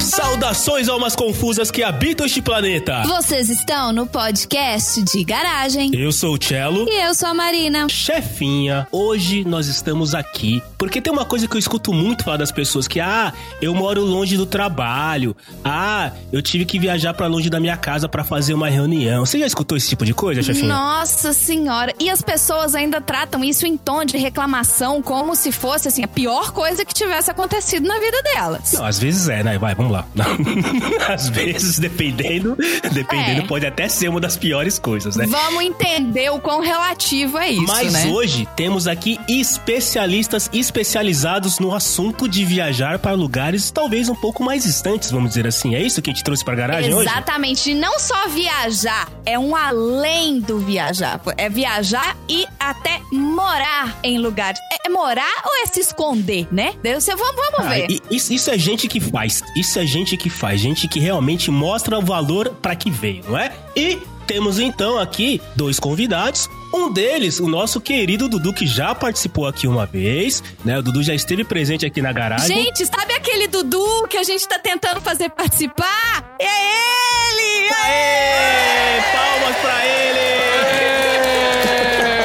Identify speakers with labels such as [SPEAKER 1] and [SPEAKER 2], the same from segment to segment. [SPEAKER 1] Saudações, almas confusas que habitam este planeta.
[SPEAKER 2] Vocês estão no podcast de garagem.
[SPEAKER 1] Eu sou o Cello.
[SPEAKER 2] E eu sou a Marina.
[SPEAKER 1] Chefinha, hoje nós estamos aqui porque tem uma coisa que eu escuto muito falar das pessoas que ah, eu moro longe do trabalho. Ah, eu tive que viajar pra longe da minha casa pra fazer uma reunião. Você já escutou esse tipo de coisa, chefinha?
[SPEAKER 2] Nossa senhora. E as pessoas ainda tratam isso em tom de reclamação, como se fosse assim, a pior coisa que tivesse acontecido na vida delas.
[SPEAKER 1] Não, às vezes é, né? Vai, vamos lá. às vezes, dependendo, dependendo,
[SPEAKER 2] É.
[SPEAKER 1] pode até ser uma das piores coisas, né?
[SPEAKER 2] Vamos entender o quão relativo é isso,
[SPEAKER 1] Mas
[SPEAKER 2] né?
[SPEAKER 1] hoje temos aqui especialistas especializados no assunto de viajar para lugares talvez um pouco mais distantes, vamos dizer assim. É isso que a gente trouxe para garagem hoje?
[SPEAKER 2] Exatamente, e não só viajar, é um além do viajar. É viajar e até morar em lugares. É, é morar ou é se esconder, né? Deus, céu, vamos, vamos
[SPEAKER 1] Ah,
[SPEAKER 2] ver.
[SPEAKER 1] e- isso, isso é gente que faz. Isso é gente que faz. Gente que realmente mostra o valor para que veio, não é? E temos então aqui dois convidados. Um deles, o nosso querido Dudu, que já participou aqui uma vez, né? O Dudu já esteve presente aqui na garagem.
[SPEAKER 2] Gente, sabe aquele Dudu que a gente tá tentando fazer participar? É ele!
[SPEAKER 1] Aê! Palmas pra ele!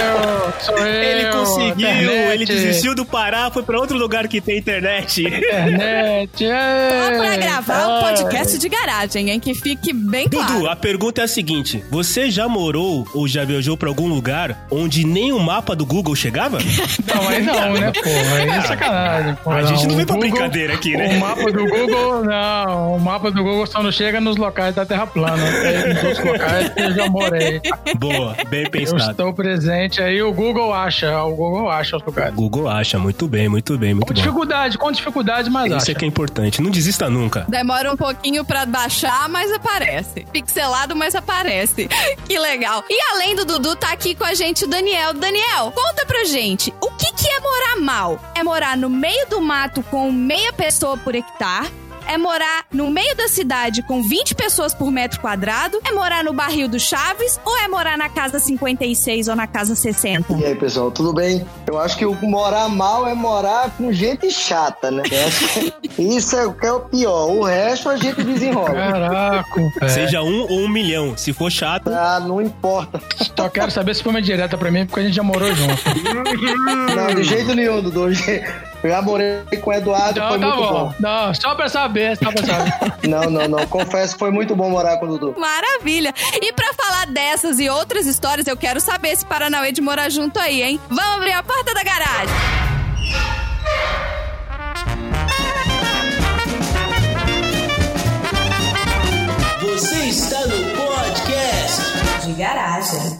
[SPEAKER 3] Eu, sou eu.
[SPEAKER 1] Ele conseguiu,
[SPEAKER 3] internet,
[SPEAKER 1] ele desistiu do Pará, foi pra outro lugar que tem internet.
[SPEAKER 3] Internet.
[SPEAKER 2] Só pra gravar o
[SPEAKER 3] Ah.
[SPEAKER 2] podcast de garagem, hein? Que fique bem claro.
[SPEAKER 1] Dudu, a pergunta é a seguinte: você já morou ou já viajou pra algum lugar onde nem o mapa do Google chegava?
[SPEAKER 3] Não, aí não, né, pô? Aí é sacanagem, pô.
[SPEAKER 1] A gente não
[SPEAKER 3] O
[SPEAKER 1] veio pra
[SPEAKER 3] Google-
[SPEAKER 1] brincadeira aqui, né?
[SPEAKER 3] O mapa do Google, não. O mapa do Google só não chega nos locais da Terra plana. É, Nos outros locais que eu já morei.
[SPEAKER 1] Boa, bem
[SPEAKER 3] Eu
[SPEAKER 1] pensado.
[SPEAKER 3] estou presente aí, o Google acha. O Google acha os lugares.
[SPEAKER 1] Google acha, muito bem, muito bem, muito
[SPEAKER 3] Com
[SPEAKER 1] bom.
[SPEAKER 3] dificuldade, com dificuldade, mas
[SPEAKER 1] Isso
[SPEAKER 3] acha.
[SPEAKER 1] é que é importante, não desista nunca.
[SPEAKER 2] Demora um pouquinho pra baixar, mas aparece. Pixelado, mas aparece. Que legal. E além do Dudu, tá aqui com a gente o Daniel. Daniel, conta pra gente, o que que é morar mal? É morar no meio do mato com meia pessoa por hectare? É morar no meio da cidade com 20 pessoas por metro quadrado? É morar no barril do Chaves? Ou é morar na casa 56 ou na casa 60?
[SPEAKER 4] E aí, pessoal, tudo bem? Eu acho que o morar mal é morar com gente chata, né? Eu acho que Isso é o que é o pior. O resto a gente desenrola.
[SPEAKER 3] Caraca, velho.
[SPEAKER 1] Seja um ou um milhão, se for chato.
[SPEAKER 4] Ah, não importa.
[SPEAKER 3] Só
[SPEAKER 1] tá-
[SPEAKER 3] quero saber se foi uma direta pra mim, porque a gente já morou junto.
[SPEAKER 4] Não, de jeito nenhum, Dudu. Eu já morei com o Eduardo,
[SPEAKER 3] Não,
[SPEAKER 4] foi
[SPEAKER 3] tá
[SPEAKER 4] muito
[SPEAKER 3] bom.
[SPEAKER 4] bom.
[SPEAKER 3] Não, só pra saber, só pra saber.
[SPEAKER 4] Não, não, não. Confesso que foi muito bom morar com o Dudu.
[SPEAKER 2] Maravilha! E pra falar dessas e outras histórias, eu quero saber esse Paranauê de morar junto aí, hein? Vamos abrir a porta da garagem!
[SPEAKER 1] Você está no podcast.
[SPEAKER 5] de garagem.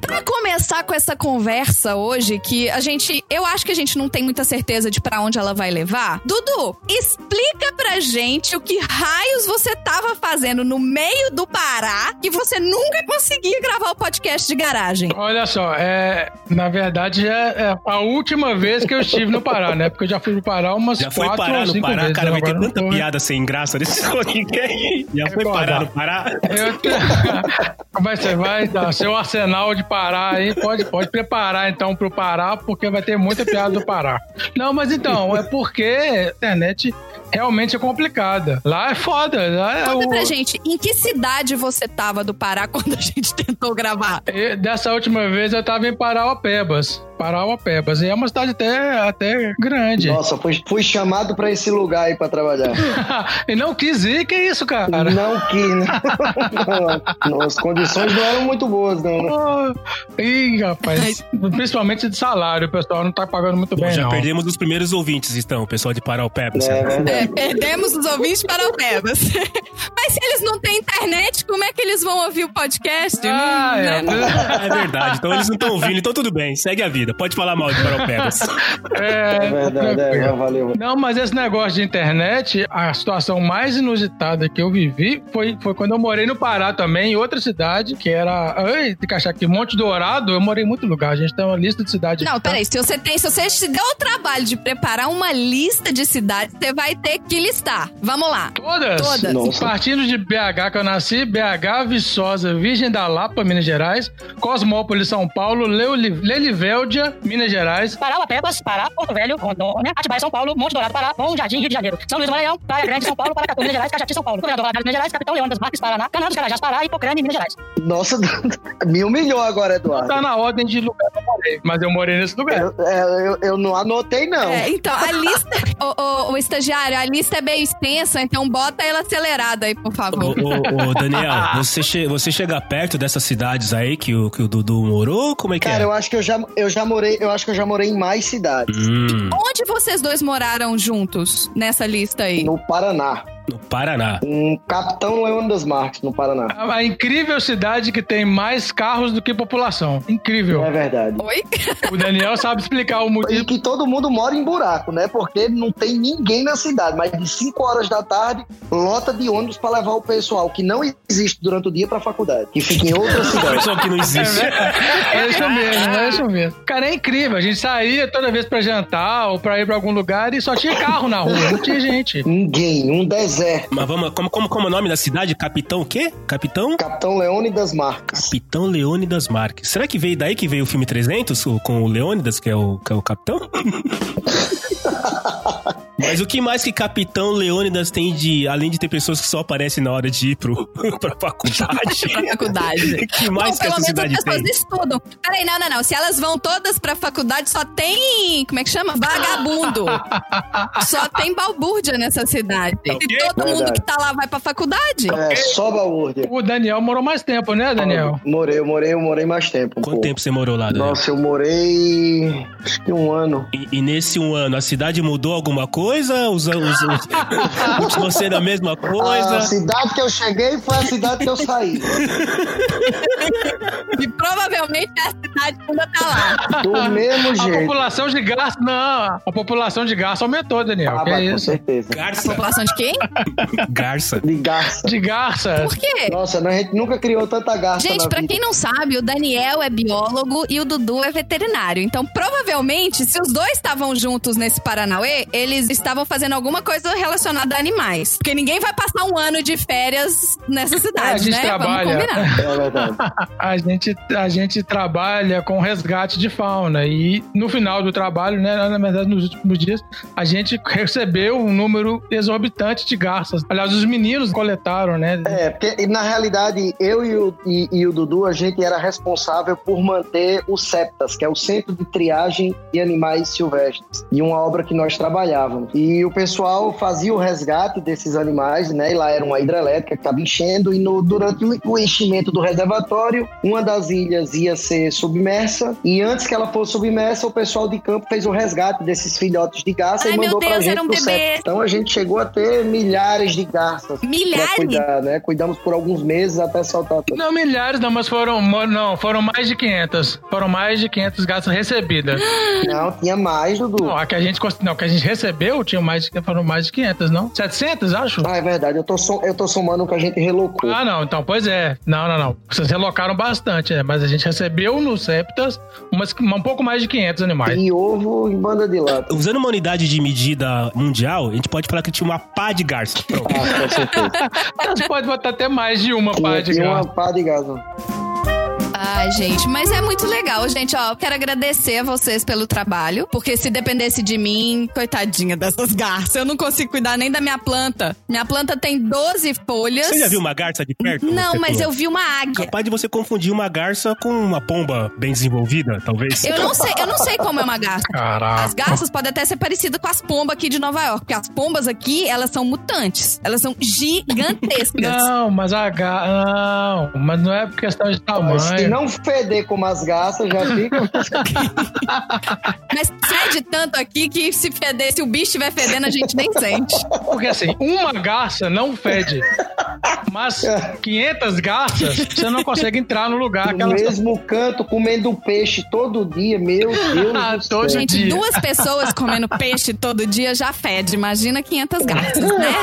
[SPEAKER 2] Pra começar com essa conversa hoje, que a gente. Eu acho que a gente não tem muita certeza de pra onde ela vai levar. Dudu, explica pra gente o que raios você tava fazendo no meio do Pará que você nunca conseguia gravar o podcast de garagem.
[SPEAKER 3] Olha só, é, na verdade é, é a última vez que eu estive no Pará, né? Porque eu já fui pro Pará umas
[SPEAKER 1] Já foi
[SPEAKER 3] quatro
[SPEAKER 1] parar
[SPEAKER 3] ou
[SPEAKER 1] no
[SPEAKER 3] cinco
[SPEAKER 1] Pará,
[SPEAKER 3] vezes.
[SPEAKER 1] cara, vai ter
[SPEAKER 3] Agora
[SPEAKER 1] tanta
[SPEAKER 3] não É tô-
[SPEAKER 1] piada sem graça nesse podcast. Já foi
[SPEAKER 3] Agora.
[SPEAKER 1] parar no Pará?
[SPEAKER 3] Eu te- vai ser, vai dar. Seu arsenal de Pará aí, pode, pode preparar então pro Pará, porque vai ter muita piada do Pará. Não, mas então, é porque a internet realmente é complicada. Lá é foda. Lá é
[SPEAKER 2] Conta
[SPEAKER 3] o-
[SPEAKER 2] pra gente, em que cidade você tava do Pará quando a gente tentou gravar?
[SPEAKER 3] E dessa última vez eu tava em Parauapebas. Parauapebas. E é uma cidade até, até grande.
[SPEAKER 4] Nossa, fui, fui chamado pra esse lugar aí pra trabalhar.
[SPEAKER 3] e não quis ir, que isso, cara?
[SPEAKER 4] Não quis, né? Não, as condições não eram muito boas, não. né?
[SPEAKER 3] Pô. Ih, rapaz. Principalmente de salário, o pessoal não tá pagando muito bem,
[SPEAKER 1] já
[SPEAKER 3] não.
[SPEAKER 1] perdemos os primeiros ouvintes, então, o pessoal de Paraupebas.
[SPEAKER 4] É verdade.
[SPEAKER 2] É, perdemos os ouvintes para o Tebas. Mas se eles não têm internet, como é que eles vão ouvir o podcast?
[SPEAKER 3] Ah,
[SPEAKER 2] Hum, né?
[SPEAKER 3] é.
[SPEAKER 1] É verdade, então eles não estão ouvindo, então tudo bem, segue a vida. Pode falar mal de Paraupebas.
[SPEAKER 3] É,
[SPEAKER 4] É verdade, é,
[SPEAKER 3] tranquilo.
[SPEAKER 4] valeu.
[SPEAKER 3] Não, mas esse negócio de internet, a situação mais inusitada que eu vivi foi, foi quando eu morei no Pará também, em outra cidade, que era. Ai, tem que achar aqui, Monte Dourado. Eu morei em muito lugar, a gente tem uma lista de cidades.
[SPEAKER 2] Não, peraí, se você tem, se você se deu o trabalho de preparar uma lista de cidades, você vai ter que listar. Vamos lá.
[SPEAKER 3] Todas?
[SPEAKER 2] Todas.
[SPEAKER 4] Nossa.
[SPEAKER 3] Partindo de BH, que eu nasci, BH, Viçosa, Virgem da Lapa, Minas Gerais, Cosmópolis, São Paulo, Leoli- Lelivelde, Cláudia, Minas Gerais.
[SPEAKER 5] Parauapebas, Pará, Porto Velho, Rondônia, Atibaia, São Paulo, Monte Dourado, Pará, Bom Jardim, Rio de Janeiro, São Luís do Maranhão, Praia Grande, São Paulo, Paracatu, Minas Gerais, Cajati, São Paulo, Governador Valadares, Minas Gerais, Capitão Leandro das Marques, Paraná, Canaã dos Carajás, Pará, Hipocrane, Minas Gerais.
[SPEAKER 4] Nossa, me humilhou agora, Eduardo.
[SPEAKER 3] Tá na ordem de lugar que eu morei, mas eu morei nesse lugar.
[SPEAKER 4] Eu, é, eu- eu não anotei, não.
[SPEAKER 2] É, então, a lista. o, estagiário, a lista é bem extensa, então bota ela acelerada aí, por
[SPEAKER 1] Ô,
[SPEAKER 2] favor.
[SPEAKER 1] ô, ô, Daniel, você, che você chega perto dessas cidades aí que o, que o Dudu morou? Como é que
[SPEAKER 4] Cara,
[SPEAKER 1] é?
[SPEAKER 4] eu acho que eu já, eu já morei, eu acho que eu já morei em mais cidades.
[SPEAKER 1] Hum,
[SPEAKER 2] Onde vocês dois moraram juntos nessa lista aí?
[SPEAKER 4] No Paraná.
[SPEAKER 1] no Paraná.
[SPEAKER 4] Um capitão Leandro das Marques, no Paraná.
[SPEAKER 3] A, a incrível cidade que tem mais carros do que população. Incrível.
[SPEAKER 4] É verdade.
[SPEAKER 2] Oi?
[SPEAKER 3] O Daniel sabe explicar o
[SPEAKER 4] E
[SPEAKER 3] motivo.
[SPEAKER 4] que todo mundo mora em buraco, né? Porque não tem ninguém na cidade. Mas de 5 horas da tarde, lota de ônibus pra levar o pessoal que não existe durante o dia pra faculdade. Que fica em outra cidade.
[SPEAKER 1] Pessoal que não existe.
[SPEAKER 3] É isso mesmo, é isso mesmo. Cara, é incrível. A gente saía toda vez pra jantar ou pra ir pra algum lugar e só tinha carro na rua, não tinha gente.
[SPEAKER 4] Ninguém, um deserto.
[SPEAKER 1] Mas vamos, como, como, como é o nome da cidade? Capitão o quê? Capitão?
[SPEAKER 4] Capitão Leônidas Marques.
[SPEAKER 1] Capitão Leônidas Marques. Será que veio daí que veio o filme 300 o- com o Leônidas, que é o, que é o capitão? Mas o que mais que Capitão Leônidas tem de. Além de ter pessoas que só aparecem na hora de ir pro, pra faculdade?
[SPEAKER 2] Faculdade.
[SPEAKER 1] que mais
[SPEAKER 2] Bom,
[SPEAKER 1] que essa
[SPEAKER 2] pelo menos
[SPEAKER 1] cidade
[SPEAKER 2] as pessoas
[SPEAKER 1] tem?
[SPEAKER 2] estudam. Peraí, não, não, não. Se elas vão todas pra faculdade, só tem. Como é que chama? Vagabundo. só tem balbúrdia nessa cidade.
[SPEAKER 1] Tá o quê?
[SPEAKER 2] E todo mundo
[SPEAKER 4] Verdade.
[SPEAKER 2] que tá lá vai pra faculdade.
[SPEAKER 4] É, só balúrdia.
[SPEAKER 3] O Daniel morou mais tempo, né, Daniel?
[SPEAKER 4] Morei, eu morei, eu morei mais tempo. um
[SPEAKER 1] Quanto
[SPEAKER 4] pouco.
[SPEAKER 1] tempo você morou lá, Daniel?
[SPEAKER 4] Nossa, eu morei. Acho que um ano.
[SPEAKER 1] E, e nesse um ano, a cidade mudou alguma coisa? Os, os, os, continua sendo a mesma
[SPEAKER 3] né?
[SPEAKER 4] A
[SPEAKER 1] coisa?
[SPEAKER 4] cidade que eu cheguei foi a cidade que eu saí.
[SPEAKER 2] E provavelmente é a cidade ainda tá lá.
[SPEAKER 4] Do mesmo
[SPEAKER 3] A
[SPEAKER 4] jeito.
[SPEAKER 3] população de garça. Não, a população de garça aumentou, Daniel.
[SPEAKER 4] Ah,
[SPEAKER 3] que
[SPEAKER 4] mas com
[SPEAKER 3] isso?
[SPEAKER 4] certeza.
[SPEAKER 2] A
[SPEAKER 1] Garça.
[SPEAKER 2] população de quem?
[SPEAKER 1] Garça.
[SPEAKER 4] De garça.
[SPEAKER 3] De garça.
[SPEAKER 2] Por quê?
[SPEAKER 4] Nossa, não, a gente nunca criou tanta garça
[SPEAKER 2] Gente,
[SPEAKER 4] na
[SPEAKER 2] pra
[SPEAKER 4] vida.
[SPEAKER 2] quem não sabe, o Daniel é biólogo e o Dudu é veterinário. Então, provavelmente, se os dois estavam juntos nesse Paranauê, eles estavam fazendo alguma coisa relacionada a animais. Porque ninguém vai passar um ano de férias nessa cidade,
[SPEAKER 3] É, a gente
[SPEAKER 2] né?
[SPEAKER 3] trabalha.
[SPEAKER 2] Vamos combinar.
[SPEAKER 4] É verdade.
[SPEAKER 3] A gente, a gente trabalha com resgate de fauna e no final do trabalho, né, na verdade nos últimos dias, a gente recebeu um número exorbitante de garças. Aliás, os meninos coletaram, né?
[SPEAKER 4] É, porque na realidade, eu e o, e- e o Dudu, a gente era responsável por manter o CEPTAS, que é o Centro de Triagem de Animais Silvestres, e uma obra que nós trabalhávamos. E o pessoal fazia o resgate desses animais, né? E lá era uma hidrelétrica que estava enchendo, e no, durante o o enchimento do reservatório, uma das ilhas ia ser submersa, e antes que ela fosse submersa, o pessoal de campo fez o resgate desses filhotes de garça
[SPEAKER 2] Ai,
[SPEAKER 4] e
[SPEAKER 2] meu
[SPEAKER 4] mandou pra
[SPEAKER 2] Deus, um
[SPEAKER 4] gente
[SPEAKER 2] eram
[SPEAKER 4] pro
[SPEAKER 2] bebês.
[SPEAKER 4] CEPTAS. Então a gente chegou a ter milhares de garças pra
[SPEAKER 2] Milhares?
[SPEAKER 4] cuidar, né? Cuidamos por alguns meses até soltar tudo.
[SPEAKER 3] Não, milhares não, mas foram, mo- não, foram mais de 500. Foram mais de 500 garças recebidas.
[SPEAKER 4] Não, tinha mais, Dudu.
[SPEAKER 3] Não, a que a gente, cons- não, a que a gente recebeu tinha mais, de- foram mais de 500, não? 700, acho?
[SPEAKER 4] Ah, é verdade, eu tô, som- eu tô somando o que a gente relocou.
[SPEAKER 3] Ah, não, então, pois é. Não, não, não. Vocês relocaram bastante, né? Mas a gente recebeu no Septas umas, um pouco mais de 500 animais.
[SPEAKER 4] E ovo em banda de lata.
[SPEAKER 1] Usando uma unidade de medida mundial, a gente pode falar que tinha uma pá de garça. Pronto.
[SPEAKER 4] Ah, com certeza.
[SPEAKER 3] Você pode botar até mais de uma pá
[SPEAKER 4] Tinha,
[SPEAKER 3] de
[SPEAKER 4] tinha
[SPEAKER 3] gato.
[SPEAKER 4] uma pá de gás.
[SPEAKER 2] Ai, gente, mas é muito legal, gente. Ó, eu quero agradecer a vocês pelo trabalho, porque se dependesse de mim, coitadinha dessas garças, eu não consigo cuidar nem da minha planta. Minha planta tem 12 folhas.
[SPEAKER 1] Você já viu uma garça de perto?
[SPEAKER 2] Não,
[SPEAKER 1] Você
[SPEAKER 2] mas
[SPEAKER 1] falou.
[SPEAKER 2] eu vi uma águia.
[SPEAKER 1] Capaz de você confundir uma garça com uma pomba bem desenvolvida, talvez.
[SPEAKER 2] Eu não sei, eu não sei como é uma garça.
[SPEAKER 3] Caraca.
[SPEAKER 2] As garças podem até ser parecidas com as pombas aqui de Nova York, porque as pombas aqui, elas são mutantes. Elas são gigantescas.
[SPEAKER 3] Não, mas a garça. Não, mas não é por questão de tamanho.
[SPEAKER 4] Se não feder como as garças, já fica.
[SPEAKER 2] Mas fede tanto aqui que se feder, se o bicho estiver fedendo, a gente nem sente.
[SPEAKER 3] Porque assim, uma garça não fede. Mas
[SPEAKER 4] É.
[SPEAKER 3] 500 garças, você não consegue entrar no lugar que
[SPEAKER 4] No
[SPEAKER 3] elas
[SPEAKER 4] mesmo canto, comendo peixe todo dia, meu
[SPEAKER 3] Ah,
[SPEAKER 4] Deus.
[SPEAKER 3] todo
[SPEAKER 4] do céu.
[SPEAKER 2] Gente,
[SPEAKER 3] dia.
[SPEAKER 2] duas pessoas comendo peixe todo dia já fede. Imagina 500 garças, né?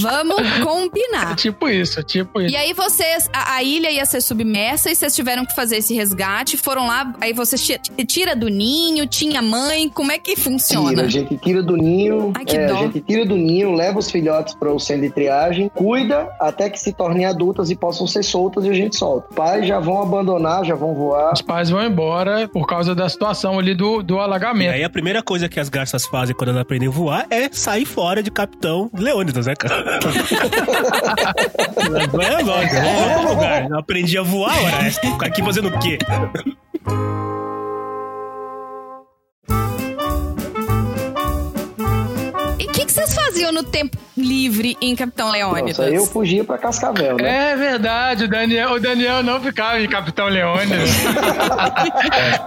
[SPEAKER 2] Vamos combinar.
[SPEAKER 3] Tipo isso, tipo isso.
[SPEAKER 2] E aí vocês, a, a ilha ia ser submersa e vocês tiveram que fazer esse resgate, foram lá, aí você ti- tira do ninho, tinha mãe, como é que
[SPEAKER 4] Tira,
[SPEAKER 2] funciona?
[SPEAKER 4] a gente tira do ninho,
[SPEAKER 2] Ai, que
[SPEAKER 4] é, a
[SPEAKER 2] dó.
[SPEAKER 4] gente tira do ninho, leva os filhotes para o centro de triagem, cuida até que se tornem adultas e possam ser soltas e a gente solta. Pais já vão abandonar, já vão voar.
[SPEAKER 3] Os pais vão embora por causa da situação ali do, do
[SPEAKER 1] E
[SPEAKER 3] alagamento.
[SPEAKER 1] aí a primeira coisa que as garças fazem quando elas aprendem a voar é sair fora de Capitão Leônidas, né, cara? é lógico, eu vou pra outro lugar. Eu aprendi a voar, ora, essa. ficar aqui fazendo o quê?
[SPEAKER 2] E o que, que vocês faziam no tempo livre em Capitão Leônidas?
[SPEAKER 4] Nossa, eu fugia para Cascavel, né?
[SPEAKER 3] É verdade, o Daniel, o Daniel não ficava em Capitão Leônidas.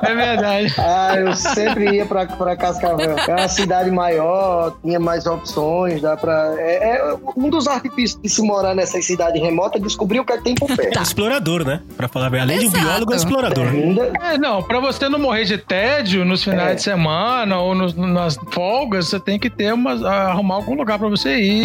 [SPEAKER 3] é verdade.
[SPEAKER 4] Ah, eu sempre ia pra, pra Cascavel. É uma cidade maior, tinha mais opções, dá pra. É, é um dos artifícios de se morar nessa cidade remota é descobrir o que é que tem por perto.
[SPEAKER 2] Tá.
[SPEAKER 1] Explorador, né? Pra falar bem. Além de
[SPEAKER 2] Exato.
[SPEAKER 1] biólogo, é explorador.
[SPEAKER 4] Ainda.
[SPEAKER 3] É, não, pra você não morrer de tédio nos finais
[SPEAKER 4] É.
[SPEAKER 3] de semana ou nos- nas folgas, você tem que ter umas, arrumar algum lugar pra você ir.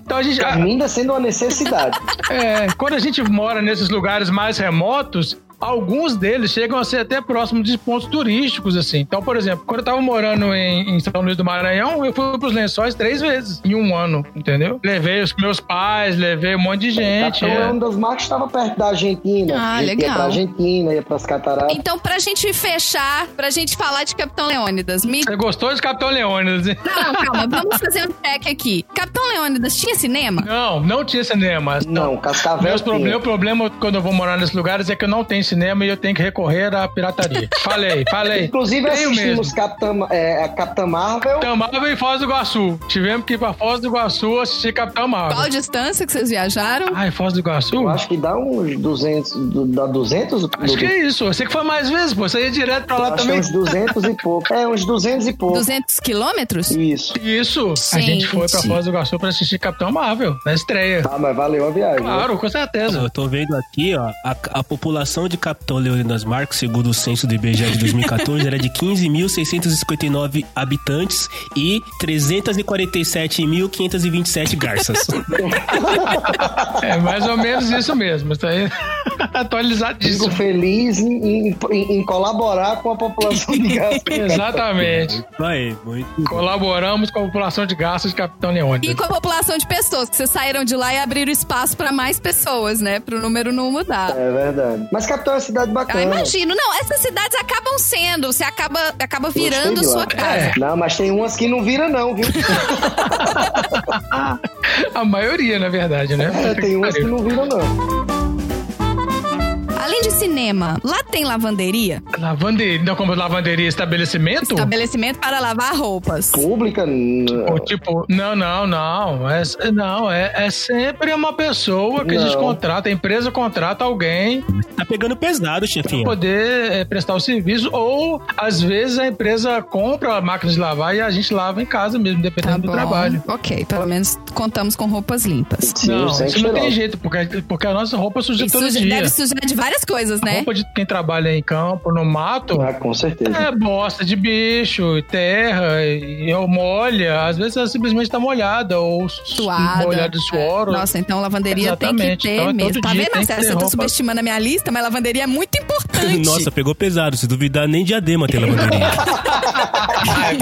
[SPEAKER 3] Então a gente. a-
[SPEAKER 4] Ainda sendo uma necessidade.
[SPEAKER 3] É, quando a gente mora nesses lugares mais remotos, alguns deles chegam a ser até próximos de pontos turísticos, assim. Então, por exemplo, quando eu tava morando em, em São Luís do Maranhão, eu fui pros Lençóis três vezes em um ano, entendeu? Levei os meus pais, levei um monte de gente.
[SPEAKER 4] Capitão
[SPEAKER 3] é.
[SPEAKER 4] Leão das Marques estava perto da Argentina.
[SPEAKER 2] Ah,
[SPEAKER 4] A gente Ia
[SPEAKER 2] legal.
[SPEAKER 4] pra Argentina, ia pras cataratas.
[SPEAKER 2] Então, pra gente fechar, pra gente falar de Capitão Leônidas, me.
[SPEAKER 3] Você gostou de Capitão Leônidas? hein?
[SPEAKER 2] Não, calma, vamos fazer um check aqui. Capitão Leônidas tinha cinema?
[SPEAKER 3] Não, não tinha cinema.
[SPEAKER 4] Não, tá Cascavel.
[SPEAKER 3] Meus
[SPEAKER 4] tinha.
[SPEAKER 3] problem- Meu problema quando eu vou morar nesses lugares é que eu não tenho cinema e eu tenho que recorrer à pirataria. falei, falei.
[SPEAKER 4] Inclusive,
[SPEAKER 3] é tenho mesmo. Então,
[SPEAKER 4] assistimos Capitã, é, a Capitã Marvel.
[SPEAKER 3] Capitão Marvel e Foz do Iguaçu. Tivemos que ir pra Foz do Iguaçu assistir Capitão Marvel.
[SPEAKER 2] Qual distância que vocês viajaram?
[SPEAKER 3] Ai, Foz do Iguaçu?
[SPEAKER 4] Eu
[SPEAKER 3] Acho,
[SPEAKER 4] acho que dá uns 200. do- dá 200? Dudu?
[SPEAKER 3] que é isso. Você que foi mais vezes, pô. Você ia direto pra lá
[SPEAKER 4] Acho que é
[SPEAKER 3] também.
[SPEAKER 4] uns 200 e pouco. É, uns 200 e pouco.
[SPEAKER 2] 200 quilômetros?
[SPEAKER 4] Isso.
[SPEAKER 3] Isso. A gente
[SPEAKER 2] Gente.
[SPEAKER 3] foi pra Foz do Iguaçu pra assistir Capitão Marvel, na estreia.
[SPEAKER 4] Ah, mas valeu a viagem. né?
[SPEAKER 3] Claro, com certeza.
[SPEAKER 1] Eu tô vendo aqui, ó, a, a população de Capitão Leônidas Marques, segundo o censo do IBGE de 2014, era de 15.659 habitantes e 347.527 garças.
[SPEAKER 3] É mais ou menos isso mesmo. Isso aí
[SPEAKER 4] Fico
[SPEAKER 3] atualizadíssimo.
[SPEAKER 4] feliz em, em- em- em colaborar com a população de Gaza.
[SPEAKER 3] Exatamente.
[SPEAKER 1] Isso aí, muito
[SPEAKER 3] Colaboramos com a população de gastos de Capitão Leônidas.
[SPEAKER 2] E com a população de pessoas, que vocês saíram de lá e abriram espaço pra mais pessoas, né? Pro número não mudar.
[SPEAKER 4] É verdade. Mas Capitão é uma cidade
[SPEAKER 2] Eu
[SPEAKER 4] bacana.
[SPEAKER 2] imagino. Não, essas cidades acabam sendo. Você acaba, acaba virando
[SPEAKER 4] Gostei de lá.
[SPEAKER 2] sua casa.
[SPEAKER 4] É. Não, mas tem umas que não vira, não, viu?
[SPEAKER 3] A maioria, na verdade, né?
[SPEAKER 4] É, tem umas que não viram, não.
[SPEAKER 2] Além de cinema, lá tem lavanderia?
[SPEAKER 3] Lavanderia. Não, como lavanderia estabelecimento?
[SPEAKER 2] Estabelecimento para lavar roupas.
[SPEAKER 4] Pública. não.
[SPEAKER 3] Ou tipo, não, não, não. É, não, é, é sempre uma pessoa que a gente
[SPEAKER 4] Não.
[SPEAKER 3] contrata, a empresa contrata alguém
[SPEAKER 1] Tá pegando pesado,
[SPEAKER 3] pra
[SPEAKER 1] chefinho.
[SPEAKER 3] poder é, prestar o serviço. Ou, às vezes, a empresa compra a máquina de lavar e a gente lava em casa mesmo,
[SPEAKER 2] Tá
[SPEAKER 3] dependendo
[SPEAKER 2] bom.
[SPEAKER 3] do trabalho.
[SPEAKER 2] Ok, pelo menos contamos com roupas limpas.
[SPEAKER 4] Sim,
[SPEAKER 3] não,
[SPEAKER 4] sempre
[SPEAKER 3] isso não tem
[SPEAKER 4] cheirosa.
[SPEAKER 3] jeito, porque, porque a nossa roupa suja
[SPEAKER 2] Isso
[SPEAKER 3] todo dia.
[SPEAKER 2] deve sujar de várias coisas,
[SPEAKER 3] A
[SPEAKER 2] né?
[SPEAKER 3] roupa de quem trabalha em campo, no mato,
[SPEAKER 4] Ah, com certeza.
[SPEAKER 3] É bosta de bicho, terra, e eu molha. Às vezes ela simplesmente tá molhada ou su-
[SPEAKER 2] Suada.
[SPEAKER 3] molhada de suor.
[SPEAKER 2] É. Nossa, então lavanderia tem que
[SPEAKER 3] Exatamente.
[SPEAKER 2] ter
[SPEAKER 3] Então, é
[SPEAKER 2] mesmo.
[SPEAKER 3] todo
[SPEAKER 2] Tá
[SPEAKER 3] dia
[SPEAKER 2] vendo,
[SPEAKER 3] tem que
[SPEAKER 2] Marcelo?
[SPEAKER 3] ter
[SPEAKER 2] Você tá
[SPEAKER 3] roupa.
[SPEAKER 2] subestimando a minha lista, mas lavanderia é muito importante.
[SPEAKER 1] Nossa, pegou pesado. Se duvidar, nem diadema tem lavanderia.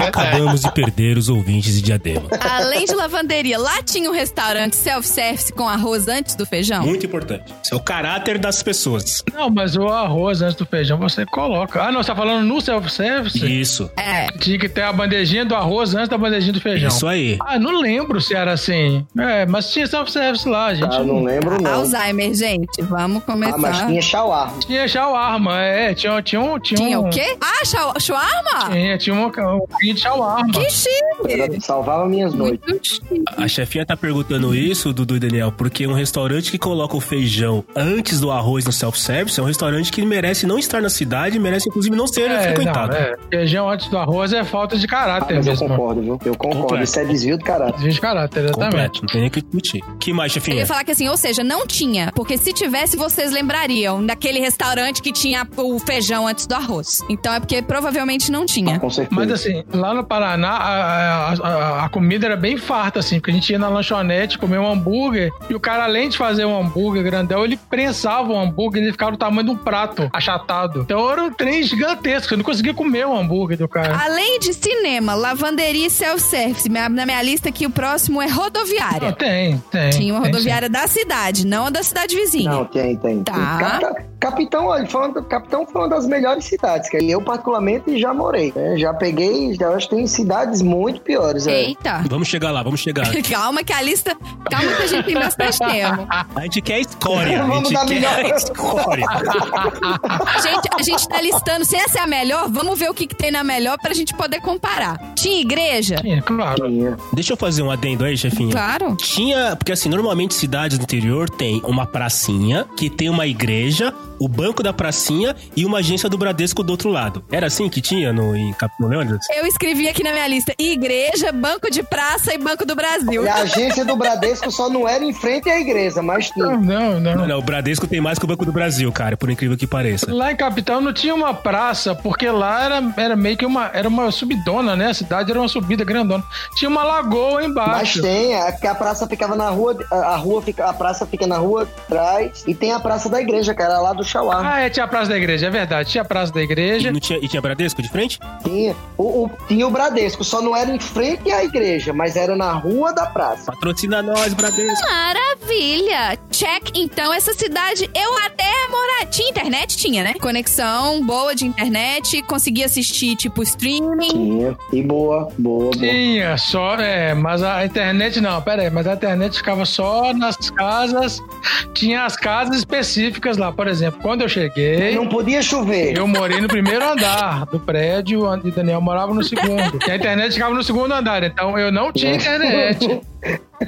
[SPEAKER 1] Acabamos de perder os ouvintes de diadema.
[SPEAKER 2] Além de lavanderia, lá tinha um restaurante self-service com arroz antes do feijão?
[SPEAKER 1] Muito importante. Isso é o caráter das pessoas.
[SPEAKER 3] Não, mas o arroz antes do feijão você coloca. Ah, não, você tá falando no self-service?
[SPEAKER 1] Isso.
[SPEAKER 2] É.
[SPEAKER 3] Tinha que ter a bandejinha do arroz antes da bandejinha do feijão.
[SPEAKER 1] Isso aí.
[SPEAKER 3] Ah, não lembro se era assim. É, mas tinha self-service lá, gente.
[SPEAKER 4] Ah, não lembro, não.
[SPEAKER 2] Alzheimer, gente, vamos começar.
[SPEAKER 4] Ah, mas tinha chauá.
[SPEAKER 3] Tinha shawarma, é. Tinha, tinha um. Tinha,
[SPEAKER 2] Tinha
[SPEAKER 3] um,
[SPEAKER 2] o quê? Ah, shau- shawarma?
[SPEAKER 3] Tinha, tinha um, um pouquinho de shawarma.
[SPEAKER 2] Que chique!
[SPEAKER 4] Era- Salvava minhas noites.
[SPEAKER 2] Muito chique.
[SPEAKER 1] A chefinha tá perguntando isso, Dudu e Daniel, porque um restaurante que coloca o feijão antes do arroz no self-service é um restaurante que merece não estar na cidade, merece inclusive não ser
[SPEAKER 3] É,
[SPEAKER 1] frequentado.
[SPEAKER 3] não, é. Feijão antes do arroz é falta de
[SPEAKER 4] Ah,
[SPEAKER 3] caráter
[SPEAKER 4] mas eu
[SPEAKER 3] mesmo.
[SPEAKER 4] concordo, viu? Eu concordo.
[SPEAKER 1] Completo.
[SPEAKER 4] Isso é desvio do caráter.
[SPEAKER 3] Desvio de caráter, exatamente.
[SPEAKER 1] Completo, não tem nem o que discutir. que mais,
[SPEAKER 2] Eu ia
[SPEAKER 1] chefinha?
[SPEAKER 2] falar que assim, ou seja, não tinha. Porque se tivesse, vocês lembrariam daquele restaurante que tinha o feijão antes do arroz. Então é porque provavelmente não tinha.
[SPEAKER 4] Com certeza.
[SPEAKER 3] Mas assim, lá no assim, Paraná, a, a, a- a comida era bem farta, assim, porque a gente ia na lanchonete comer um hambúrguer e o cara, além de fazer um hambúrguer grandão, ele prensava o hambúrguer e ele ficava do tamanho de um prato achatado. Então era um trem gigantesco, eu não conseguia comer o hambúrguer do cara.
[SPEAKER 2] Além de cinema, lavanderia e self-service, minha- na minha lista aqui o próximo é
[SPEAKER 3] Não,
[SPEAKER 2] rodoviária.
[SPEAKER 3] Ah, tem, tem.
[SPEAKER 2] Tinha uma
[SPEAKER 3] tem,
[SPEAKER 2] rodoviária da cidade, não a da cidade vizinha.
[SPEAKER 4] Não, tem, tem.
[SPEAKER 2] Tá.
[SPEAKER 4] tem. Capita- Capitão, olha, foi uma, Capitão foi uma das melhores cidades, que eu particularmente já morei. né? Já peguei, já acho que tem cidades muito piores. é.
[SPEAKER 2] Eita.
[SPEAKER 1] Vamos chegar lá, vamos chegar.
[SPEAKER 2] Calma que a lista. Calma que a gente tem bastante tempo.
[SPEAKER 1] A gente quer a escória. A
[SPEAKER 4] Vamos
[SPEAKER 1] gente
[SPEAKER 4] dar
[SPEAKER 1] quer
[SPEAKER 4] melhor.
[SPEAKER 1] a escória.
[SPEAKER 2] Gente, a gente tá listando. Se essa é a melhor, vamos ver o que, que tem na melhor pra gente poder comparar. Tinha igreja?
[SPEAKER 3] tem. Tinha, claro.
[SPEAKER 4] é. Tinha.
[SPEAKER 1] Deixa eu fazer um adendo aí, chefinha.
[SPEAKER 2] Claro.
[SPEAKER 1] Tinha, porque assim, normalmente cidades do interior tem uma pracinha, que tem uma igreja, o banco da pracinha e uma agência do Bradesco do outro lado. Era assim que tinha no, em Capitão Leandros?
[SPEAKER 2] Eu escrevi aqui na minha lista: igreja, banco de praça e banco do Brasil.
[SPEAKER 4] E a agência do Bradesco só não era em frente à igreja, mas tinha.
[SPEAKER 3] Não, não,
[SPEAKER 1] Não,
[SPEAKER 3] não.
[SPEAKER 1] não, o Bradesco tem mais que o Banco do Brasil, cara, por incrível que pareça.
[SPEAKER 3] Lá em Capitão não tinha uma praça, porque lá era, era meio que uma, era uma subidona, né? A cidade era uma subida grandona. Tinha uma lagoa
[SPEAKER 4] Mas
[SPEAKER 3] embaixo.
[SPEAKER 4] tem, a, que a praça ficava na rua, a, a rua fica, a praça fica na rua atrás e tem a praça da igreja, cara, lá do Chauá.
[SPEAKER 3] Ah, é, tinha a Praça da Igreja, é verdade. Tinha a Praça da
[SPEAKER 1] E,
[SPEAKER 3] Igreja.
[SPEAKER 1] não tinha, e tinha Bradesco de frente?
[SPEAKER 4] Tinha o, o- tinha o Bradesco, só não era em frente à igreja, mas era na rua da praça.
[SPEAKER 1] Patrocina nós, Bradesco.
[SPEAKER 2] Maravilha! Check, então, essa cidade eu até morar. Tinha internet? Tinha, né? Conexão boa de internet, consegui assistir, tipo, streaming.
[SPEAKER 4] Tinha. E boa, boa, boa.
[SPEAKER 3] Tinha, só, é, mas a internet não, pera aí, mas a internet ficava só nas casas, tinha as casas específicas lá, por exemplo, quando eu cheguei,
[SPEAKER 4] Não podia chover.
[SPEAKER 3] eu morei no primeiro andar do prédio, onde o Daniel morava no segundo, e a internet ficava no segundo andar, então eu não tinha internet,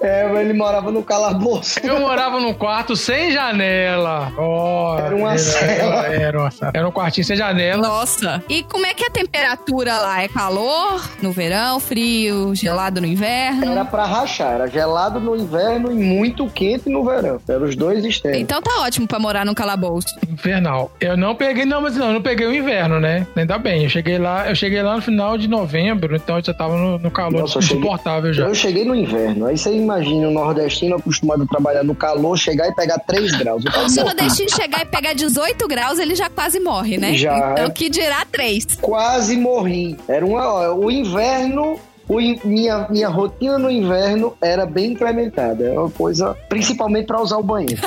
[SPEAKER 4] É, ele morava no calabouço.
[SPEAKER 3] Eu morava num quarto sem janela. Ó,
[SPEAKER 4] Era uma cela.
[SPEAKER 3] Era, uma cela. Era um quartinho sem janela.
[SPEAKER 2] Nossa! E como é que é a temperatura lá? É calor no verão, frio, gelado no inverno?
[SPEAKER 4] Era pra rachar, era gelado no inverno e muito quente no verão. Eram os dois extremos.
[SPEAKER 2] Então tá ótimo pra morar num calabouço.
[SPEAKER 3] Infernal. Eu não peguei, não, mas não, eu não peguei o inverno, né? Ainda bem. Eu cheguei lá, eu cheguei lá no final de novembro, então eu já tava no, no calor
[SPEAKER 4] Nossa, eu cheguei-
[SPEAKER 3] insuportável já.
[SPEAKER 4] Eu cheguei no inverno. Aí você imagina o nordestino acostumado a trabalhar no calor, chegar e pegar 3 graus. Eu tava
[SPEAKER 2] Se o
[SPEAKER 4] morto.
[SPEAKER 2] nordestino chegar e pegar 18 graus, ele já quase morre, né?
[SPEAKER 4] Já.
[SPEAKER 2] Então que dirá 3.
[SPEAKER 4] Quase morri. Era uma ó, O inverno. o in- minha, minha rotina no inverno era bem implementada. Era uma coisa, principalmente pra usar o banheiro.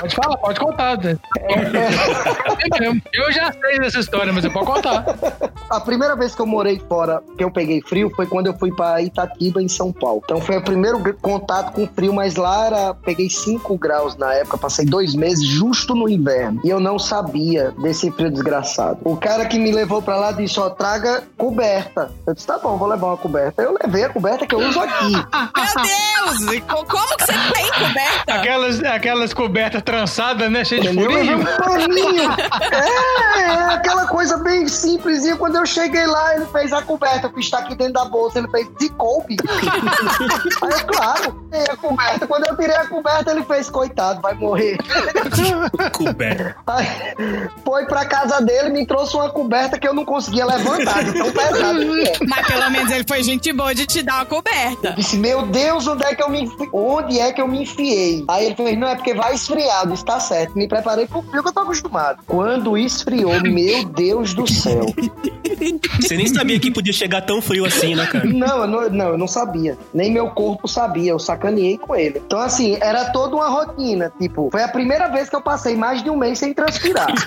[SPEAKER 3] Pode falar, pode contar. Zé. Eu mesmo. Eu já sei dessa história, mas eu posso contar. tá?
[SPEAKER 4] A primeira vez que eu morei fora, que eu peguei frio, foi quando eu fui pra Itatiba, em São Paulo. Então foi o primeiro gr- contato com frio, mas lá era, peguei 5 graus na época, passei dois meses justo no inverno. E eu não sabia desse frio desgraçado. O cara que me levou pra lá disse: Ó, traga coberta. Eu disse: Tá bom, vou levar uma coberta. Eu levei a coberta que eu uso aqui.
[SPEAKER 2] Meu Deus! E co- Como que você tem coberta?
[SPEAKER 3] Aquelas, aquelas cobertas trançadas, né? Cheio de
[SPEAKER 4] Entendeu? Eu levei
[SPEAKER 3] furinho.
[SPEAKER 4] um paninho. É, é aquela coisa bem simples. E quando eu cheguei lá, ele fez a coberta. Eu fiz, tá aqui dentro da bolsa. Ele fez, se coube. Aí, eu, claro, tirei a coberta. Quando eu tirei a coberta, ele fez, coitado, vai morrer.
[SPEAKER 1] Coberto.
[SPEAKER 4] Aí, foi pra casa dele, me trouxe uma coberta que eu não conseguia levantar. de Tão pesado que é.
[SPEAKER 2] Mas pelo menos ele foi gente boa de te dar uma coberta.
[SPEAKER 4] Disse, meu Deus, onde é que eu me enfi- onde é que eu me enfiei? Aí ele fez, não, é porque vai esfriar. Eu disse, tá certo, me preparei pro frio que eu tô acostumado. Quando esfriou, meu Deus do céu.
[SPEAKER 1] Você nem sabia que podia chegar tão frio assim, né, cara?
[SPEAKER 4] Não, eu não, não, eu não sabia. Nem meu corpo sabia, eu sacaneei com ele. Então, assim, era toda uma rotina. Tipo, foi a primeira vez que eu passei mais de um mês sem transpirar.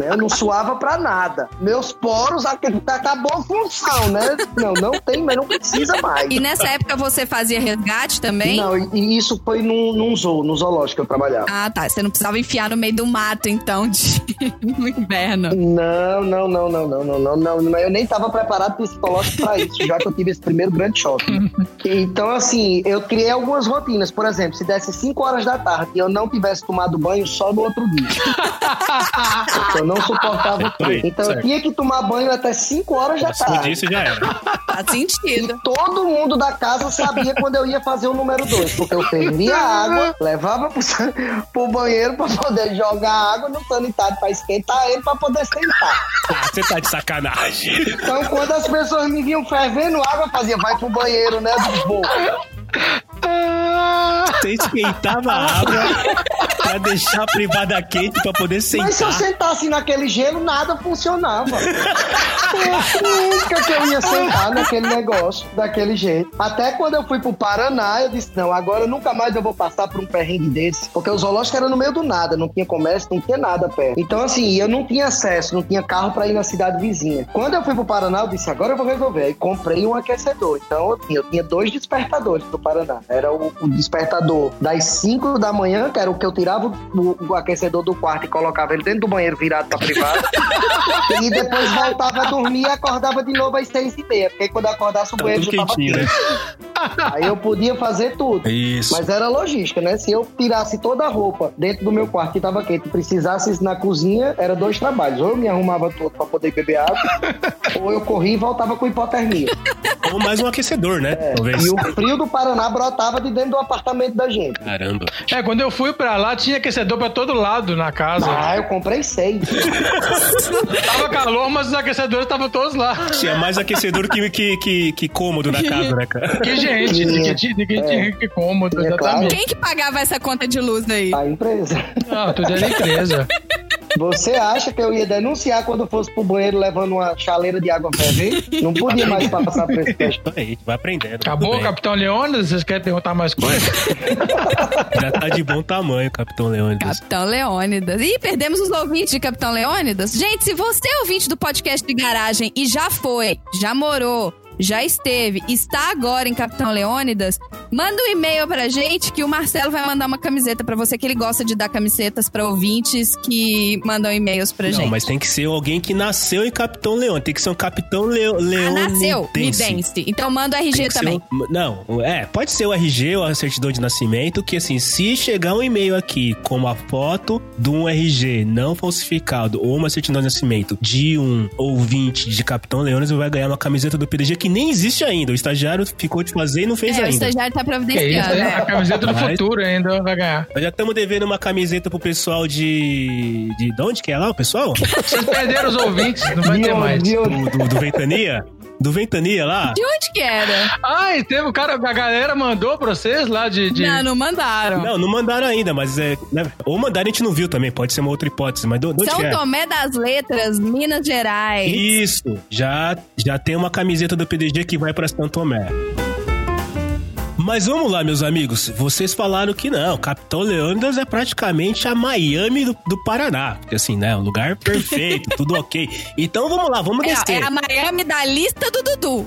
[SPEAKER 4] Né, eu não suava pra nada. Meus poros ac- acabou a função, né? Não, não tem, mas não precisa mais.
[SPEAKER 2] E nessa época você fazia resgate também?
[SPEAKER 4] Não, e- e isso foi num, num zoo, no zoológico que eu trabalhava.
[SPEAKER 2] Ah, tá. Você não precisava enfiar no meio do mato, então, de... no inverno.
[SPEAKER 4] Não, não, não, não, não, não, não, não, não. Eu nem tava preparado psicológico pra isso, já que eu tive esse primeiro grande choque. né? Então, assim, eu criei algumas rotinas. Por exemplo, se desse 5 horas da tarde e eu não tivesse tomado banho só no outro dia. eu não suportava
[SPEAKER 1] É,
[SPEAKER 4] aquilo.
[SPEAKER 1] aí,
[SPEAKER 4] Então eu
[SPEAKER 1] certo.
[SPEAKER 4] tinha que tomar banho até 5 horas da
[SPEAKER 1] Passou
[SPEAKER 4] tarde.
[SPEAKER 1] disso já era.
[SPEAKER 2] Faz
[SPEAKER 4] E
[SPEAKER 2] sentido.
[SPEAKER 4] todo mundo da casa sabia quando eu ia fazer o número 2, porque eu fervia a água, levava pro, san- pro banheiro pra poder jogar a água no sanitário pra esquentar ele pra poder sentar.
[SPEAKER 1] Ah, você tá de sacanagem.
[SPEAKER 4] Então quando as pessoas me vinham fervendo água, eu fazia, vai pro banheiro, né? Eu digo, "Vou."
[SPEAKER 1] Você esquentava a água pra deixar a privada quente pra poder
[SPEAKER 4] Mas se eu
[SPEAKER 1] sentar.
[SPEAKER 4] sentasse naquele gelo, nada funcionava. Nunca que eu ia sentar naquele negócio, daquele jeito. Até quando eu fui pro Paraná, eu disse, não, agora nunca mais eu vou passar por um perrengue desse. Porque o zoológico era no meio do nada, não tinha comércio, não tinha nada perto. Então, assim, eu não tinha acesso, não tinha carro pra ir na cidade vizinha. Quando eu fui pro Paraná, eu disse, agora eu vou resolver. Aí comprei um aquecedor. Então, eu tinha, eu tinha dois despertadores pro Paraná. Era o, o despertador das 5 da manhã, que era o que eu tirava o, o aquecedor do quarto e colocava ele dentro do banheiro virado pra privada. E depois voltava a dormir e acordava de novo às seis e meia. Porque quando eu acordasse o
[SPEAKER 1] Tá
[SPEAKER 4] banheiro
[SPEAKER 1] tudo
[SPEAKER 4] já tava
[SPEAKER 1] quentinho, né?
[SPEAKER 4] quente. Aí eu podia fazer tudo.
[SPEAKER 1] Isso.
[SPEAKER 4] Mas era logística, né? Se eu tirasse toda a roupa dentro do meu quarto que tava quente e precisasse ir na cozinha, era dois trabalhos. Ou eu me arrumava todo pra poder beber água, ou eu corria e voltava com hipotermia.
[SPEAKER 1] Ou mais um aquecedor, né? Talvez.
[SPEAKER 4] É. E o frio do Paraná brotava de dentro do apartamento da gente.
[SPEAKER 1] Caramba.
[SPEAKER 3] É, quando eu fui pra lá, tinha aquecedor pra todo lado na casa.
[SPEAKER 4] Ah, eu comprei seis.
[SPEAKER 3] Tava calor, mas os aquecedores estavam todos lá.
[SPEAKER 1] Tinha mais aquecedor que, que, que, que cômodo na casa, né, cara?
[SPEAKER 3] Que gente,
[SPEAKER 4] Tinha.
[SPEAKER 3] que, que, que, que, que cômodo,
[SPEAKER 4] É
[SPEAKER 3] exatamente.
[SPEAKER 2] Quem que pagava essa conta de luz daí?
[SPEAKER 4] A empresa.
[SPEAKER 3] Ah, tudo era empresa.
[SPEAKER 4] Você acha que eu ia denunciar quando fosse pro banheiro levando uma chaleira de água fervente? Não podia mais passar por esse teste.
[SPEAKER 1] Aí, vai aprendendo.
[SPEAKER 3] Acabou,
[SPEAKER 1] Tudo bem.
[SPEAKER 3] Capitão Leônidas? Vocês querem perguntar mais coisas?
[SPEAKER 1] Já tá de bom tamanho, Capitão Leônidas.
[SPEAKER 2] Capitão Leônidas. Ih, perdemos os ouvintes de Capitão Leônidas. Gente, se você é ouvinte do podcast de garagem e já foi, já morou, já esteve, está agora em Capitão Leônidas, manda um e-mail pra gente que o Marcelo vai mandar uma camiseta pra você, que ele gosta de dar camisetas pra ouvintes que mandam e-mails pra
[SPEAKER 1] Não,
[SPEAKER 2] gente.
[SPEAKER 1] mas tem que ser alguém que nasceu em Capitão Leônidas. Tem que ser um Capitão Leo,
[SPEAKER 2] Ah,
[SPEAKER 1] Leônidas.
[SPEAKER 2] nasceu, Midense. Então manda o
[SPEAKER 1] Tem
[SPEAKER 2] RG
[SPEAKER 1] que ser
[SPEAKER 2] também.
[SPEAKER 1] um- não, é, pode ser o RG ou a certidão de nascimento, que assim, se chegar um e-mail aqui com uma foto de um RG não falsificado ou uma certidão de nascimento de um ouvinte de Capitão Leônidas, vai ganhar uma camiseta do PDG que nem existe ainda. O estagiário ficou de fazer e não fez
[SPEAKER 2] É, o
[SPEAKER 1] ainda.
[SPEAKER 2] estagiário tá
[SPEAKER 3] Que isso,
[SPEAKER 2] providenciando.
[SPEAKER 3] hein?
[SPEAKER 2] né?
[SPEAKER 3] A camiseta do
[SPEAKER 1] Mas-
[SPEAKER 3] futuro ainda vai ganhar.
[SPEAKER 1] Nós já estamos devendo uma camiseta pro pessoal de. De, de onde que é lá o pessoal?
[SPEAKER 3] Vocês perderam os ouvintes, não vai ter
[SPEAKER 4] Meu
[SPEAKER 3] mais.
[SPEAKER 4] Deus.
[SPEAKER 1] Do, do- do Ventania? Do Ventania lá?
[SPEAKER 2] De onde que era?
[SPEAKER 3] Ah, e teve o cara, a galera mandou pra vocês lá de. de-
[SPEAKER 2] Não, não mandaram.
[SPEAKER 1] Não, não mandaram ainda, mas é. né? Ou mandaram e a gente não viu também, pode ser uma outra hipótese, mas do, de onde que
[SPEAKER 2] São
[SPEAKER 1] é?
[SPEAKER 2] Tomé das Letras, Minas Gerais.
[SPEAKER 1] Isso, já, já tem uma camiseta do PDG que vai pra São Tomé. Mas vamos lá, meus amigos. Vocês falaram que não. Capitão Leônidas é praticamente a Miami do, do Paraná. Porque assim, né? Um lugar perfeito, tudo ok. Então vamos lá, vamos
[SPEAKER 2] É, ó,
[SPEAKER 1] descer.
[SPEAKER 2] é a Miami da lista do Dudu.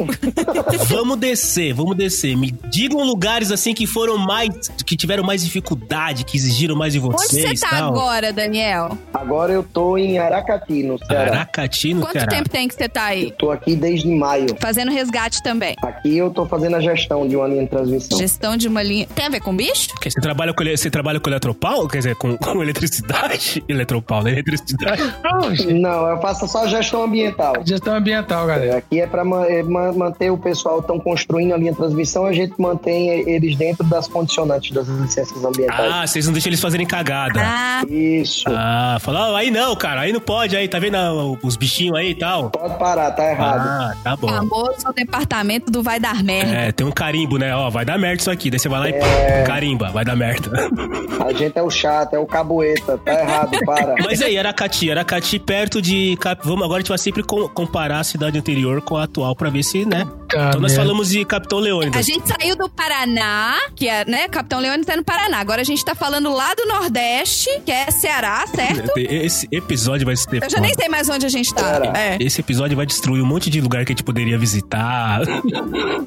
[SPEAKER 1] Vamos descer, vamos descer. Me digam lugares assim que foram mais. que tiveram mais dificuldade, que exigiram mais de
[SPEAKER 2] Onde
[SPEAKER 1] vocês.
[SPEAKER 2] você tá
[SPEAKER 1] tal.
[SPEAKER 2] agora, Daniel?
[SPEAKER 4] Agora eu tô em Aracati, no Ceará.
[SPEAKER 1] Aracati no
[SPEAKER 2] Quanto
[SPEAKER 1] Ceará.
[SPEAKER 2] tempo tem que você tá aí?
[SPEAKER 4] Tô aqui desde maio.
[SPEAKER 2] Fazendo resgate também.
[SPEAKER 4] Aqui eu tô fazendo a gestão de uma linha de transmissão.
[SPEAKER 2] Gestão de uma linha. Tem a ver com bicho?
[SPEAKER 1] Porque Você trabalha, com, ele- você trabalha com eletropau? Quer dizer, com, com eletricidade? Eletropau, né? Eletricidade.
[SPEAKER 3] Não, gente,
[SPEAKER 4] Não, eu faço só gestão ambiental.
[SPEAKER 3] Gestão ambiental, galera.
[SPEAKER 4] Aqui é para manter o pessoal tão construindo a linha de transmissão, a gente mantém eles dentro das condicionantes das licenças ambientais.
[SPEAKER 1] Ah, vocês não deixam eles fazerem cagada.
[SPEAKER 2] Ah,
[SPEAKER 4] Isso.
[SPEAKER 1] Ah, fala, "Ah, aí não, cara, aí não pode, aí, tá vendo ah, os bichinhos aí e tal?
[SPEAKER 4] Pode parar, tá errado.
[SPEAKER 1] Ah, tá bom.
[SPEAKER 2] famoso departamento do vai dar merda.
[SPEAKER 1] É, tem um carimbo, né? Ó, vai dar merda isso aqui. Daí você vai lá e pá, carimba, vai dar merda.
[SPEAKER 3] Ah.
[SPEAKER 4] A gente é o chato, é o caboeta, tá errado, para.
[SPEAKER 1] Mas aí, Aracati, Aracati perto de. Cap- Vamos agora, a gente vai sempre com- comparar a cidade anterior com a atual pra ver se, né?
[SPEAKER 3] Tá,
[SPEAKER 1] Então nós
[SPEAKER 3] né?
[SPEAKER 1] falamos de Capitão
[SPEAKER 2] A
[SPEAKER 1] Leônidas.
[SPEAKER 2] gente saiu do Paraná, que é, né? Capitão Leone tá no Paraná. Agora a gente tá falando lá do Nordeste, que é Ceará, certo?
[SPEAKER 1] Esse episódio vai ser.
[SPEAKER 2] Eu já nem sei mais onde a gente tá.
[SPEAKER 4] Ceará.
[SPEAKER 2] É.
[SPEAKER 1] Esse episódio vai destruir um monte de lugar que a gente poderia visitar.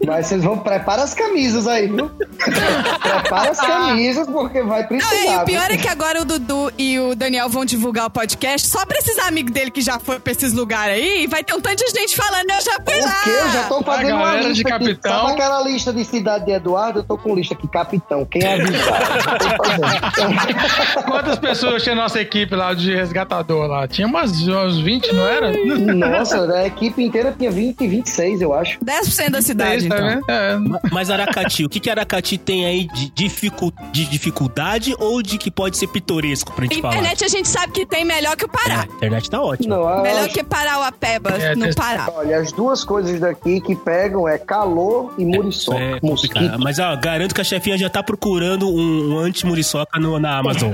[SPEAKER 4] Mas vocês vão, prepara as camisas aí, viu? Prepara as camisas, porque vai
[SPEAKER 2] Não, é, e
[SPEAKER 4] precisar.
[SPEAKER 2] o pior
[SPEAKER 4] viu?
[SPEAKER 2] é que agora o Dudu e o Daniel vão divulgar o podcast só pra esses amigos dele que já foram pra esses lugares aí. E vai ter um tanto de gente falando, eu já fui lá.
[SPEAKER 4] Porque eu já tô fazendo uma
[SPEAKER 3] galera
[SPEAKER 4] lista
[SPEAKER 3] de
[SPEAKER 4] aqui.
[SPEAKER 3] capitão.
[SPEAKER 4] Sabe aquela lista de cidade de Eduardo? Eu tô com lista aqui, capitão. Quem é avisar? Eu tô fazendo.
[SPEAKER 3] Quantas pessoas tinha nossa equipe lá de resgatador lá? Tinha umas, umas 20, não era?
[SPEAKER 4] Nossa, a equipe inteira tinha 20, 26, eu acho.
[SPEAKER 2] 10% da cidade,
[SPEAKER 3] Isso, tá
[SPEAKER 2] então.
[SPEAKER 3] vendo? É,
[SPEAKER 1] Mas Aracati, o que, que Aracati tem aí de, dificu- de dificuldade ou de que pode ser pitoresco pra gente falar?
[SPEAKER 2] Internet é. a gente sabe que tem melhor que o
[SPEAKER 1] É, a
[SPEAKER 2] Pará.
[SPEAKER 1] internet tá ótima.
[SPEAKER 4] Não, eu
[SPEAKER 2] Melhor
[SPEAKER 4] acho-
[SPEAKER 2] que parar o Apeba
[SPEAKER 3] É,
[SPEAKER 2] no
[SPEAKER 3] tem-
[SPEAKER 2] Pará.
[SPEAKER 4] Olha, as duas coisas daqui que pegam é calor e muriçoca.
[SPEAKER 1] É complicado.
[SPEAKER 4] mosquito.
[SPEAKER 1] Mas ó, garanto que a chefinha já tá procurando um, um anti-muriçoca no- na Amazon.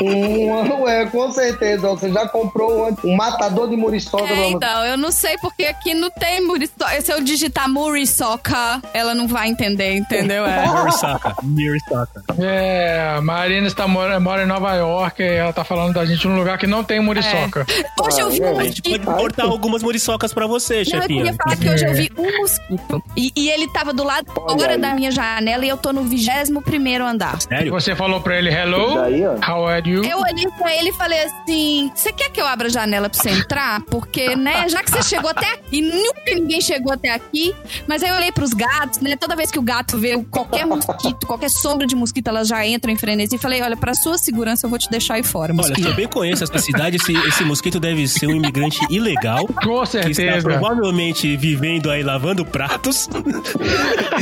[SPEAKER 4] Um, é, com certeza. ó, Você já comprou um, um matador de muriçoca.
[SPEAKER 2] É,
[SPEAKER 4] vamos-
[SPEAKER 2] então, eu não sei porque aqui não tem muriçoca. Se eu digitar muriçoca, ela não vai entender, entendeu? É.
[SPEAKER 1] Muriçoca. Muriçoca.
[SPEAKER 3] É, a Marina está, mora, mora em Nova York e ela tá falando da gente num lugar que não tem muriçoca.
[SPEAKER 4] É,
[SPEAKER 2] Hoje eu vi um
[SPEAKER 1] A gente
[SPEAKER 2] mosquito.
[SPEAKER 1] pode cortar algumas muriçocas pra você,
[SPEAKER 2] Não, eu
[SPEAKER 1] chefinha.
[SPEAKER 2] queria falar que hoje eu vi um mosquito. E, e ele tava do lado
[SPEAKER 4] Olha
[SPEAKER 2] fora
[SPEAKER 4] aí.
[SPEAKER 2] da minha janela e eu tô no 21 andar.
[SPEAKER 1] Sério?
[SPEAKER 3] Você falou pra ele, hello,
[SPEAKER 4] Daí, ó.
[SPEAKER 3] how are you?
[SPEAKER 2] Eu olhei pra ele e falei assim: Você quer que eu abra a janela pra você entrar? Porque, né, já que você chegou até aqui, nunca ninguém chegou até aqui. Mas aí eu olhei pros gatos, né? Toda vez que o gato vê qualquer mosquito, qualquer sombra de mosquito, elas já entram em frenesi. E falei: Olha, pra sua segurança eu vou te deixar aí fora,
[SPEAKER 1] Olha,
[SPEAKER 2] mosquito.
[SPEAKER 1] eu bem conheço essa cidade. Esse, esse mosquito deve ser um imigrante ilegal.
[SPEAKER 3] Com
[SPEAKER 1] Que está
[SPEAKER 3] certeza.
[SPEAKER 1] provavelmente vivendo aí lavando pratos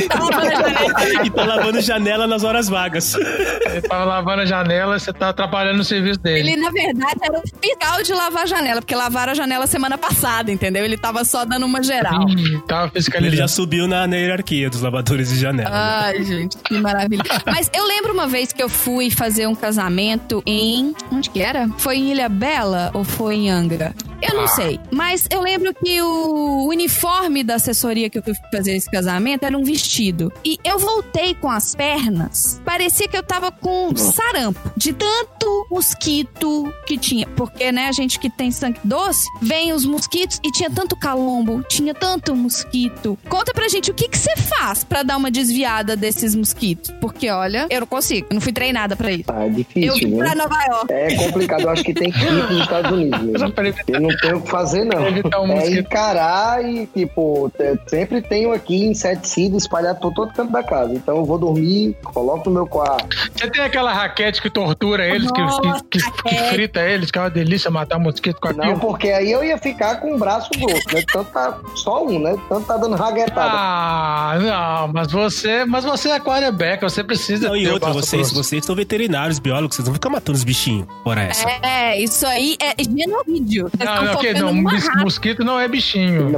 [SPEAKER 2] Tava na janela.
[SPEAKER 1] e tá lavando janela nas horas vagas.
[SPEAKER 3] Ele tá lavando a janela, você tá atrapalhando o serviço dele.
[SPEAKER 2] Ele, na verdade, era um fiscal de lavar a janela, porque lavaram a janela semana passada, entendeu? Ele tava só dando uma geral.
[SPEAKER 3] Hum, tava
[SPEAKER 1] Ele já
[SPEAKER 3] fiscalizando.
[SPEAKER 1] subiu na, na hierarquia dos lavadores de janela.
[SPEAKER 2] Ai, gente, que maravilha. Mas eu lembro uma vez que eu fui fazer um casamento em. Onde que era? Foi em Ilha Bela ou foi em Angra? Eu não sei. Mas eu lembro que o uniforme da assessoria que eu fui fazer esse casamento era um vestido. E eu voltei com as pernas. Parecia que eu tava com um sarampo. De tanto mosquito que tinha. Porque, né, a gente que tem sangue doce, vem os mosquitos e tinha tanto calombo, tinha tanto mosquito. Conta pra gente o que que você faz pra dar uma desviada desses mosquitos. Porque, olha, eu não consigo. Eu não fui treinada pra isso.
[SPEAKER 4] Tá, é
[SPEAKER 2] Eu vim
[SPEAKER 4] difícil, né?
[SPEAKER 2] pra Nova York.
[SPEAKER 4] É complicado, eu acho que tem que ir pros Estados Unidos.
[SPEAKER 3] Só
[SPEAKER 4] Mesmo.
[SPEAKER 3] pra ele-
[SPEAKER 4] Eu não tenho o que fazer, não.
[SPEAKER 3] Evitar o
[SPEAKER 4] é
[SPEAKER 3] mosquito.
[SPEAKER 4] encarar e, tipo, eu sempre tenho aqui inseticida espalhado por todo canto da casa. Então eu vou dormir, coloco no meu quarto.
[SPEAKER 3] Você tem aquela raquete que tortura eles, que,
[SPEAKER 2] Nossa,
[SPEAKER 3] que- que- que frita eles, que é uma delícia matar mosquito com
[SPEAKER 4] Não,
[SPEAKER 3] aquilo.
[SPEAKER 4] porque aí eu ia ficar com o braço grosso, né? Tanto tá só um, né? Tanto tá dando raguetada.
[SPEAKER 3] Ah, não, mas você, mas você é quarterback, você precisa
[SPEAKER 1] Não, e
[SPEAKER 3] ter o
[SPEAKER 1] outra,
[SPEAKER 3] braço
[SPEAKER 1] vocês,
[SPEAKER 3] grosso.
[SPEAKER 1] vocês são veterinários, biólogos, vocês não ficam matando os bichinhos. Fora essa.
[SPEAKER 2] É, isso aí é genocídio. Vocês
[SPEAKER 3] Não, não,
[SPEAKER 2] estão
[SPEAKER 3] ok,
[SPEAKER 2] focando
[SPEAKER 3] não,
[SPEAKER 2] numa
[SPEAKER 3] mos-
[SPEAKER 2] rata.
[SPEAKER 3] mosquito não é bichinho.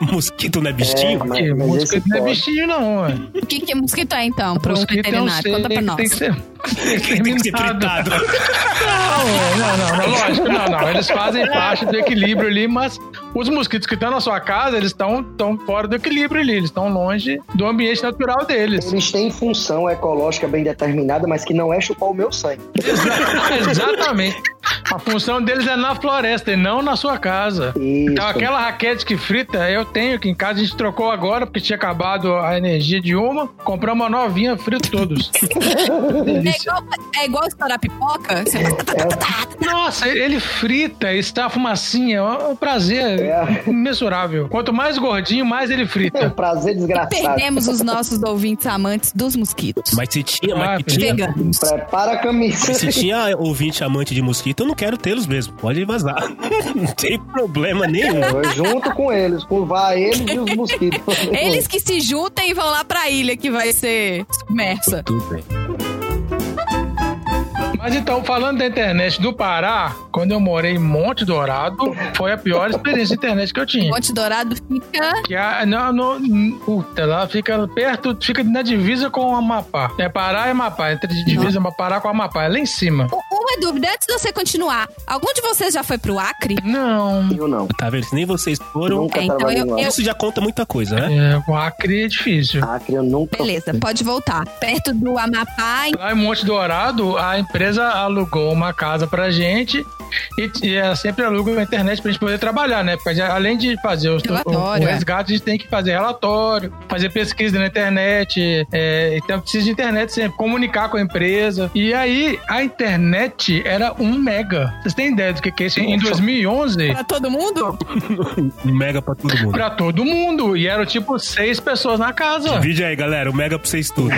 [SPEAKER 1] Mosquito não é bichinho?
[SPEAKER 4] É,
[SPEAKER 3] Ih,
[SPEAKER 4] mas, mas esse
[SPEAKER 3] Mosquito não é
[SPEAKER 4] pode.
[SPEAKER 3] bichinho, não, ué.
[SPEAKER 2] O que, que é mosquito é, então, pra um
[SPEAKER 3] Mosquito é um
[SPEAKER 2] veterinário?
[SPEAKER 3] ser
[SPEAKER 2] Conta pra
[SPEAKER 3] que
[SPEAKER 2] nós.
[SPEAKER 3] tem que ser
[SPEAKER 1] Ele tem que ser fritado.
[SPEAKER 3] exterminado. Não, não, não, lógico, não, não. Eles fazem parte do equilíbrio ali, mas os mosquitos que estão na sua casa, eles estão tão fora do equilíbrio ali, eles estão longe do ambiente natural deles.
[SPEAKER 4] Eles têm função ecológica bem determinada, mas que não é chupar o meu sangue.
[SPEAKER 3] Exatamente. A função deles é na floresta e não na sua casa.
[SPEAKER 4] Isso.
[SPEAKER 3] Então, aquela raquete que frita, eu tenho aqui em casa, a gente trocou agora, porque tinha acabado a energia de uma, compramos uma novinha, frito todos.
[SPEAKER 2] É igual, é igual estourar pipoca? Você vai-
[SPEAKER 3] Nossa, ele frita, está fumacinha, é um prazer
[SPEAKER 4] É.
[SPEAKER 3] imensurável. Quanto mais gordinho, mais ele
[SPEAKER 4] É um
[SPEAKER 3] frita.
[SPEAKER 4] prazer desgraçado.
[SPEAKER 2] Perdemos os nossos ouvintes amantes dos mosquitos.
[SPEAKER 1] Mas se tinha, mas
[SPEAKER 3] Ah,
[SPEAKER 1] se tinha,
[SPEAKER 2] Veganos.
[SPEAKER 4] Prepara a camisa.
[SPEAKER 1] mas se "Ah, tinha ouvinte amante de mosquito, eu não quero tê-los mesmo. Pode vazar. Não tem problema nenhum.
[SPEAKER 4] Eu junto com eles, com vai eles e os mosquitos.
[SPEAKER 2] Eles que se juntem e vão lá pra ilha que vai ser submersa.
[SPEAKER 1] Tudo bem.
[SPEAKER 3] Mas então, falando da internet do Pará, quando eu morei em Monte Dourado, foi a pior experiência de internet que eu tinha.
[SPEAKER 2] Monte Dourado fica.
[SPEAKER 3] Que a, não, não, puta, lá fica perto, fica na divisa com o Amapá. É Pará e Amapá, entre divisa Pará com Amapá, é lá em cima.
[SPEAKER 2] U- Uma dúvida, antes de você continuar, algum de vocês já foi pro Acre?
[SPEAKER 3] Não,
[SPEAKER 4] Eu não.
[SPEAKER 1] Tá vendo? Se nem vocês foram.
[SPEAKER 4] Nunca
[SPEAKER 2] É, então
[SPEAKER 4] trabalhei
[SPEAKER 2] eu-
[SPEAKER 4] lá.
[SPEAKER 2] eu-
[SPEAKER 1] Isso já conta muita coisa, né?
[SPEAKER 3] é, o Acre é difícil.
[SPEAKER 4] Acre, Ah, eu nunca.
[SPEAKER 2] Beleza, pode voltar. Perto do Amapá, em-
[SPEAKER 3] Lá em Monte Dourado, a empresa alugou uma casa pra gente e, e é, sempre aluga na internet pra gente poder trabalhar, né? Porque a gente, além de fazer os- o, o,
[SPEAKER 2] Relatório, é.
[SPEAKER 3] resgate, a gente tem que fazer relatório, fazer pesquisa na internet, é, então precisa de internet sempre, comunicar com a empresa. E aí, a internet era um mega. Vocês têm ideia do que que é isso? Em 2011,
[SPEAKER 2] Pra todo mundo?
[SPEAKER 1] Um mega pra todo mundo.
[SPEAKER 3] pra todo mundo, e eram tipo seis pessoas na casa.
[SPEAKER 1] Vídeo aí, galera. O mega pra vocês tudo.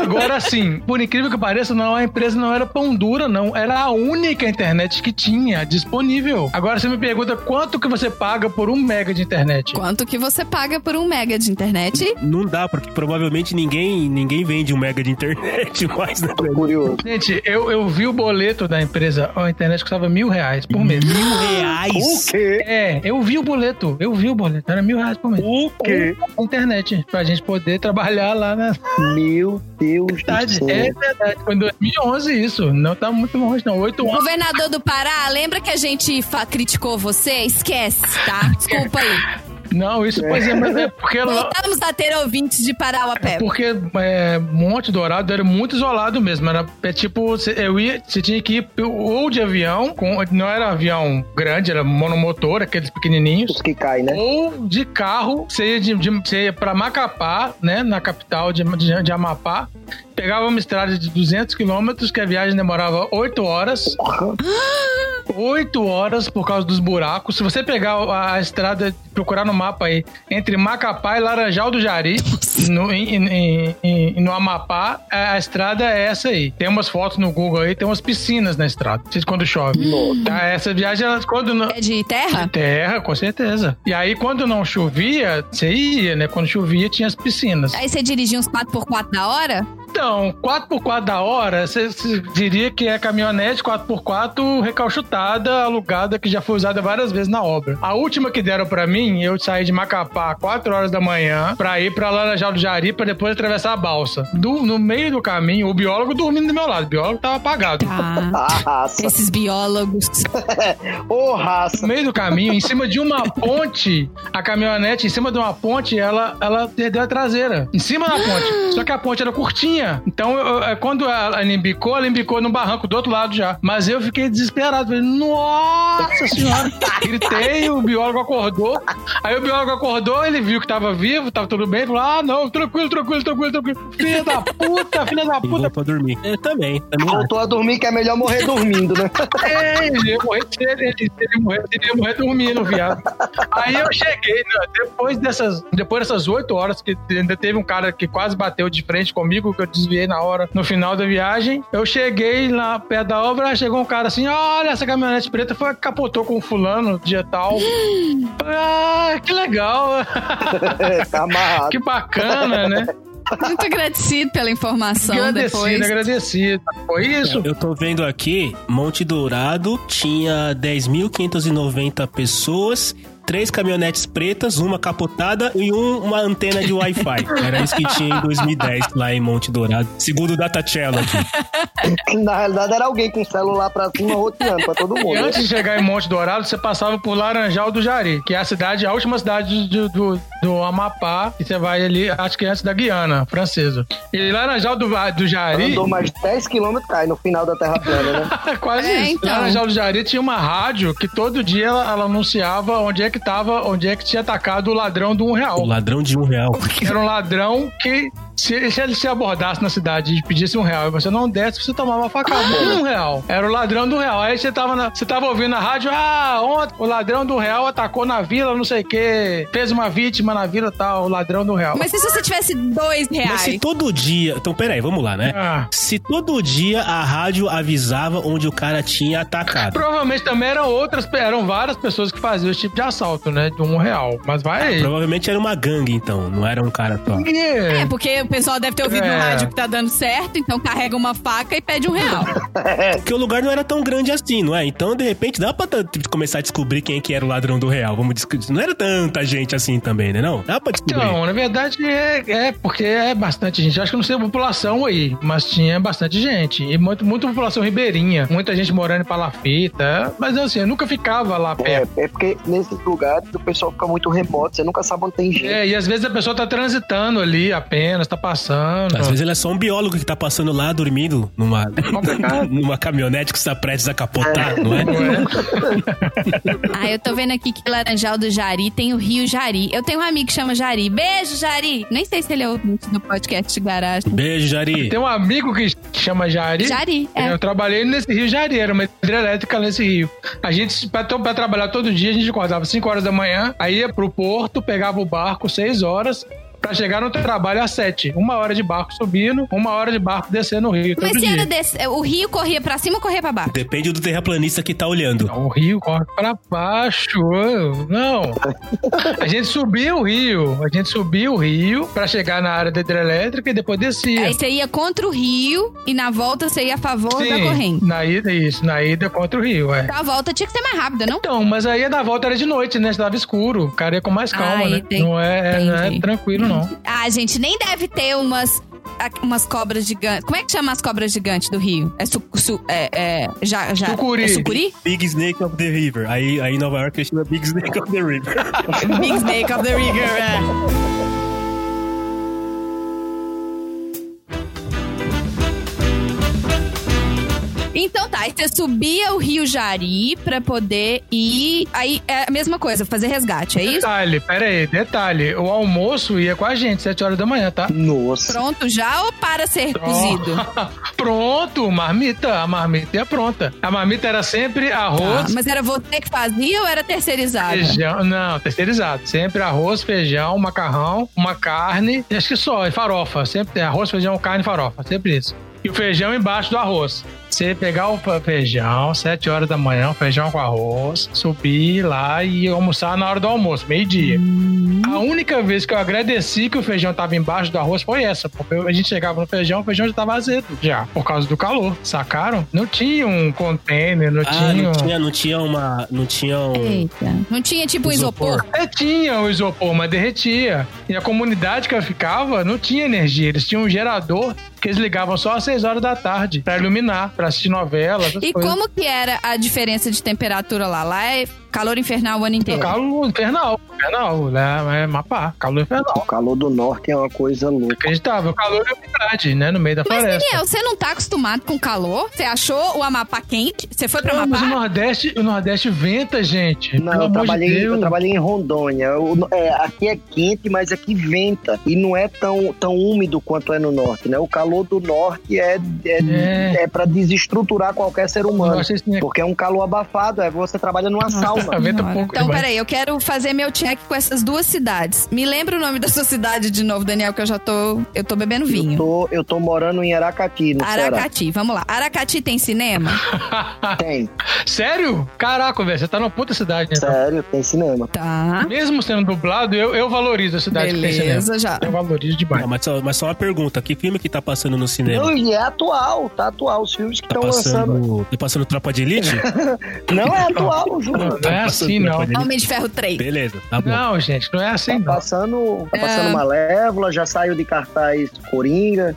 [SPEAKER 3] Agora sim, por incrível que pareça, não, a empresa não era pão dura, não. Era a única internet que tinha disponível. Agora você me pergunta quanto que você paga por um mega de internet?
[SPEAKER 2] Quanto que você paga por um mega de internet?
[SPEAKER 1] Não dá, porque provavelmente ninguém, ninguém vende um mega de internet mais, né?
[SPEAKER 4] Tô curioso.
[SPEAKER 3] Gente, eu, eu vi o boleto da empresa. Ó, a internet custava mil reais por mês.
[SPEAKER 1] Mil reais.
[SPEAKER 6] quê?
[SPEAKER 3] É, eu vi o boleto. Eu vi o boleto. Era mil reais por mês.
[SPEAKER 1] O
[SPEAKER 6] quê?
[SPEAKER 3] Internet, pra gente poder trabalhar lá na
[SPEAKER 4] Meu Um Deus do
[SPEAKER 3] cidade.
[SPEAKER 4] céu.
[SPEAKER 3] É verdade, foi em 2011 isso. Não tá muito longe, não. Oito anos.
[SPEAKER 2] Governador do Pará, lembra que a gente fa- criticou você? Esquece, tá? Desculpa aí.
[SPEAKER 3] Não, isso, pois é, mas é porque lá,
[SPEAKER 2] Voltamos a ter ouvintes de Parauapé.
[SPEAKER 3] Porque é, Monte Dourado era muito isolado mesmo. Era é tipo, você- eu ia, você tinha que ir ou de avião, com, não era avião grande, era monomotor, aqueles pequenininhos.
[SPEAKER 4] Os que caem, né?
[SPEAKER 3] Ou de carro, você ia, de, de, você ia pra Macapá, né? Na capital de, de, de Amapá. Pegava uma estrada de 200 quilômetros, que a viagem demorava 8 horas. 8 horas por causa dos buracos. Se você pegar a, a estrada, procurar no mapa aí, entre Macapá e Laranjal do Jari, no, em- em- em- em- no Amapá, a, a estrada é essa aí. Tem umas fotos no Google aí, tem umas piscinas na estrada, quando chove. Tá, essa viagem, ela- quando... não-
[SPEAKER 2] É de terra?
[SPEAKER 3] Terra, com certeza. E aí, quando não chovia, você ia, né? Quando chovia, tinha as piscinas.
[SPEAKER 2] Aí você dirigia uns 4x4 na hora?
[SPEAKER 3] Então, 4x4 da hora, você você diria que é caminhonete 4x4 recalchutada, alugada, que já foi usada várias vezes na obra. A última que deram pra mim, eu saí de Macapá 4 horas da manhã pra ir pra Laranjal do Jari pra depois atravessar a balsa. Do- no meio do caminho, o biólogo dormindo do meu lado. O biólogo tava apagado.
[SPEAKER 2] Tá.
[SPEAKER 4] Ah, raça.
[SPEAKER 2] Esses biólogos.
[SPEAKER 4] Ô, raça.
[SPEAKER 3] no meio do caminho, em cima de uma ponte, a caminhonete, em cima de uma ponte, ela, ela perdeu a traseira. Em cima da ponte. Só que a ponte era curtinha. Então, eu- eu- quando ela embicou, ela embicou no barranco do outro lado já. Mas eu fiquei desesperado. Falei, nossa senhora! Gritei, o biólogo acordou. Aí o biólogo acordou, ele viu que tava vivo, tava tudo bem. Falou, ah, não, tranquilo, tranquilo, tranquilo, tranquilo. Filha da puta, filha da
[SPEAKER 1] E
[SPEAKER 3] puta.
[SPEAKER 1] vou pra dormir. Ah, Eu também. também acho.
[SPEAKER 4] Voltou a dormir que é melhor morrer dormindo, né?
[SPEAKER 3] É, ele ia morrer cedo, ele, se ele morrer, ele ia morrer dormindo, viado. Aí eu cheguei, né, depois dessas, depois dessas oito horas, que ainda teve um cara que quase bateu de frente comigo, que eu desviei na hora, no final da viagem, eu cheguei lá perto da obra, chegou um cara assim, olha, essa caminhonete preta foi, capotou com fulano, dia tal. ah, que legal,
[SPEAKER 4] É, tá amarrado.
[SPEAKER 3] que bacana, né?
[SPEAKER 2] Muito agradecido pela informação
[SPEAKER 3] Agradecido,
[SPEAKER 2] um depois.
[SPEAKER 3] agradecido. Foi isso.
[SPEAKER 1] Eu tô vendo aqui, Monte Dourado tinha 10.590 pessoas, três caminhonetes pretas, uma capotada e um- uma antena de Wi-Fi. Era isso que tinha em 2010 lá em Monte Dourado, segundo o Datacella aqui.
[SPEAKER 4] Na realidade, era alguém com um celular pra cima roteando pra todo
[SPEAKER 3] E
[SPEAKER 4] mundo.
[SPEAKER 3] antes de chegar em Monte Dourado, você passava por Laranjal do Jari, que é a cidade, a última cidade do, do, do Amapá, e você vai ali, acho que antes da Guiana, francesa. E Laranjal do, do Jari,
[SPEAKER 4] Andou mais 10 quilômetros, cai no final da Terra plana, né?
[SPEAKER 3] quase
[SPEAKER 2] É,
[SPEAKER 3] isso.
[SPEAKER 2] então.
[SPEAKER 3] Laranjal do Jari tinha uma rádio que todo dia ela, ela anunciava onde é que tava, onde é que tinha atacado o ladrão do um
[SPEAKER 1] O
[SPEAKER 3] real.
[SPEAKER 1] ladrão de um real.
[SPEAKER 3] Era um ladrão que, se, se ele se abordasse na cidade e pedisse um real e você não desse, você tomava uma facada. Um real. Era o ladrão do real. Aí você tava, na- você tava ouvindo na rádio, ah, ontem o ladrão do real atacou na vila, não sei o quê, fez uma vítima na vila e tal, o ladrão do real.
[SPEAKER 2] Mas e se você tivesse dois
[SPEAKER 1] Mas se
[SPEAKER 2] reais?
[SPEAKER 1] todo dia. Então, peraí, vamos lá, né?
[SPEAKER 3] Ah.
[SPEAKER 1] Se todo dia a rádio avisava onde o cara tinha atacado.
[SPEAKER 3] Provavelmente também eram outras, eram várias pessoas que faziam esse tipo de assalto, né? De um real. Mas vai aí.
[SPEAKER 1] Provavelmente era uma gangue, então, não era um cara só.
[SPEAKER 2] É,
[SPEAKER 3] É.
[SPEAKER 2] porque o pessoal deve ter ouvido
[SPEAKER 3] É.
[SPEAKER 2] no rádio que tá dando certo, então carrega uma faca e pede um real.
[SPEAKER 1] Porque o lugar não era tão grande assim, não é? Então, de repente, dá pra t- t- começar a descobrir quem é que era o ladrão do real. Vamos descobrir. Não era tanta gente assim também, né? Não? Dá pra descobrir.
[SPEAKER 3] Então, na verdade é, é porque é bastante gente. Acho que não sei a população aí, mas tinha bastante gente. E muito, muita população ribeirinha. Muita gente morando em Palafita. Mas assim, eu nunca ficava lá perto.
[SPEAKER 4] É, é porque nesses lugares o pessoal fica muito remoto, você nunca sabe onde tem gente.
[SPEAKER 3] É, e às vezes a pessoa tá transitando ali apenas, tá passando.
[SPEAKER 1] Às vezes ele é só um biólogo que tá passando lá dormindo numa,
[SPEAKER 3] É Complicado.
[SPEAKER 1] numa caminhonete que está prestes a capotar, não é?
[SPEAKER 2] Ah, eu tô vendo aqui que Laranjal do Jari tem o Rio Jari. Eu tenho um amigo que chama Jari. Beijo, Jari! Nem sei se ele é ouvinte do podcast Garagem.
[SPEAKER 1] Beijo, Jari.
[SPEAKER 3] Tem um amigo que chama Jari.
[SPEAKER 2] Jari, é.
[SPEAKER 3] Eu trabalhei nesse Rio Jari, era uma hidrelétrica nesse rio. A gente, pra, to- pra trabalhar todo dia, a gente acordava 5 horas da manhã, aí ia pro porto, pegava o barco 6 horas. Pra chegar no trabalho às 7. Uma hora de barco subindo, uma hora de barco descendo o rio.
[SPEAKER 2] Mas
[SPEAKER 3] todo
[SPEAKER 2] se
[SPEAKER 3] dia.
[SPEAKER 2] era desse, é, o Rio corria pra cima ou corria pra
[SPEAKER 3] um
[SPEAKER 2] baixo?
[SPEAKER 1] Depende do terraplanista que tá olhando.
[SPEAKER 3] Não, o rio corre pra baixo. ô, Não. A gente subia o rio. A gente subia o rio pra chegar na área da hidrelétrica e depois descia.
[SPEAKER 2] Aí você ia contra o Rio e na volta você ia a favor da corrente.
[SPEAKER 3] na ida, isso. Na ida contra o rio, é.
[SPEAKER 2] Então a volta tinha que ser mais rápida, não?
[SPEAKER 3] Então, mas aí a da volta era de noite, né? Tava escuro. O cara ia com mais calma,
[SPEAKER 2] Ah,
[SPEAKER 3] né?
[SPEAKER 2] entendi.
[SPEAKER 3] Não é, é- não é
[SPEAKER 2] Entendi.
[SPEAKER 3] tranquilo, não.
[SPEAKER 2] Ah, gente, nem deve ter umas, a- umas cobras gigantes. Como é que chama as cobras gigantes do Rio? É su, su- é, é, já, já,
[SPEAKER 3] Sucuri.
[SPEAKER 2] É sucuri?
[SPEAKER 1] Big Snake of the River. Aí, aí em Nova York chama Big Snake of the River.
[SPEAKER 2] Big Snake of the River, é. Então tá, aí você subia o Rio Jari pra poder ir. Aí é a mesma coisa, fazer resgate, é isso?
[SPEAKER 3] Detalhe, pera aí, detalhe. O almoço ia com a gente, 7 horas da manhã, tá?
[SPEAKER 4] Nossa.
[SPEAKER 2] Pronto já ou para ser cozido?
[SPEAKER 3] Pronto, marmita. A marmita ia pronta. A marmita era sempre
[SPEAKER 2] Tá,
[SPEAKER 3] arroz,
[SPEAKER 2] mas era você que fazia ou era terceirizado?
[SPEAKER 3] Feijão, não, terceirizado. Sempre arroz, feijão, macarrão, uma carne, e acho que só, e farofa. Sempre tem arroz, feijão, carne e farofa. Sempre isso. E o feijão embaixo do arroz. Você pegar o fa- feijão, 7 horas da manhã, o feijão com arroz, subir lá e almoçar na hora do almoço, meio-dia. A única vez que eu agradeci que o feijão tava embaixo do arroz foi essa, porque a gente chegava no feijão, o feijão já tava azedo, já, por causa do calor, sacaram? Não tinha um container, não
[SPEAKER 1] Ah,
[SPEAKER 3] tinha. um
[SPEAKER 1] não tinha, não tinha uma. Não tinha um.
[SPEAKER 2] Eita. Não tinha tipo um isopor?
[SPEAKER 3] Até tinha o isopor, mas derretia. E a comunidade que eu ficava não tinha energia. Eles tinham um gerador que eles ligavam só às 6 horas da tarde pra iluminar, pra assistir novela. essas
[SPEAKER 2] E
[SPEAKER 3] coisas.
[SPEAKER 2] como que era a diferença de temperatura lá? Lá é calor infernal o ano
[SPEAKER 3] O
[SPEAKER 2] inteiro.
[SPEAKER 3] calor infernal, infernal, né? É mapa, calor infernal.
[SPEAKER 4] O calor do norte é uma coisa louca.
[SPEAKER 3] Acreditável, calor é umidade, né? No meio da
[SPEAKER 2] Mas,
[SPEAKER 3] floresta.
[SPEAKER 2] Daniel, você não tá acostumado com calor? Você achou o Amapá quente? Você foi pro
[SPEAKER 3] Não, mas o
[SPEAKER 2] Amapá?
[SPEAKER 3] Nordeste, o Nordeste venta, gente.
[SPEAKER 4] Não, eu trabalhei, eu trabalhei em Rondônia. Eu- é, aqui é quente, mas aqui venta. E não é tão, tão úmido quanto é no norte, né? O calor do norte é, é, é. pra desestruturar qualquer ser
[SPEAKER 3] Eu
[SPEAKER 4] humano.
[SPEAKER 3] achei assim,
[SPEAKER 4] Porque é um calor abafado, é você trabalha numa sauna.
[SPEAKER 3] venta
[SPEAKER 2] Senhora.
[SPEAKER 3] pouco
[SPEAKER 2] Então,
[SPEAKER 3] demais.
[SPEAKER 2] peraí, eu quero fazer meu check com essas duas cidades. Me lembra o nome da sua cidade de novo, Daniel, que eu já tô. Eu tô bebendo
[SPEAKER 4] Eu
[SPEAKER 2] vinho.
[SPEAKER 4] tô, eu tô morando em Aracati, no Ceará.
[SPEAKER 2] Aracati, vamos lá. Aracati tem cinema?
[SPEAKER 4] Tem,
[SPEAKER 3] Sério? Caraca, velho, você tá numa puta cidade, né?
[SPEAKER 4] sério, tem cinema.
[SPEAKER 2] Tá.
[SPEAKER 3] Mesmo sendo dublado, eu, eu valorizo a cidade que tem cinema.
[SPEAKER 2] Beleza, já.
[SPEAKER 3] Eu valorizo demais.
[SPEAKER 1] Não, mas, só, mas só uma pergunta: que filme que tá passando no cinema?
[SPEAKER 4] Não, e é atual, tá atual. Os filmes que
[SPEAKER 1] Tá
[SPEAKER 4] estão lançando.
[SPEAKER 1] passando, tá passando Tropa de Elite? tá
[SPEAKER 4] Não é atual, juro.
[SPEAKER 3] Não é assim, não.
[SPEAKER 2] Homem de Ferro 3.
[SPEAKER 1] Beleza, tá bom.
[SPEAKER 3] Não, gente, não é assim,
[SPEAKER 4] Tá
[SPEAKER 3] não.
[SPEAKER 4] passando, tá passando Malévola, já saiu de cartaz Coringa.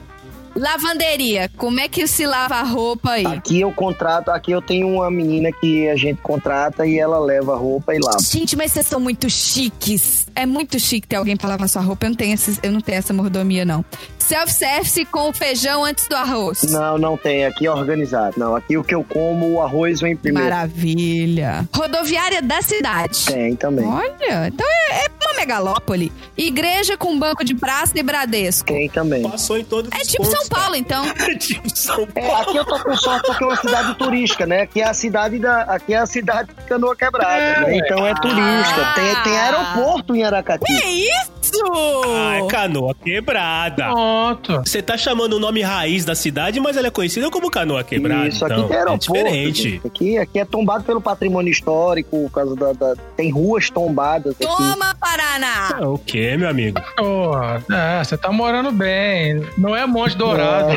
[SPEAKER 2] Lavanderia, como é que se lava a roupa aí?
[SPEAKER 4] Aqui eu contrato, aqui eu tenho uma menina que a gente contrata e ela leva a roupa e lava.
[SPEAKER 2] Gente, mas vocês são muito chiques. É muito chique ter alguém pra lavar sua roupa. Eu não tenho, esses- eu não tenho essa mordomia, não. Self-service com o feijão antes do arroz.
[SPEAKER 4] Não, não tem, aqui é organizado. Não, aqui o que eu como, o arroz vem primeiro.
[SPEAKER 2] Maravilha. Rodoviária da cidade.
[SPEAKER 4] Tem também.
[SPEAKER 2] Olha, então é, é uma megalópole. Igreja com banco de praça e Bradesco.
[SPEAKER 4] Tem também.
[SPEAKER 1] Passou em todos
[SPEAKER 2] É
[SPEAKER 1] os
[SPEAKER 2] tipo
[SPEAKER 1] pontos,
[SPEAKER 2] São Paulo, então.
[SPEAKER 1] cara. É tipo São
[SPEAKER 4] É,
[SPEAKER 1] Paulo.
[SPEAKER 4] aqui eu tô com sorte porque é uma cidade turística, né? Aqui é a cidade da, aqui é a cidade de Canoa Quebrada, né? Então é turística. Tem, tem aeroporto em Aracati.
[SPEAKER 2] É isso!
[SPEAKER 1] Ah, é canoa quebrada.
[SPEAKER 3] Pronto.
[SPEAKER 1] Você tá chamando o nome raiz da cidade, mas ela é conhecida como canoa quebrada.
[SPEAKER 4] Isso,
[SPEAKER 1] então.
[SPEAKER 4] aqui tem aeroporto.
[SPEAKER 1] É diferente.
[SPEAKER 4] gente. Aqui, aqui é tombado pelo patrimônio histórico, por causa da, da- tem ruas tombadas aqui.
[SPEAKER 2] Toma, Paraná!
[SPEAKER 1] Ah, o que, meu amigo?
[SPEAKER 3] Pô, é, você tá morando bem. Não é Monte Dourado.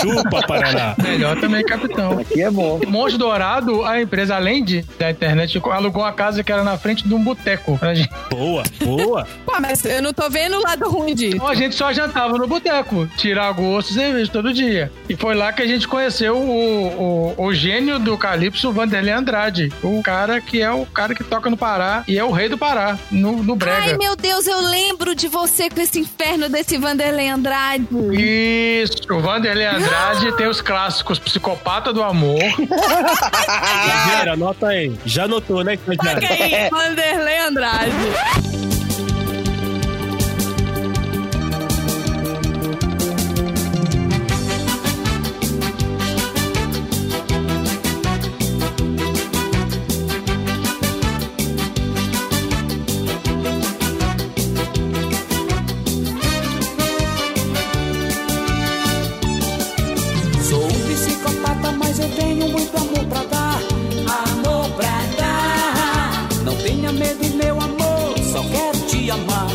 [SPEAKER 1] Chupa, Paraná.
[SPEAKER 3] Melhor também, capitão.
[SPEAKER 4] Aqui é bom.
[SPEAKER 3] Monte Dourado, a empresa, além de, da internet, alugou uma casa que era na frente de um boteco pra gente.
[SPEAKER 1] Boa, boa.
[SPEAKER 2] Pô, mas isso. Eu não tô vendo o lado ruim disso.
[SPEAKER 3] Então a gente só jantava no boteco, tirar gosto e cerveja todo dia. E foi lá que a gente conheceu o, o, o gênio do Calypso, o Vanderlei Andrade. O cara que é o cara que toca no Pará e é o rei do Pará, no, no
[SPEAKER 2] Ai,
[SPEAKER 3] Brega.
[SPEAKER 2] meu Deus, eu lembro de você com esse inferno desse Vanderlei Andrade.
[SPEAKER 3] Isso, o Vanderlei Andrade tem os clássicos Psicopata do Amor.
[SPEAKER 2] Ah!
[SPEAKER 1] Javier, anota aí. Já anotou, né,
[SPEAKER 2] Paga
[SPEAKER 3] é
[SPEAKER 1] estagiário?
[SPEAKER 2] aí, Vanderlei Andrade.
[SPEAKER 6] Sou um psicopata, mas eu tenho muito amor pra dar. Amor pra dar. Não tenha medo, meu amor, só quero te amar.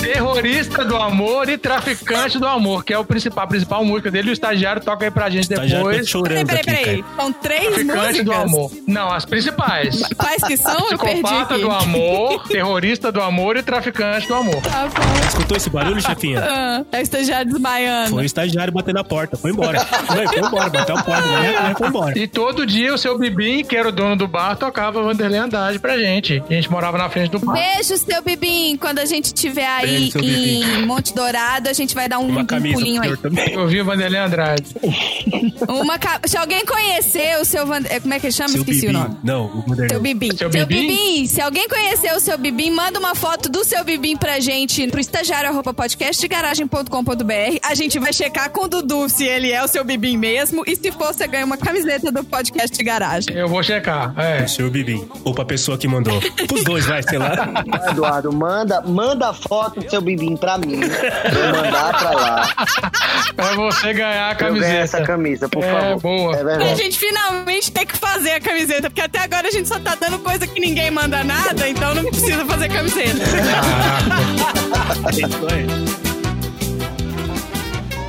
[SPEAKER 3] Terrorista do Amor e Traficante do Amor, que é o principal, a principal música dele. O estagiário toca aí pra gente
[SPEAKER 1] Estagiário tá
[SPEAKER 3] depois.
[SPEAKER 2] Peraí,
[SPEAKER 1] chorando
[SPEAKER 2] peraí,
[SPEAKER 1] aqui, cara.
[SPEAKER 2] peraí.
[SPEAKER 1] Tá
[SPEAKER 2] São três
[SPEAKER 3] Traficante do
[SPEAKER 2] músicas.
[SPEAKER 3] Amor. Não, as principais.
[SPEAKER 2] Quais que são? Eu perdi
[SPEAKER 3] Psicopata
[SPEAKER 2] aqui.
[SPEAKER 3] do Amor, Terrorista do Amor e Traficante do Amor.
[SPEAKER 2] Tá bom.
[SPEAKER 1] Escutou esse barulho, chefinha?
[SPEAKER 2] Ah, é o estagiário desmaiando.
[SPEAKER 1] Foi o estagiário batendo a porta, foi embora. Foi, foi embora, bateu a porta, na minha cara, foi embora.
[SPEAKER 3] E todo dia o seu Bibim, que era o dono do bar, tocava Vanderlei Andrade pra gente. A gente morava na frente do bar.
[SPEAKER 2] Beijo, seu Bibim. Quando a gente estiver aí
[SPEAKER 1] Beijo, seu
[SPEAKER 2] em
[SPEAKER 1] Bibim.
[SPEAKER 2] Monte Dourado, a gente vai dar um,
[SPEAKER 1] Uma
[SPEAKER 2] um
[SPEAKER 1] camisa pro
[SPEAKER 2] pulinho aí.
[SPEAKER 1] senhor também.
[SPEAKER 3] Eu vi o Vanderlei Andrade.
[SPEAKER 2] Uma ca- Se alguém conhecer o seu. Van- é, Como é que ele chama?
[SPEAKER 1] Seu
[SPEAKER 2] Esqueci
[SPEAKER 1] Bibi.
[SPEAKER 2] o nome.
[SPEAKER 1] Não, o Vanderlei.
[SPEAKER 2] Seu Bibim.
[SPEAKER 3] Seu Bibim?
[SPEAKER 2] Se alguém conhecer o seu Bibim, manda uma foto do seu Bibim pra gente pro estagiário arroba podcast garagem.com.br. A gente vai checar com o Dudu se ele é o seu Bibim mesmo. E se for, você ganha uma camiseta do podcast de garagem.
[SPEAKER 3] Eu vou checar. É.
[SPEAKER 1] Seu Bibim. Ou pra pessoa que mandou. Pros dois, vai, sei lá.
[SPEAKER 4] Eduardo, manda, manda a foto do seu bibim pra mim. Vou mandar pra lá.
[SPEAKER 3] Pra você ganhar a
[SPEAKER 4] Pra eu ganhar essa
[SPEAKER 3] camiseta.
[SPEAKER 4] camisa, por
[SPEAKER 3] É,
[SPEAKER 4] favor.
[SPEAKER 3] boa.
[SPEAKER 4] É
[SPEAKER 2] A
[SPEAKER 4] verdade.
[SPEAKER 2] gente finalmente tem que fazer a camiseta, porque até agora a gente só tá dando coisa que ninguém manda nada, então não precisa fazer camiseta.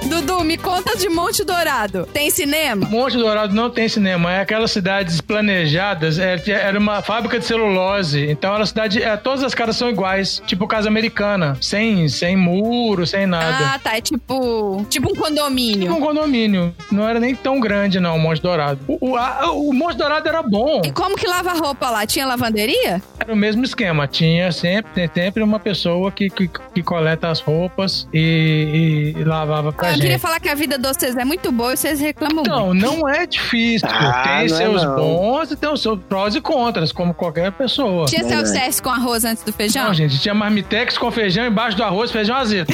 [SPEAKER 2] Dudu, me conta de Monte Dourado. Tem cinema?
[SPEAKER 3] Monte Dourado não tem cinema, é aquelas cidades planejadas, é- era uma fábrica de celulose, então era uma cidade, é, todas as caras são iguais, tipo casa americana, sem, sem muro, sem nada.
[SPEAKER 2] Ah, tá. É tipo. Tipo um
[SPEAKER 3] Tipo
[SPEAKER 2] condomínio.
[SPEAKER 3] um condomínio, não era nem tão grande não, Monte Dourado. O, o- a- o Monte Dourado era bom,
[SPEAKER 2] E como que lava roupa lá? Tinha lavanderia?
[SPEAKER 3] era o mesmo esquema, tinha sempre, tem sempre uma pessoa que, que, que coleta as roupas e, e- e lavava pra
[SPEAKER 2] Ah, eu queria
[SPEAKER 3] gente.
[SPEAKER 2] falar um que a vida de vocês é muito boa e vocês reclamam muito.
[SPEAKER 3] Não, não é difícil.
[SPEAKER 4] Ah,
[SPEAKER 3] tem
[SPEAKER 4] não é
[SPEAKER 3] seus
[SPEAKER 4] não.
[SPEAKER 3] bons e tem os seus prós e contras, como qualquer pessoa.
[SPEAKER 2] Tinha
[SPEAKER 4] Não,
[SPEAKER 2] self-service com arroz antes do feijão?
[SPEAKER 3] é. Não, gente, tinha marmitex com feijão embaixo do arroz, feijão azedo.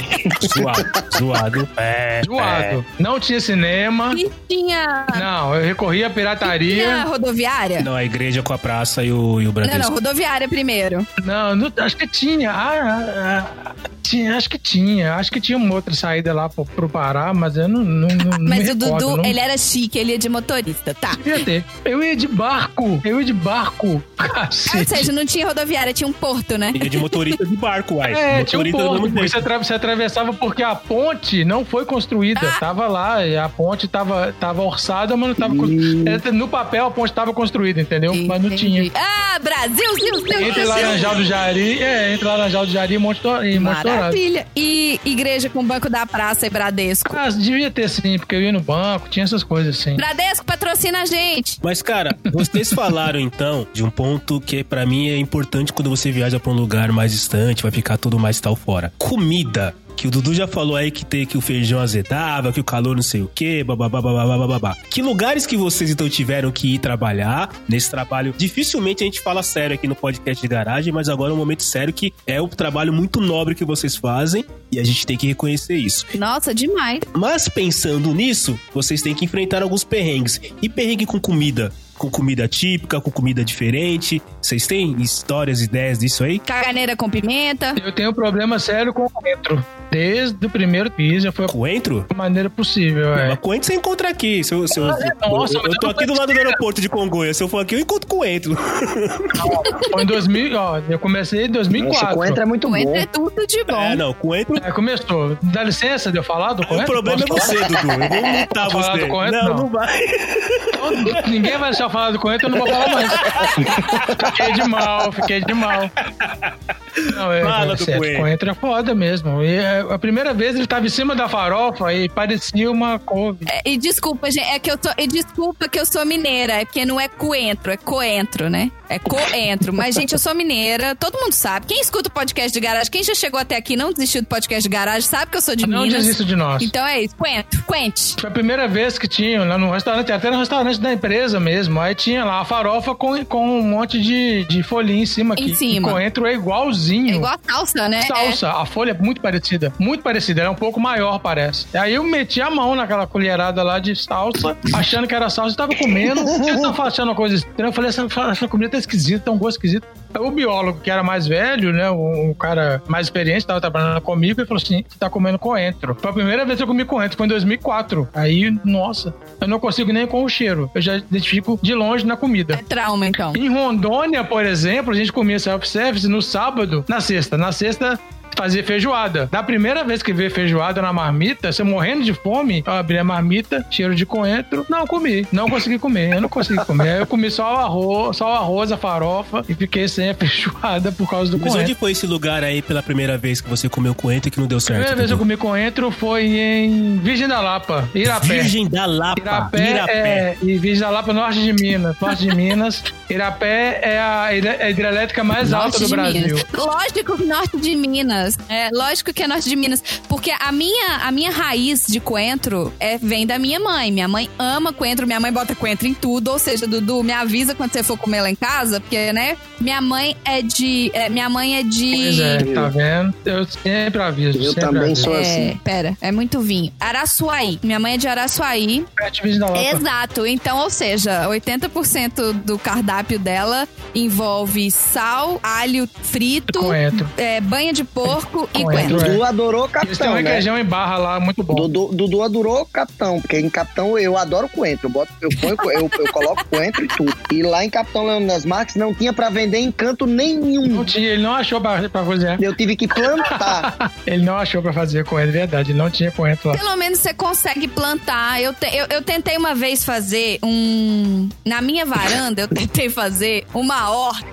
[SPEAKER 1] Zoado. Zoado. É. é.
[SPEAKER 3] Zoado. Não tinha cinema.
[SPEAKER 2] E tinha.
[SPEAKER 3] Não, eu recorri
[SPEAKER 2] Tinha
[SPEAKER 3] à pirataria.
[SPEAKER 2] rodoviária?
[SPEAKER 1] é. Não, a igreja com a praça e o, e o
[SPEAKER 2] Não, não,
[SPEAKER 1] Bradesco.
[SPEAKER 2] rodoviária primeiro.
[SPEAKER 3] Não, não- acho que tinha. Ah, ah, ah, tinha. Acho que tinha. Acho que tinha uma outra saída lá pro, pro Pará, mas eu não. não, não não
[SPEAKER 2] Mas
[SPEAKER 3] me
[SPEAKER 2] o
[SPEAKER 3] recordo,
[SPEAKER 2] Dudu,
[SPEAKER 3] não
[SPEAKER 2] ele era chique, ele ia de motorista, tá?
[SPEAKER 3] devia ter. Eu ia de barco. Eu ia de barco. Cacete.
[SPEAKER 2] Ou seja, não tinha rodoviária, tinha um porto, né?
[SPEAKER 1] Ia de motorista de barco, uai.
[SPEAKER 3] É, tinha um
[SPEAKER 1] motorista do
[SPEAKER 3] porto,
[SPEAKER 1] mesmo
[SPEAKER 3] porque você,
[SPEAKER 1] jeito.
[SPEAKER 3] atra- você atravessava porque a ponte não foi construída. Tava lá, e a ponte tava, tava orçada, mas não tava construída. No papel a ponte tava construída, entendeu? Mas não tinha.
[SPEAKER 2] Ah, Brasil, Brasil, Brasil.
[SPEAKER 3] Entre Laranjal do Jari, é, entre Laranjal do Jari e Monte Dor- e Monte Dourado.
[SPEAKER 2] Maravilha. E igreja com Banco da Praça e Bradesco.
[SPEAKER 3] Ah, devia ter sim, porque eu ia no banco, tinha essas coisas assim.
[SPEAKER 2] Bradesco patrocina a gente.
[SPEAKER 1] Mas, cara, vocês falaram então de um ponto que pra mim é importante quando você viaja pra um lugar mais distante, vai ficar tudo mais tal fora. Comida. Que o Dudu já falou aí que tem que o feijão azedava, que o calor não sei o quê, bababá, bababá, bababá. Que lugares que vocês então tiveram que ir trabalhar nesse trabalho? Dificilmente a gente fala sério aqui no podcast de garagem, mas agora é um momento sério que é um trabalho muito nobre que vocês fazem e a gente tem que reconhecer isso.
[SPEAKER 2] Nossa, demais.
[SPEAKER 1] Mas pensando nisso, vocês têm que enfrentar alguns perrengues. E perrengue com comida? Com comida típica, com comida diferente. Vocês têm histórias, ideias disso aí?
[SPEAKER 2] Caganeira com pimenta.
[SPEAKER 3] Eu tenho um problema sério com o coentro. Desde o primeiro piso, já foi a
[SPEAKER 1] Coentro?
[SPEAKER 3] maneira possível, é.
[SPEAKER 1] Mas coentro você encontra aqui. Se eu, se eu,
[SPEAKER 3] nossa,
[SPEAKER 1] eu- eu
[SPEAKER 3] mas
[SPEAKER 1] tô
[SPEAKER 3] eu
[SPEAKER 1] aqui do lado do aeroporto de Congonha. Se eu for aqui, eu encontro coentro.
[SPEAKER 3] Foi em 2000, ó, eu comecei em
[SPEAKER 4] Nossa, o
[SPEAKER 3] 2004.
[SPEAKER 4] coentro é muito
[SPEAKER 2] Com
[SPEAKER 4] bom.
[SPEAKER 2] é tudo de bom.
[SPEAKER 1] É, não, coentro.
[SPEAKER 3] É, começou. Dá licença de eu falar do coentro?
[SPEAKER 1] o problema é
[SPEAKER 3] Posso
[SPEAKER 1] você, Dudu. Eu vou multar
[SPEAKER 3] Posso falar
[SPEAKER 1] você.
[SPEAKER 3] do coentro?
[SPEAKER 1] não,
[SPEAKER 3] Não.
[SPEAKER 1] não vai.
[SPEAKER 3] falar? Ninguém vai deixar eu falar do coentro, eu não vou falar mais. fiquei de mal, fiquei de mal. Não, é,
[SPEAKER 1] Fala
[SPEAKER 3] é,
[SPEAKER 1] do
[SPEAKER 3] sério,
[SPEAKER 1] Coentro.
[SPEAKER 3] coentro é foda mesmo. E é, a primeira vez ele tava em cima da farofa e parecia uma couve.
[SPEAKER 2] É, E desculpa, gente, é que eu tô. E desculpa que eu sou mineira, é porque não é coentro, é coentro, né? É coentro. Mas, gente, eu sou mineira, todo mundo sabe. Quem escuta o podcast de garagem, quem já chegou até aqui e não desistiu do podcast de garagem, sabe que eu sou de
[SPEAKER 3] Não
[SPEAKER 2] Minas.
[SPEAKER 3] desista de nós.
[SPEAKER 2] Então é isso, coentro, quente.
[SPEAKER 3] Foi a primeira vez que tinha lá no restaurante, até no restaurante da empresa mesmo. Aí tinha lá a farofa com, com um monte de, de folhinha em cima.
[SPEAKER 2] Em
[SPEAKER 3] que
[SPEAKER 2] cima.
[SPEAKER 3] O coentro é igualzinho.
[SPEAKER 2] É igual a salsa, né?
[SPEAKER 3] Salsa, a folha é muito parecida, muito parecida, ela é um pouco maior, parece. Aí eu meti a mão naquela colherada lá de salsa, achando que era salsa, e tava comendo. Vocês estão achando uma coisa estranha? Eu falei, essa, essa comida tá esquisita, tá um gosto esquisito. Aí O biólogo, que era mais velho, né? O, o cara mais experiente, tava trabalhando comigo, ele falou assim: você tá comendo coentro. Foi a primeira vez que eu comi coentro, foi em 2004. Aí, nossa, eu não consigo nem com o cheiro. Eu já identifico de longe na comida.
[SPEAKER 2] É, é trauma, então.
[SPEAKER 3] Em Rondônia, por exemplo, a gente comia self-service no sábado, na sexta. Na sexta. Fazia feijoada. Da primeira vez que vê feijoada na marmita, você morrendo de fome, eu abri a marmita, cheiro de coentro. Não comi, não consegui comer, eu não consegui comer. Aí eu comi só o arroz, só o arroz, a farofa e fiquei sem a feijoada por causa do
[SPEAKER 1] Mas
[SPEAKER 3] coentro.
[SPEAKER 1] onde foi esse lugar aí pela primeira vez que você comeu coentro e que não deu
[SPEAKER 3] A
[SPEAKER 1] certo?
[SPEAKER 3] primeira vez que eu
[SPEAKER 1] Dudu?
[SPEAKER 3] comi coentro foi em Virgem da Lapa, Irapé.
[SPEAKER 1] Virgem da Lapa.
[SPEAKER 3] Irapé, é. E Virgem da Lapa, norte de Minas. Norte de Minas. Irapé é a hidre- a hidrelétrica mais alta do
[SPEAKER 2] de
[SPEAKER 3] Brasil.
[SPEAKER 2] Minas. Lógico que norte de Minas. É, lógico que é norte de Minas. Porque a minha, a minha raiz de coentro é, vem da minha mãe. Minha mãe ama coentro, minha mãe bota coentro em tudo. Ou seja, Dudu, me avisa quando você for comer lá em casa, porque, né? Minha mãe é de. é, minha mãe é de.
[SPEAKER 3] Pois é, tá vendo? Eu sempre aviso.
[SPEAKER 4] Eu
[SPEAKER 3] sempre
[SPEAKER 4] também
[SPEAKER 3] aviso.
[SPEAKER 4] sou
[SPEAKER 2] É,
[SPEAKER 4] assim.
[SPEAKER 2] pera, é muito vinho. Araçuaí. Minha mãe é de Araçuaí.
[SPEAKER 3] Perto de Virgem da Lapa.
[SPEAKER 2] Exato. Então, ou seja, 80% do cardápio dela envolve sal, alho frito,
[SPEAKER 3] Coentro.
[SPEAKER 2] é, banha de porco e
[SPEAKER 3] Coentro.
[SPEAKER 2] coentro.
[SPEAKER 4] Dudu adorou
[SPEAKER 3] Eles têm um
[SPEAKER 4] capitão, né?
[SPEAKER 3] requeijão em barra lá, muito bom.
[SPEAKER 4] Dudu, Dudu adorou Capitão, porque em Capitão eu adoro coentro. Eu, boto, eu, ponho, co- eu, eu coloco coentro e tudo. E lá em Capitão Leandro das Marques não tinha pra vender encanto nenhum.
[SPEAKER 3] Não tinha, ele não achou pra, pra cozinhar.
[SPEAKER 4] Eu tive que plantar.
[SPEAKER 3] Ele não achou pra fazer coentro, é verdade. Ele não tinha coentro lá.
[SPEAKER 2] Pelo menos você consegue plantar. Eu, te- eu, eu tentei uma vez fazer um. Na minha varanda, eu tentei fazer uma horta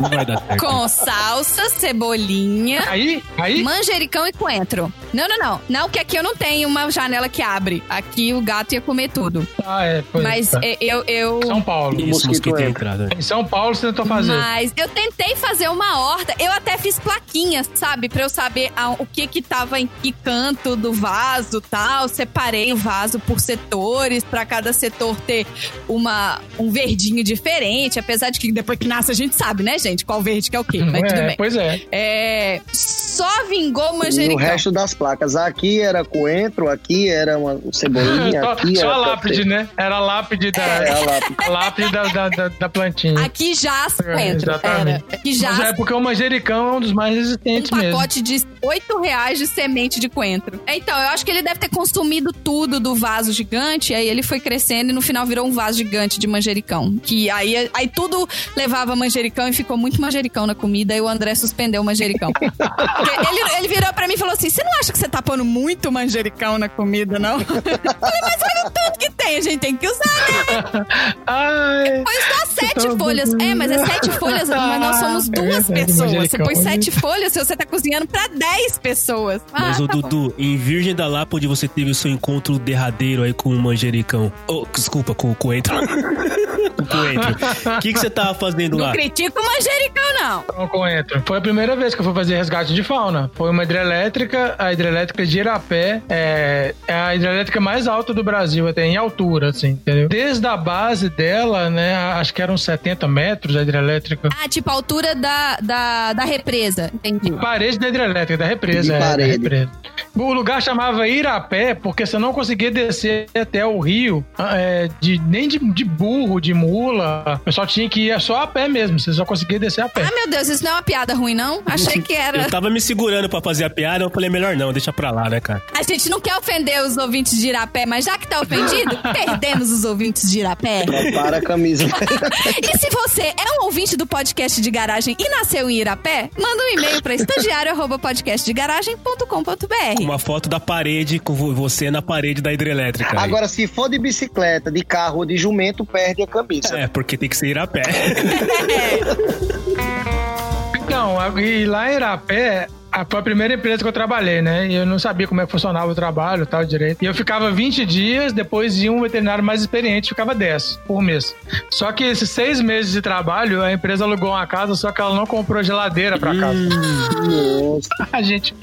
[SPEAKER 1] Não vai dar certo.
[SPEAKER 2] com salsa, cebolinha,
[SPEAKER 3] Aí, aí,
[SPEAKER 2] manjericão e coentro. Não, não, não. Não, que aqui eu não tenho uma janela que abre. Aqui o gato ia comer tudo.
[SPEAKER 3] tá, é. pois
[SPEAKER 2] Mas
[SPEAKER 3] tá.
[SPEAKER 2] é, eu. eu...
[SPEAKER 3] São Paulo.
[SPEAKER 1] Isso,
[SPEAKER 4] mosquito
[SPEAKER 1] mosquito né?
[SPEAKER 4] entra.
[SPEAKER 1] entrada.
[SPEAKER 3] Em São Paulo você tentou fazer.
[SPEAKER 2] Mas eu tentei fazer uma horta, eu até fiz plaquinhas, sabe? Pra eu saber a- o que que tava em que canto do vaso tal. Separei o vaso por setores, pra cada setor ter uma, um verdinho diferente. Apesar de que depois que nasce a gente sabe, né, gente? Qual verde que é o quê, mas
[SPEAKER 3] É,
[SPEAKER 2] tudo bem.
[SPEAKER 3] Pois é.
[SPEAKER 2] É, só vingou
[SPEAKER 4] E o
[SPEAKER 2] manjericão.
[SPEAKER 4] resto das placas. Aqui era coentro, aqui era uma cebolinha,
[SPEAKER 3] Só,
[SPEAKER 4] aqui
[SPEAKER 3] só
[SPEAKER 4] era.
[SPEAKER 3] a lápide, né? Era a lápide da,
[SPEAKER 4] tá É, a lápide.
[SPEAKER 3] a lápide da, da, da- da plantinha.
[SPEAKER 2] Aqui jaz coentro,
[SPEAKER 3] É, Exatamente.
[SPEAKER 2] era. Aqui
[SPEAKER 3] Mas é
[SPEAKER 2] jaz
[SPEAKER 3] porque o manjericão é um dos mais
[SPEAKER 2] um
[SPEAKER 3] resistentes mesmo.
[SPEAKER 2] pacote de 8 reais de semente de coentro. Então, eu acho que ele deve ter consumido tudo do vaso gigante, aí ele foi crescendo e no final virou um vaso gigante de manjericão. Que aí, aí tudo levava manjericão e ficou muito manjericão na comida, e o André suspendeu o manjericão. Porque ele, ele virou pra mim e falou assim: Você não acha que você tá pondo muito manjericão na comida, não? Eu falei, mas olha o tanto que tem, a gente tem que usar, né?
[SPEAKER 3] Ai,
[SPEAKER 2] Põe só sete
[SPEAKER 3] Tá
[SPEAKER 2] folhas.
[SPEAKER 3] bom.
[SPEAKER 2] É, mas é sete folhas, mas nós somos
[SPEAKER 3] É
[SPEAKER 2] duas
[SPEAKER 3] verdade,
[SPEAKER 2] pessoas. Você
[SPEAKER 3] manjericão.
[SPEAKER 2] põe sete folhas se você tá cozinhando pra dez pessoas.
[SPEAKER 1] Mas,
[SPEAKER 2] Ah,
[SPEAKER 1] o
[SPEAKER 2] tá bom.
[SPEAKER 1] Dudu, em Virgem da Lapa, onde você teve o seu encontro derradeiro aí com o manjericão. Oh, desculpa, com o coentro. com o coentro. O que, que você tava fazendo
[SPEAKER 2] Não
[SPEAKER 1] lá?
[SPEAKER 2] critica o manjericão, não.
[SPEAKER 3] não coentro. Foi a primeira vez que eu fui fazer resgate de fauna. Foi uma hidrelétrica, a hidrelétrica de Irapé. É, é a hidrelétrica mais alta do Brasil, até em altura, assim, entendeu? Desde a base dela, né? Acho que eram 70 metros a hidrelétrica.
[SPEAKER 2] Ah, tipo a altura da, da, da represa. Entendi.
[SPEAKER 3] Parede da hidrelétrica, da
[SPEAKER 4] De
[SPEAKER 3] represa. é, da
[SPEAKER 4] parede.
[SPEAKER 3] represa. O lugar chamava Irapé porque você não conseguia descer até o rio ah, é, de, nem de, de burro, de mula. O pessoal tinha que ir só a pé mesmo, você só conseguia descer a pé.
[SPEAKER 2] Ah, meu Deus, isso não é uma piada ruim, não? Achei que era.
[SPEAKER 1] Eu tava me segurando pra fazer a piada, eu falei, melhor não, deixa pra lá, né, cara?
[SPEAKER 2] A gente não quer ofender os ouvintes de Irapé, mas já que tá ofendido, perdemos os ouvintes de Irapé.
[SPEAKER 4] Para a camisa.
[SPEAKER 2] E se você é um ouvinte do podcast de garagem e nasceu em Irapé, manda um e-mail pra
[SPEAKER 1] Com
[SPEAKER 2] estagiário.podcastdegaragem.com.br.
[SPEAKER 1] uma foto da parede, com vo- você na parede da hidrelétrica. aí.
[SPEAKER 4] Agora, se for de bicicleta, de carro ou de jumento, perde a camisa.
[SPEAKER 1] É, porque tem que ser ir a pé.
[SPEAKER 3] Então, Então, e lá em Irapé, a- foi a primeira empresa que eu trabalhei, né? E eu não sabia como é que funcionava o trabalho e tal direito. E eu ficava 20 dias, depois ia um veterinário mais experiente, ficava 10 por mês. Só que esses seis meses de trabalho, a empresa alugou uma casa, só que ela não comprou geladeira pra casa. A gente,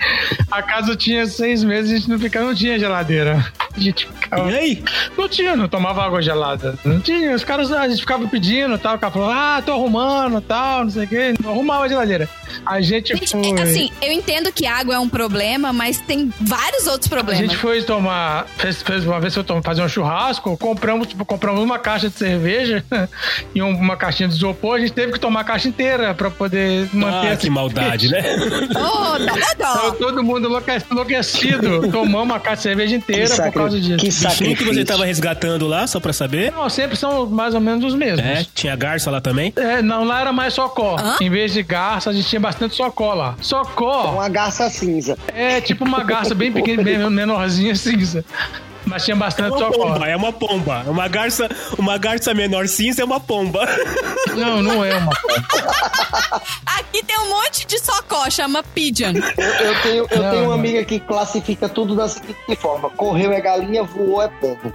[SPEAKER 3] a casa tinha seis meses, a gente não, ficava, não tinha geladeira. A gente ficava.
[SPEAKER 1] E aí?
[SPEAKER 3] Não tinha, não tomava água gelada. Não tinha, os caras, a gente ficava pedindo tal, o cara falou, ah, tô arrumando tal, não sei o quê. Não arrumava a geladeira. A gente,
[SPEAKER 2] Gente,
[SPEAKER 3] foi.
[SPEAKER 2] é, assim, eu entendo que água é um problema, mas tem vários outros
[SPEAKER 3] A
[SPEAKER 2] problemas.
[SPEAKER 3] gente foi tomar, fez, fez uma vez que eu tom- fazer um churrasco, compramos, tipo, compramos uma caixa de cerveja e um- uma caixinha de isopor, a gente teve que tomar a caixa inteira pra poder manter
[SPEAKER 1] Ah,
[SPEAKER 3] a
[SPEAKER 4] assim.
[SPEAKER 1] que maldade, né?
[SPEAKER 2] Oh, dá dá
[SPEAKER 3] Tava
[SPEAKER 2] dó.
[SPEAKER 3] todo mundo enlouque- enlouquecido. Tomamos uma caixa de cerveja inteira por causa disso.
[SPEAKER 4] Que
[SPEAKER 1] Bichinho que você
[SPEAKER 4] sacrifício.
[SPEAKER 1] tava resgatando lá, só pra saber.
[SPEAKER 3] Não, sempre são mais ou menos os mesmos.
[SPEAKER 1] É, tinha garça lá também.
[SPEAKER 3] É, não, lá era mais socó.
[SPEAKER 2] Hã?
[SPEAKER 3] Em vez de garça, a gente tinha bastante socó lá. Socó
[SPEAKER 4] Uma garça cinza.
[SPEAKER 3] é tipo uma garça bem pequena, bem menorzinha cinza. Mas tinha bastante
[SPEAKER 1] Uma
[SPEAKER 3] socó.
[SPEAKER 1] pomba, é uma pomba. Uma garça, uma garça menor cinza é uma pomba.
[SPEAKER 3] Não, não é uma.
[SPEAKER 2] Aqui tem um monte de socó, chama pigeon.
[SPEAKER 4] Eu, eu tenho, eu
[SPEAKER 3] Não, não.
[SPEAKER 4] tenho uma amiga que classifica tudo da seguinte forma: correu é galinha, voou é pombo.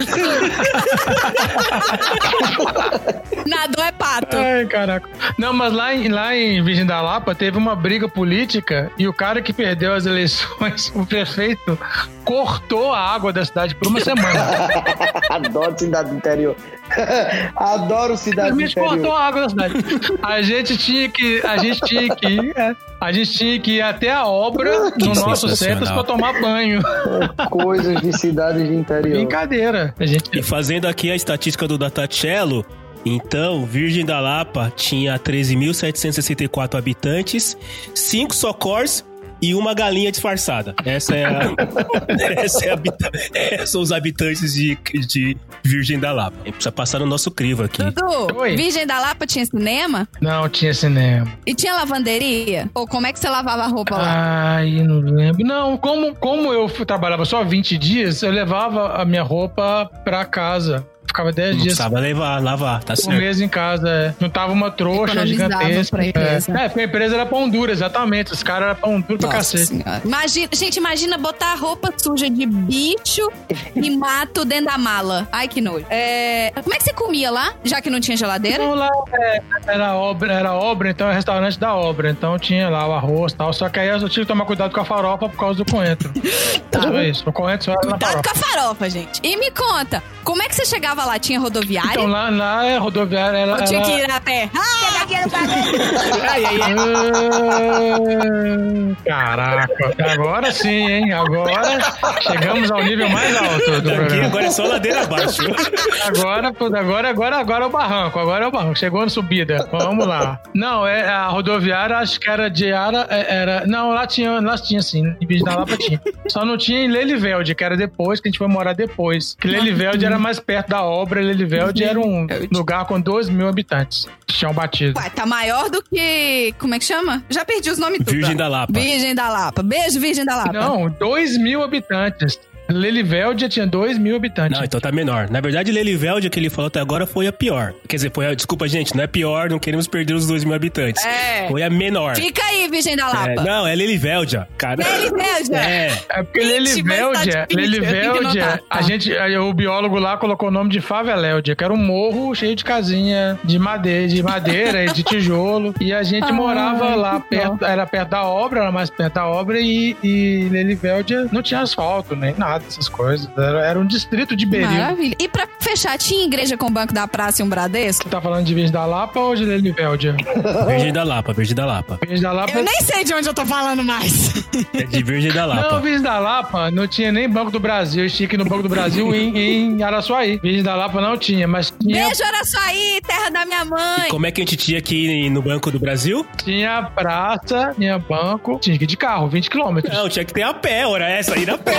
[SPEAKER 2] Nadou é pato.
[SPEAKER 3] Ai, caraca. Não, mas lá em, lá em Virgem da Lapa teve uma briga política e o cara que perdeu as eleições, o prefeito, cortou a água da cidade por uma semana.
[SPEAKER 4] Adoro cidade do interior. Adoro cidade do
[SPEAKER 3] Simplesmente cortou
[SPEAKER 4] interior.
[SPEAKER 3] a água da cidade. A gente tinha que. A gente tinha que ir. é, A gente tinha que ir até a obra no nosso
[SPEAKER 1] sensacional.
[SPEAKER 3] centro pra tomar banho.
[SPEAKER 4] Coisas de cidades de interior.
[SPEAKER 3] Brincadeira. A gente.
[SPEAKER 1] E fazendo aqui a estatística do Datacello, então, Virgem da Lapa tinha 13.764 habitantes, 5 socors e uma galinha disfarçada. Essa é a, essa é a habita- é, são os habitantes de, de Virgem da Lapa. Precisa passar o nosso crivo
[SPEAKER 2] Tá
[SPEAKER 1] aqui.
[SPEAKER 2] Dudu,
[SPEAKER 3] Oi.
[SPEAKER 2] Virgem da Lapa tinha cinema?
[SPEAKER 3] Não tinha cinema.
[SPEAKER 2] E tinha lavanderia? Ou como é que você lavava a roupa
[SPEAKER 3] Ah,
[SPEAKER 2] lá?
[SPEAKER 3] Ai, não lembro. Não, como, como eu fui- trabalhava só 20 dias, eu levava a minha roupa pra casa. Ficava 10
[SPEAKER 1] Não
[SPEAKER 3] dias
[SPEAKER 1] precisava levar, lavar, tá
[SPEAKER 3] por
[SPEAKER 1] certo.
[SPEAKER 3] mês em casa. é. Juntava uma trouxa
[SPEAKER 2] Economizava
[SPEAKER 3] gigantesca.
[SPEAKER 2] pra empresa.
[SPEAKER 3] É. é, porque a empresa era pão dura, exatamente. Os caras eram pão duro pra
[SPEAKER 2] Nossa
[SPEAKER 3] cacete.
[SPEAKER 2] senhora. Imagina, gente, imagina botar a roupa suja de bicho e mato dentro da mala. Ai, que nojo. É, como é que você comia lá, já que não tinha geladeira?
[SPEAKER 3] Então lá é, era obra, era obra, então é restaurante da obra. Então tinha lá o arroz e tal. Só que aí eu só tive que tomar cuidado com a farofa por causa do coentro. Só isso. O coentro só era na
[SPEAKER 2] Tá. Cuidado com
[SPEAKER 3] farofa.
[SPEAKER 2] a farofa, gente. E me conta, como é que você chegava lá? Tinha rodoviária?
[SPEAKER 3] Então lá, lá é rodoviária era.
[SPEAKER 2] Ou tinha
[SPEAKER 3] era-
[SPEAKER 2] que ir a pé?
[SPEAKER 3] Ah, Caraca, agora sim, hein? Agora chegamos ao nível mais alto do
[SPEAKER 1] Aqui
[SPEAKER 3] programa.
[SPEAKER 1] agora é só ladeira abaixo.
[SPEAKER 3] Agora, pô, agora, agora, agora é o barranco, agora é o barranco. Chegou na subida, vamos lá. Não, é a rodoviária, acho que era de Ara, é, era. Não, lá tinha, lá tinha sim, em Bicho da Lapa tinha. Só não tinha em Lelivelde, que era depois, que a gente foi morar depois. Que Lelivelde era mais perto da obra, Lelivelde era um lugar com 2 mil habitantes. Tinham batido.
[SPEAKER 2] Ué, tá maior do que. Como é que chama? Já perdi os nomes tudo.
[SPEAKER 1] Virgem da Lapa.
[SPEAKER 2] Virgem da Lapa. Beijo, Virgem da Lapa.
[SPEAKER 3] Não, 2 mil habitantes. Lelivelde tinha 2 mil habitantes.
[SPEAKER 1] Não, então tá menor. Na verdade, Lelivelde, que ele falou até agora, foi a pior. Quer dizer, foi a... Desculpa, gente, não é pior, não queremos perder os 2 mil habitantes.
[SPEAKER 2] É.
[SPEAKER 1] Foi a menor.
[SPEAKER 2] Fica aí, Virgem da
[SPEAKER 1] É,
[SPEAKER 2] Lapa.
[SPEAKER 1] não, é Lelivelde, ó, cara.
[SPEAKER 2] Lelivelde.
[SPEAKER 1] É.
[SPEAKER 3] É porque
[SPEAKER 2] Gente, mas
[SPEAKER 3] Lelivelde,
[SPEAKER 2] tá difícil, eu tenho que
[SPEAKER 3] Lelivelde,
[SPEAKER 2] notar, tá.
[SPEAKER 3] a gente, aí o biólogo lá colocou o nome de Favelelde, que era um morro cheio de casinha de madeira, de madeira e de tijolo, e a gente
[SPEAKER 2] Ah, Ai,
[SPEAKER 3] morava lá
[SPEAKER 2] que dó.
[SPEAKER 3] perto, era perto da obra, era mais perto da obra e, e Lelivelde não tinha asfalto nem nada essas coisas, era, era um distrito de Berilo.
[SPEAKER 2] Maravilha. E pra fechar, tinha igreja com banco da praça e um Bradesco?
[SPEAKER 3] Você tá falando de Virgem da Lapa ou de Lelivelde?
[SPEAKER 1] Virgem da Lapa, Virgem da Lapa.
[SPEAKER 3] Virgem da Lapa
[SPEAKER 2] Eu nem sei de onde eu tô falando mais.
[SPEAKER 1] É de Virgem da
[SPEAKER 3] Não,
[SPEAKER 1] Lapa.
[SPEAKER 3] Virgem da Lapa não tinha nem Banco do Brasil. Eu tinha que ir no Banco do Brasil em, em Araçuaí. Virgem da Lapa não tinha, mas tinha,
[SPEAKER 2] Beijo, era só aí, terra da minha mãe.
[SPEAKER 1] Como é que a gente tinha aqui no Banco do Brasil?
[SPEAKER 3] tinha praça, tinha banco. Tinha que ir de carro, 20 quilômetros.
[SPEAKER 1] Não, tinha que ter a pé, ora essa, ir a pé.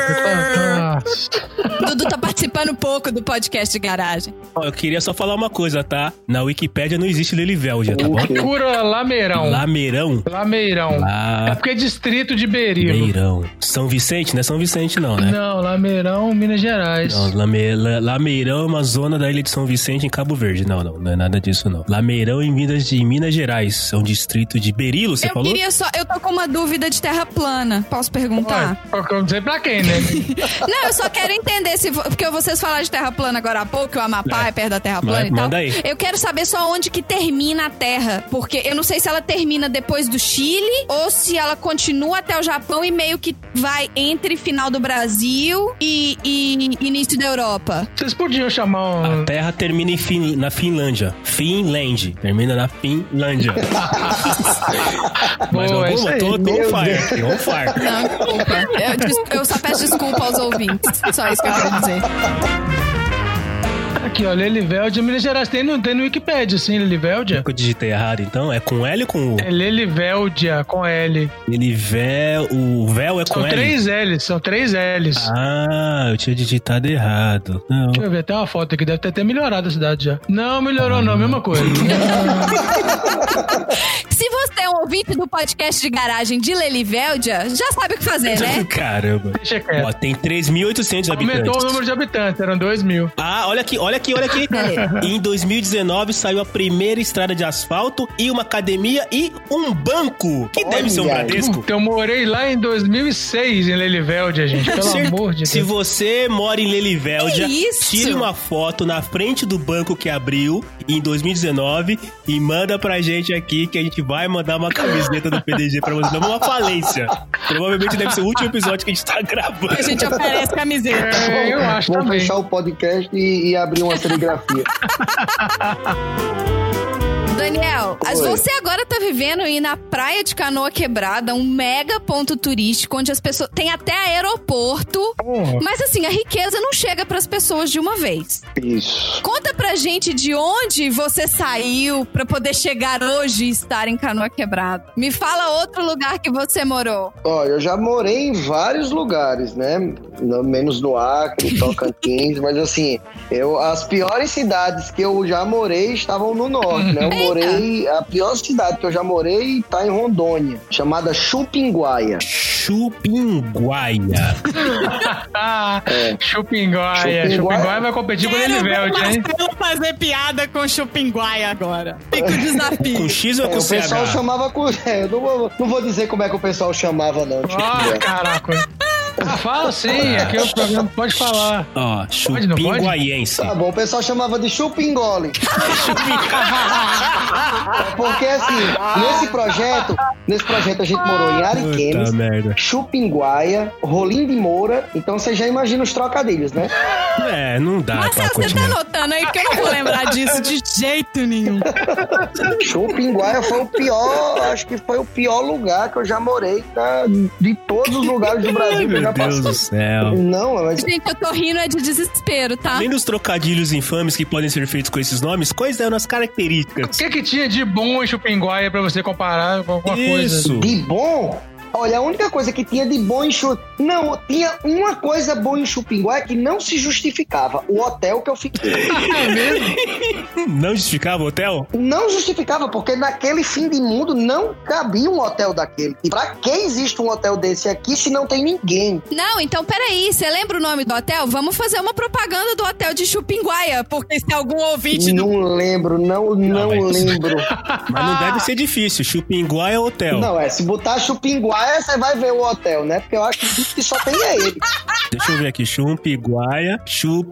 [SPEAKER 3] Ai,
[SPEAKER 2] Dudu tá participando pouco do podcast de garagem.
[SPEAKER 1] Ó, eu queria só falar uma coisa, tá? Na Wikipédia não existe Lili Veldia, tá bom?
[SPEAKER 4] Ok.
[SPEAKER 3] Cura Lameirão.
[SPEAKER 1] Lameirão.
[SPEAKER 3] Lameirão. É
[SPEAKER 1] Ah,
[SPEAKER 3] porque é distrito de Berilo.
[SPEAKER 1] Lameirão. São Vicente? Não é São Vicente, não, né?
[SPEAKER 3] Não, Lameirão, Minas Gerais.
[SPEAKER 1] Não, Lame- La- Lameirão é uma zona da ilha de São Vicente, em Cabo Verde. Não, não, não é nada disso, não. Lameirão em Minas, de Minas Gerais, é um distrito de Berilo, você
[SPEAKER 2] eu
[SPEAKER 1] falou?
[SPEAKER 2] queria só. Eu tô com uma dúvida de terra plana. Posso perguntar?
[SPEAKER 3] Ué, eu não sei pra quem, né?
[SPEAKER 2] Não, eu só quero entender se. vo- Porque vocês falaram de terra plana agora há pouco, que o Amapá é, perto da terra
[SPEAKER 1] Vai,
[SPEAKER 2] plana e tal.
[SPEAKER 1] manda aí.
[SPEAKER 2] Eu quero saber só onde que termina a terra. Porque eu não sei se ela termina depois do Chile ou se ela continua até o Japão e meio que vai entre final do Brasil e, e início da Europa.
[SPEAKER 3] Vocês podiam chamar um.
[SPEAKER 1] A terra termina em Fin- na Finlândia. Finland. Termina na Finlândia. Mas
[SPEAKER 3] Boa, é isso
[SPEAKER 1] alguma?
[SPEAKER 3] aí.
[SPEAKER 1] Tô, tô
[SPEAKER 4] Meu
[SPEAKER 1] on fire aqui, on fire.
[SPEAKER 2] Não, desculpa. Eu, des- eu só peço desculpa aos ouvintes. Só isso que eu quero dizer.
[SPEAKER 1] tá.
[SPEAKER 3] Aqui, ó, Lelivelde, Minas Gerais. Tem no, tem no Wikipedia, sim, Lelivelde.
[SPEAKER 1] Eu digitei errado, então. É com L ou com U?
[SPEAKER 3] É Leliveldia, com L.
[SPEAKER 1] Ele véu. O véu é com
[SPEAKER 3] São
[SPEAKER 1] L?
[SPEAKER 3] três L's, são três L's.
[SPEAKER 1] Ah, eu tinha digitado errado. Não.
[SPEAKER 3] Deixa eu ver, tem uma foto aqui, deve ter até melhorado a cidade já. Não, melhorou não, mesma coisa.
[SPEAKER 2] Se você é um ouvinte do podcast de garagem de Leliveldia, já sabe o que fazer, né?
[SPEAKER 1] Caramba.
[SPEAKER 3] Deixa quieto.
[SPEAKER 1] Ó, tem 3.800
[SPEAKER 3] É. Aumentou o
[SPEAKER 1] habitantes.
[SPEAKER 3] número de habitantes, eram dois mil.
[SPEAKER 1] Ah, olha aqui, olha aqui, olha aqui.
[SPEAKER 2] Beleza.
[SPEAKER 1] em 2019 saiu a primeira estrada de asfalto e uma academia e um banco, que deve ser um
[SPEAKER 4] Olha aí.
[SPEAKER 1] Bradesco.
[SPEAKER 3] Então eu morei lá em 2006, em Lelivelde, gente. Pelo
[SPEAKER 1] Certo.
[SPEAKER 3] amor de
[SPEAKER 1] Se
[SPEAKER 3] Deus.
[SPEAKER 1] você mora em Leliveldia,
[SPEAKER 2] Que isso?
[SPEAKER 1] tire uma foto na frente do banco que abriu em 2019 e manda pra gente aqui que a gente vai mandar uma camiseta do PDG pra você. Não é uma falência. Provavelmente deve ser o último episódio que a gente tá gravando.
[SPEAKER 2] A gente oferece camiseta.
[SPEAKER 3] É, eu acho
[SPEAKER 4] Vou
[SPEAKER 3] também.
[SPEAKER 4] fechar o podcast e, e abrir uma serigrafia.
[SPEAKER 2] Daniel,
[SPEAKER 4] Oi.
[SPEAKER 2] você agora tá vivendo aí na praia de Canoa Quebrada, um mega ponto turístico onde as pessoas. Tem até aeroporto.
[SPEAKER 3] Porra.
[SPEAKER 2] Mas assim, a riqueza não chega pras pessoas de uma vez.
[SPEAKER 4] Isso.
[SPEAKER 2] Conta pra gente de onde você saiu pra poder chegar hoje e estar em Canoa Quebrada. Me fala outro lugar que você morou.
[SPEAKER 4] Olha, eu já morei em vários lugares, né? No- menos no Acre, Tocantins, mas assim, eu, as piores cidades que eu já morei estavam no norte, né? Eu morei. A pior cidade que eu já morei tá em Rondônia, chamada Chupinguaia.
[SPEAKER 1] Chupinguaia.
[SPEAKER 3] Ah,
[SPEAKER 1] É.
[SPEAKER 3] Chupinguaia.
[SPEAKER 4] Chupinguaia.
[SPEAKER 3] Chupinguaia vai competir com Lelivelde, hein?
[SPEAKER 7] fazer piada com Chupinguaia agora.
[SPEAKER 2] Fica o desafio.
[SPEAKER 1] Com X ou
[SPEAKER 4] É,
[SPEAKER 1] com
[SPEAKER 4] o pessoal
[SPEAKER 1] CH?
[SPEAKER 4] chamava. com- é, eu não vou, não vou dizer como é que o pessoal chamava, não.
[SPEAKER 3] Ah,
[SPEAKER 4] Chupinguaia.
[SPEAKER 3] caraca. Ah, fala sim, aqui é o programa, pode falar.
[SPEAKER 1] Ó,
[SPEAKER 3] não pode?
[SPEAKER 1] chupinguaiense.
[SPEAKER 4] Tá bom, o pessoal chamava de chupingole. Porque assim, nesse projeto, nesse projeto a gente morou em Ariquemes,
[SPEAKER 1] Puta merda.
[SPEAKER 4] Chupinguaia, Rolim de Moura. Então você já imagina os trocadilhos, né?
[SPEAKER 1] É, não dá pra
[SPEAKER 2] Marcelo, você tá
[SPEAKER 1] continuar.
[SPEAKER 2] anotando aí porque eu não vou lembrar disso de jeito nenhum.
[SPEAKER 4] Chupinguaia foi o pior, acho que foi o pior lugar que eu já morei tá? de todos os lugares do Brasil que eu
[SPEAKER 1] Meu
[SPEAKER 4] já
[SPEAKER 1] Deus do
[SPEAKER 4] passei.
[SPEAKER 1] céu.
[SPEAKER 4] Não, mas
[SPEAKER 2] Gente, eu tô rindo é de desespero, tá?
[SPEAKER 1] Além dos trocadilhos infames que podem ser feitos com esses nomes, quais eram as
[SPEAKER 3] O
[SPEAKER 1] características?
[SPEAKER 3] que que tinha de bom em Chupinguaia pra você comparar com alguma coisa?
[SPEAKER 1] Isso.
[SPEAKER 4] de bom. Olha, a única coisa que tinha de bom em Chupinguaia. Não, tinha uma coisa boa em Chupinguaia que não se justificava: o hotel que eu fiquei.
[SPEAKER 3] É mesmo?
[SPEAKER 1] Não justificava o hotel?
[SPEAKER 4] Não justificava, porque naquele fim de mundo não cabia um hotel daquele. E pra que existe um hotel desse aqui se não tem ninguém?
[SPEAKER 2] Não, então peraí, você lembra o nome do hotel? Vamos fazer uma propaganda do hotel de Chupinguaia, porque se algum ouvinte do.
[SPEAKER 4] Não lembro, não, não
[SPEAKER 1] mas-
[SPEAKER 4] lembro.
[SPEAKER 1] Mas não deve ser difícil. Chupinguá é hotel.
[SPEAKER 4] Não, é, se botar Chupinguaia, você vai ver o hotel, né? Porque eu acho que só tem é ele.
[SPEAKER 1] Deixa eu ver aqui. Chumpiguaia.
[SPEAKER 3] Quero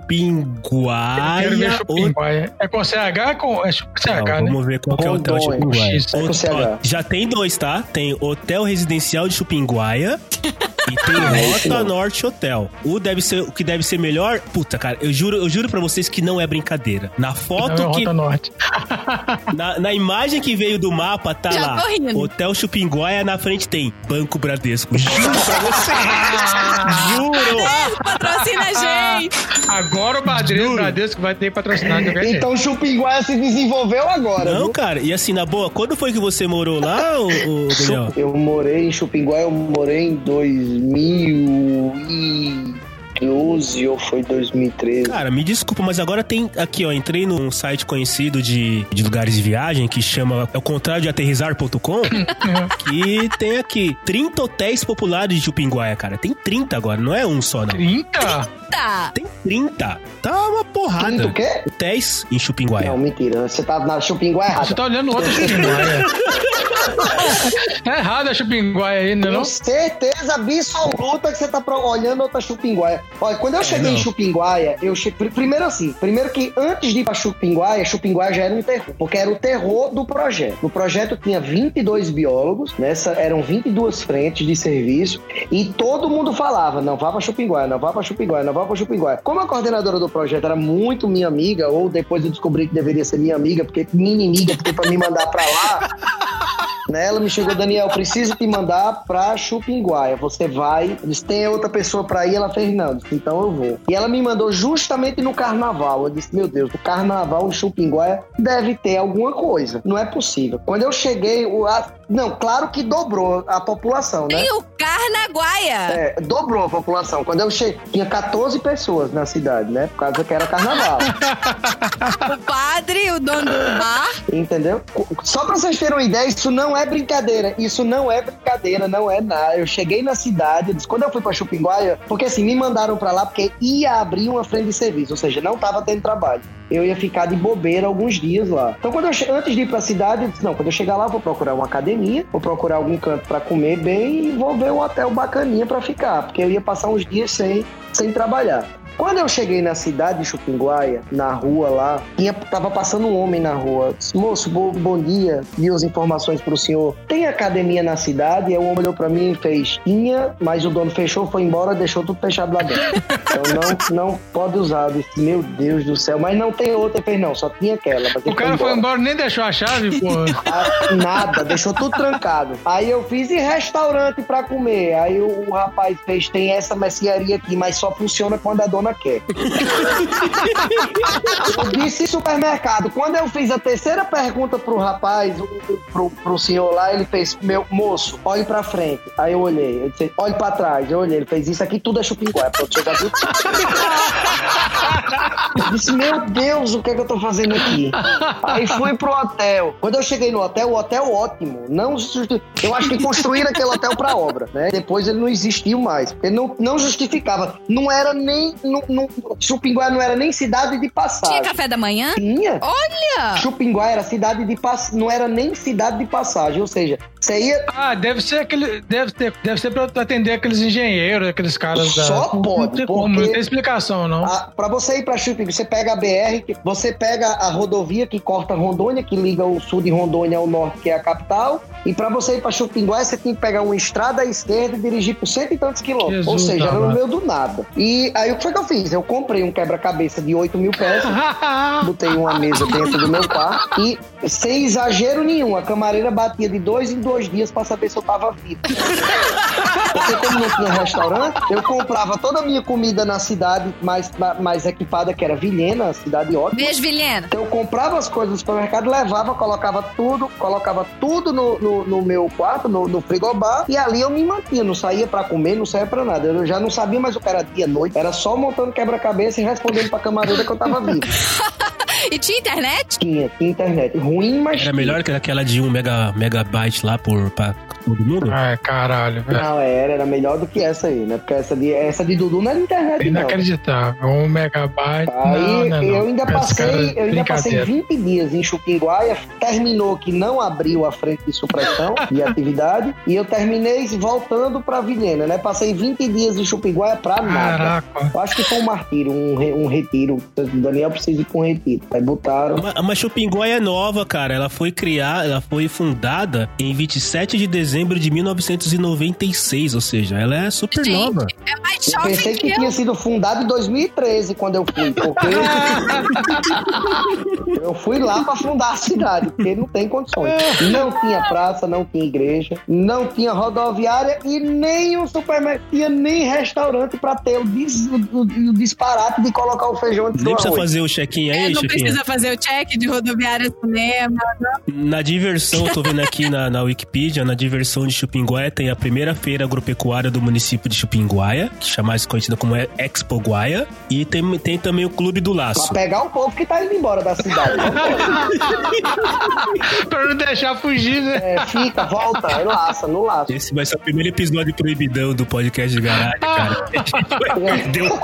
[SPEAKER 1] Chupinguaia.
[SPEAKER 3] ver
[SPEAKER 1] hotel.
[SPEAKER 3] Chupinguaia. É com CH? Com... É com CH,
[SPEAKER 1] Não,
[SPEAKER 3] né?
[SPEAKER 1] vamos ver qual que é o hotel de
[SPEAKER 4] Rondônia,
[SPEAKER 1] Chupinguaia.
[SPEAKER 3] X,
[SPEAKER 4] é com
[SPEAKER 1] Ó,
[SPEAKER 4] CH.
[SPEAKER 1] já tem dois, tá? Tem Hotel Residencial de Chupinguaia e tem Rota Norte Hotel. O, deve ser, o que deve ser melhor... Puta, cara, eu juro, eu juro pra vocês que não é brincadeira. Na
[SPEAKER 3] Não,
[SPEAKER 1] foto
[SPEAKER 3] é
[SPEAKER 1] que
[SPEAKER 3] Rota Norte.
[SPEAKER 1] Na, na imagem que veio do mapa, tá
[SPEAKER 2] Já
[SPEAKER 1] lá.
[SPEAKER 2] tô rindo.
[SPEAKER 1] Hotel Chupinguaia, na frente tem Banco Bradesco. Juro pra você.
[SPEAKER 4] é
[SPEAKER 1] Juro.
[SPEAKER 2] Patrocina a gente!
[SPEAKER 3] Agora o Badreiro Bradesco vai ter patrocinado. quer dizer.
[SPEAKER 4] Então Chupinguaia se desenvolveu agora.
[SPEAKER 1] Não,
[SPEAKER 4] viu?
[SPEAKER 1] cara. E assim, na boa, quando foi que você morou lá, ô, ô, Daniel?
[SPEAKER 4] Eu morei em Chupinguaia, eu morei em dois, 2012 ou foi 2013.
[SPEAKER 1] Cara, me desculpa, mas agora tem aqui, ó. Entrei num site conhecido de, de lugares de viagem que chama é o contrário de aterrizar.com. Então- que tem aqui 30 hotéis populares de Upinguaia, cara. Tem 30 agora, não é um só, não.
[SPEAKER 3] 30?
[SPEAKER 2] Tá.
[SPEAKER 1] Tem 30. Tá uma porrada.
[SPEAKER 4] Trinta o quê?
[SPEAKER 1] Hotéis em Chupinguaia.
[SPEAKER 4] Não, mentira. Você tá na chupinguá
[SPEAKER 3] Você
[SPEAKER 4] errada.
[SPEAKER 3] tá olhando outro chupinguaia. tá errado a chupinguaia aí, não é não?
[SPEAKER 4] Com certeza absoluta que você tá pro- olhando outra Chupinguaia. Olha, quando eu cheguei
[SPEAKER 1] não.
[SPEAKER 4] em Chupinguaia, eu che... pri- primeiro assim, primeiro que antes de ir pra Chupinguaia, Chupinguaia já era um terror, porque era o terror do projeto. No projeto tinha 22 biólogos, nessa eram 22 frentes de serviço, e todo mundo falava, não vá pra Chupinguaia, não vá pra Chupinguaia, não vá pra Chupinguaia. Como a coordenadora do projeto era muito minha amiga, ou depois eu descobri que deveria ser minha amiga, porque minha inimiga, porque pra me mandar pra lá... Né, Ela me chegou, Daniel, preciso te mandar pra Chupinguaia. Você vai. Eu disse, tem outra pessoa pra ir? Ela fez, não. Eu disse, então eu vou. E ela me mandou justamente no carnaval. Eu disse, meu Deus, o carnaval em Chupinguaia deve ter alguma coisa. Não é possível. Quando eu cheguei, o, a- não, claro que dobrou a população, né?
[SPEAKER 2] Tem o Carnaguaia.
[SPEAKER 4] É, dobrou a população. Quando eu cheguei, tinha 14 pessoas na cidade, né? Por causa que era carnaval.
[SPEAKER 2] O padre, o dono do bar.
[SPEAKER 4] Entendeu? Só pra vocês terem uma ideia, isso não é brincadeira. Isso não é brincadeira, não é nada. Eu cheguei na cidade, eu disse, quando eu fui pra Chupinguaia, porque assim, me mandaram pra lá porque ia abrir uma frente de serviço, ou seja, não tava tendo trabalho. Eu ia ficar de bobeira alguns dias lá. Então, quando eu che- antes de ir pra cidade, eu disse, não, quando eu chegar lá, eu vou procurar uma academia, vou procurar algum canto pra comer bem e vou ver um hotel bacaninha pra ficar, porque eu ia passar uns dias sem, sem trabalhar. Quando eu cheguei na cidade de Chupinguaia, na rua lá, tinha, tava passando um homem na rua. Disse, Moço, bo- bom dia, viu as informações pro senhor. Tem academia na cidade? Aí o homem olhou pra mim e fez, tinha, mas o dono fechou, foi embora, deixou tudo fechado lá dentro. Então não, não pode usar. Eu disse, meu Deus do céu, mas não tem outra. Ele fez, não, só tinha aquela. mas ele
[SPEAKER 3] O cara foi um embora, nem deixou a chave, porra.
[SPEAKER 4] ah, Nada, deixou tudo trancado. Aí eu fiz e restaurante pra comer. Aí o, o rapaz fez, tem essa mercearia aqui, mas só funciona quando a dona quer. eu disse supermercado. Quando eu fiz a terceira pergunta pro rapaz, o- o- pro, pro senhor lá, ele fez, meu moço, olhe pra frente. Aí eu olhei, ele disse, olhe pra trás. Eu olhei, ele fez, isso aqui tudo é chupinguá. pra eu chegar tudo. Eu disse, meu Deus, o que é que eu tô fazendo aqui? Aí fui pro hotel. Quando eu cheguei no hotel, o hotel ótimo. Não justi- Eu acho que construíram aquele hotel pra obra, né? Depois ele não existiu mais. Porque não, não justificava. Não era nem. Não, não, Chupinguá não era nem cidade de
[SPEAKER 2] Tinha
[SPEAKER 4] passagem.
[SPEAKER 2] café da manhã?
[SPEAKER 4] Tinha?
[SPEAKER 2] Olha!
[SPEAKER 4] Chupinguá era cidade de passagem. Não era nem cidade de passagem. Ou seja, você ia.
[SPEAKER 3] Ah, deve ser aquele. Deve, ter, deve ser pra atender aqueles engenheiros, aqueles caras da.
[SPEAKER 4] Só
[SPEAKER 3] Não
[SPEAKER 4] pode,
[SPEAKER 3] tem como,
[SPEAKER 4] porque-
[SPEAKER 3] não tem explicação, não.
[SPEAKER 4] A, Ah, pra você ir pra Chupinguá, você pega a BR, que- você pega a rodovia que corta Rondônia, que liga o sul de Rondônia ao norte, que é a capital. E pra você ir pra Chupinguá, você tem que pegar uma estrada à esquerda e dirigir por cento e tantos quilômetros. Ou
[SPEAKER 3] Jesus
[SPEAKER 4] seja, era no
[SPEAKER 3] amado.
[SPEAKER 4] meio do nada. E aí o que foi que eu fiz? Eu comprei um quebra-cabeça de 8 mil peças. Botei uma mesa dentro do meu quarto e, sem exagero nenhum, a camareira batia de dois em dois dias pra saber se eu tava vivo. Porque como não tinha restaurante, eu comprava toda a minha comida na cidade mais, mais equipada, que era Vilhena, a cidade ótima.
[SPEAKER 2] Beijo, Vilhena.
[SPEAKER 4] Então eu comprava as coisas do supermercado, levava, colocava tudo, colocava tudo no, no, no meu quarto, no, no frigobar, e ali eu me mantinha, não saía pra comer, não saía pra nada. Eu já não sabia mais o que era dia, noite, era só montando quebra-cabeça e respondendo pra camareira que eu tava vivo.
[SPEAKER 2] E tinha internet?
[SPEAKER 4] Tinha, tinha internet. Ruim, mas.
[SPEAKER 1] Era melhor que aquela de 1 mega, megabyte lá por, pra todo mundo?
[SPEAKER 4] Ah.
[SPEAKER 3] Ai, caralho,
[SPEAKER 4] tinha.
[SPEAKER 3] velho.
[SPEAKER 4] Não, era, era melhor do que essa aí, né? Porque essa de, essa de Dudu não era internet, não.
[SPEAKER 3] Inacreditável. Um megabyte.
[SPEAKER 4] Aí
[SPEAKER 3] não, não, não.
[SPEAKER 4] eu ainda
[SPEAKER 3] Esse cara
[SPEAKER 4] passei,
[SPEAKER 3] é
[SPEAKER 4] eu ainda passei
[SPEAKER 3] brincadeira.
[SPEAKER 4] 20 dias em Chupinguaia, terminou que não abriu a frente de supressão de atividade, e eu terminei voltando pra Vilhena, né? Passei 20 dias em Chupinguaia pra nada.
[SPEAKER 3] Caraca.
[SPEAKER 4] Eu acho que foi um martírio, um, re- um retiro. O Daniel precisa ir pra um retiro. Aí botaram.
[SPEAKER 1] Mas- Mas Chupinguaia é nova, cara. Ela foi criada, ela foi fundada em 27 de dezembro de 1996, ou seja, ela é super
[SPEAKER 2] Gente,
[SPEAKER 1] nova.
[SPEAKER 2] É mais
[SPEAKER 4] Eu
[SPEAKER 2] jovem
[SPEAKER 4] pensei que
[SPEAKER 2] que eu.
[SPEAKER 3] um.
[SPEAKER 4] tinha sido fundado em 2013 quando eu fui, porque eu fui lá pra fundar a cidade, porque não tem condições. Não tinha praça, não tinha igreja, não tinha rodoviária e nem um supermercado, tinha nem restaurante pra ter o, dis- o- o- o disparate de colocar o feijão antes do
[SPEAKER 1] Nem precisa
[SPEAKER 4] arroz.
[SPEAKER 1] fazer o check-in aí,
[SPEAKER 2] É, não
[SPEAKER 1] Chiquinha?
[SPEAKER 2] precisa fazer o check de rodoviária cinema.
[SPEAKER 1] Na diversão, tô vendo aqui na, na Wikipedia, na Expressão de Chupinguaia tem a primeira feira agropecuária do município de Chupinguaia, que chama- mais conhecida como é Expo Guaia, e tem, tem também o Clube do
[SPEAKER 4] Pra
[SPEAKER 1] Laço.
[SPEAKER 4] pegar o povo que tá indo embora da cidade.
[SPEAKER 3] pra não deixar fugir, né?
[SPEAKER 4] É, fica, volta, é laça, no laço.
[SPEAKER 1] Esse vai ser o primeiro episódio proibidão do podcast de garagem, cara. A gente vai perder o tio.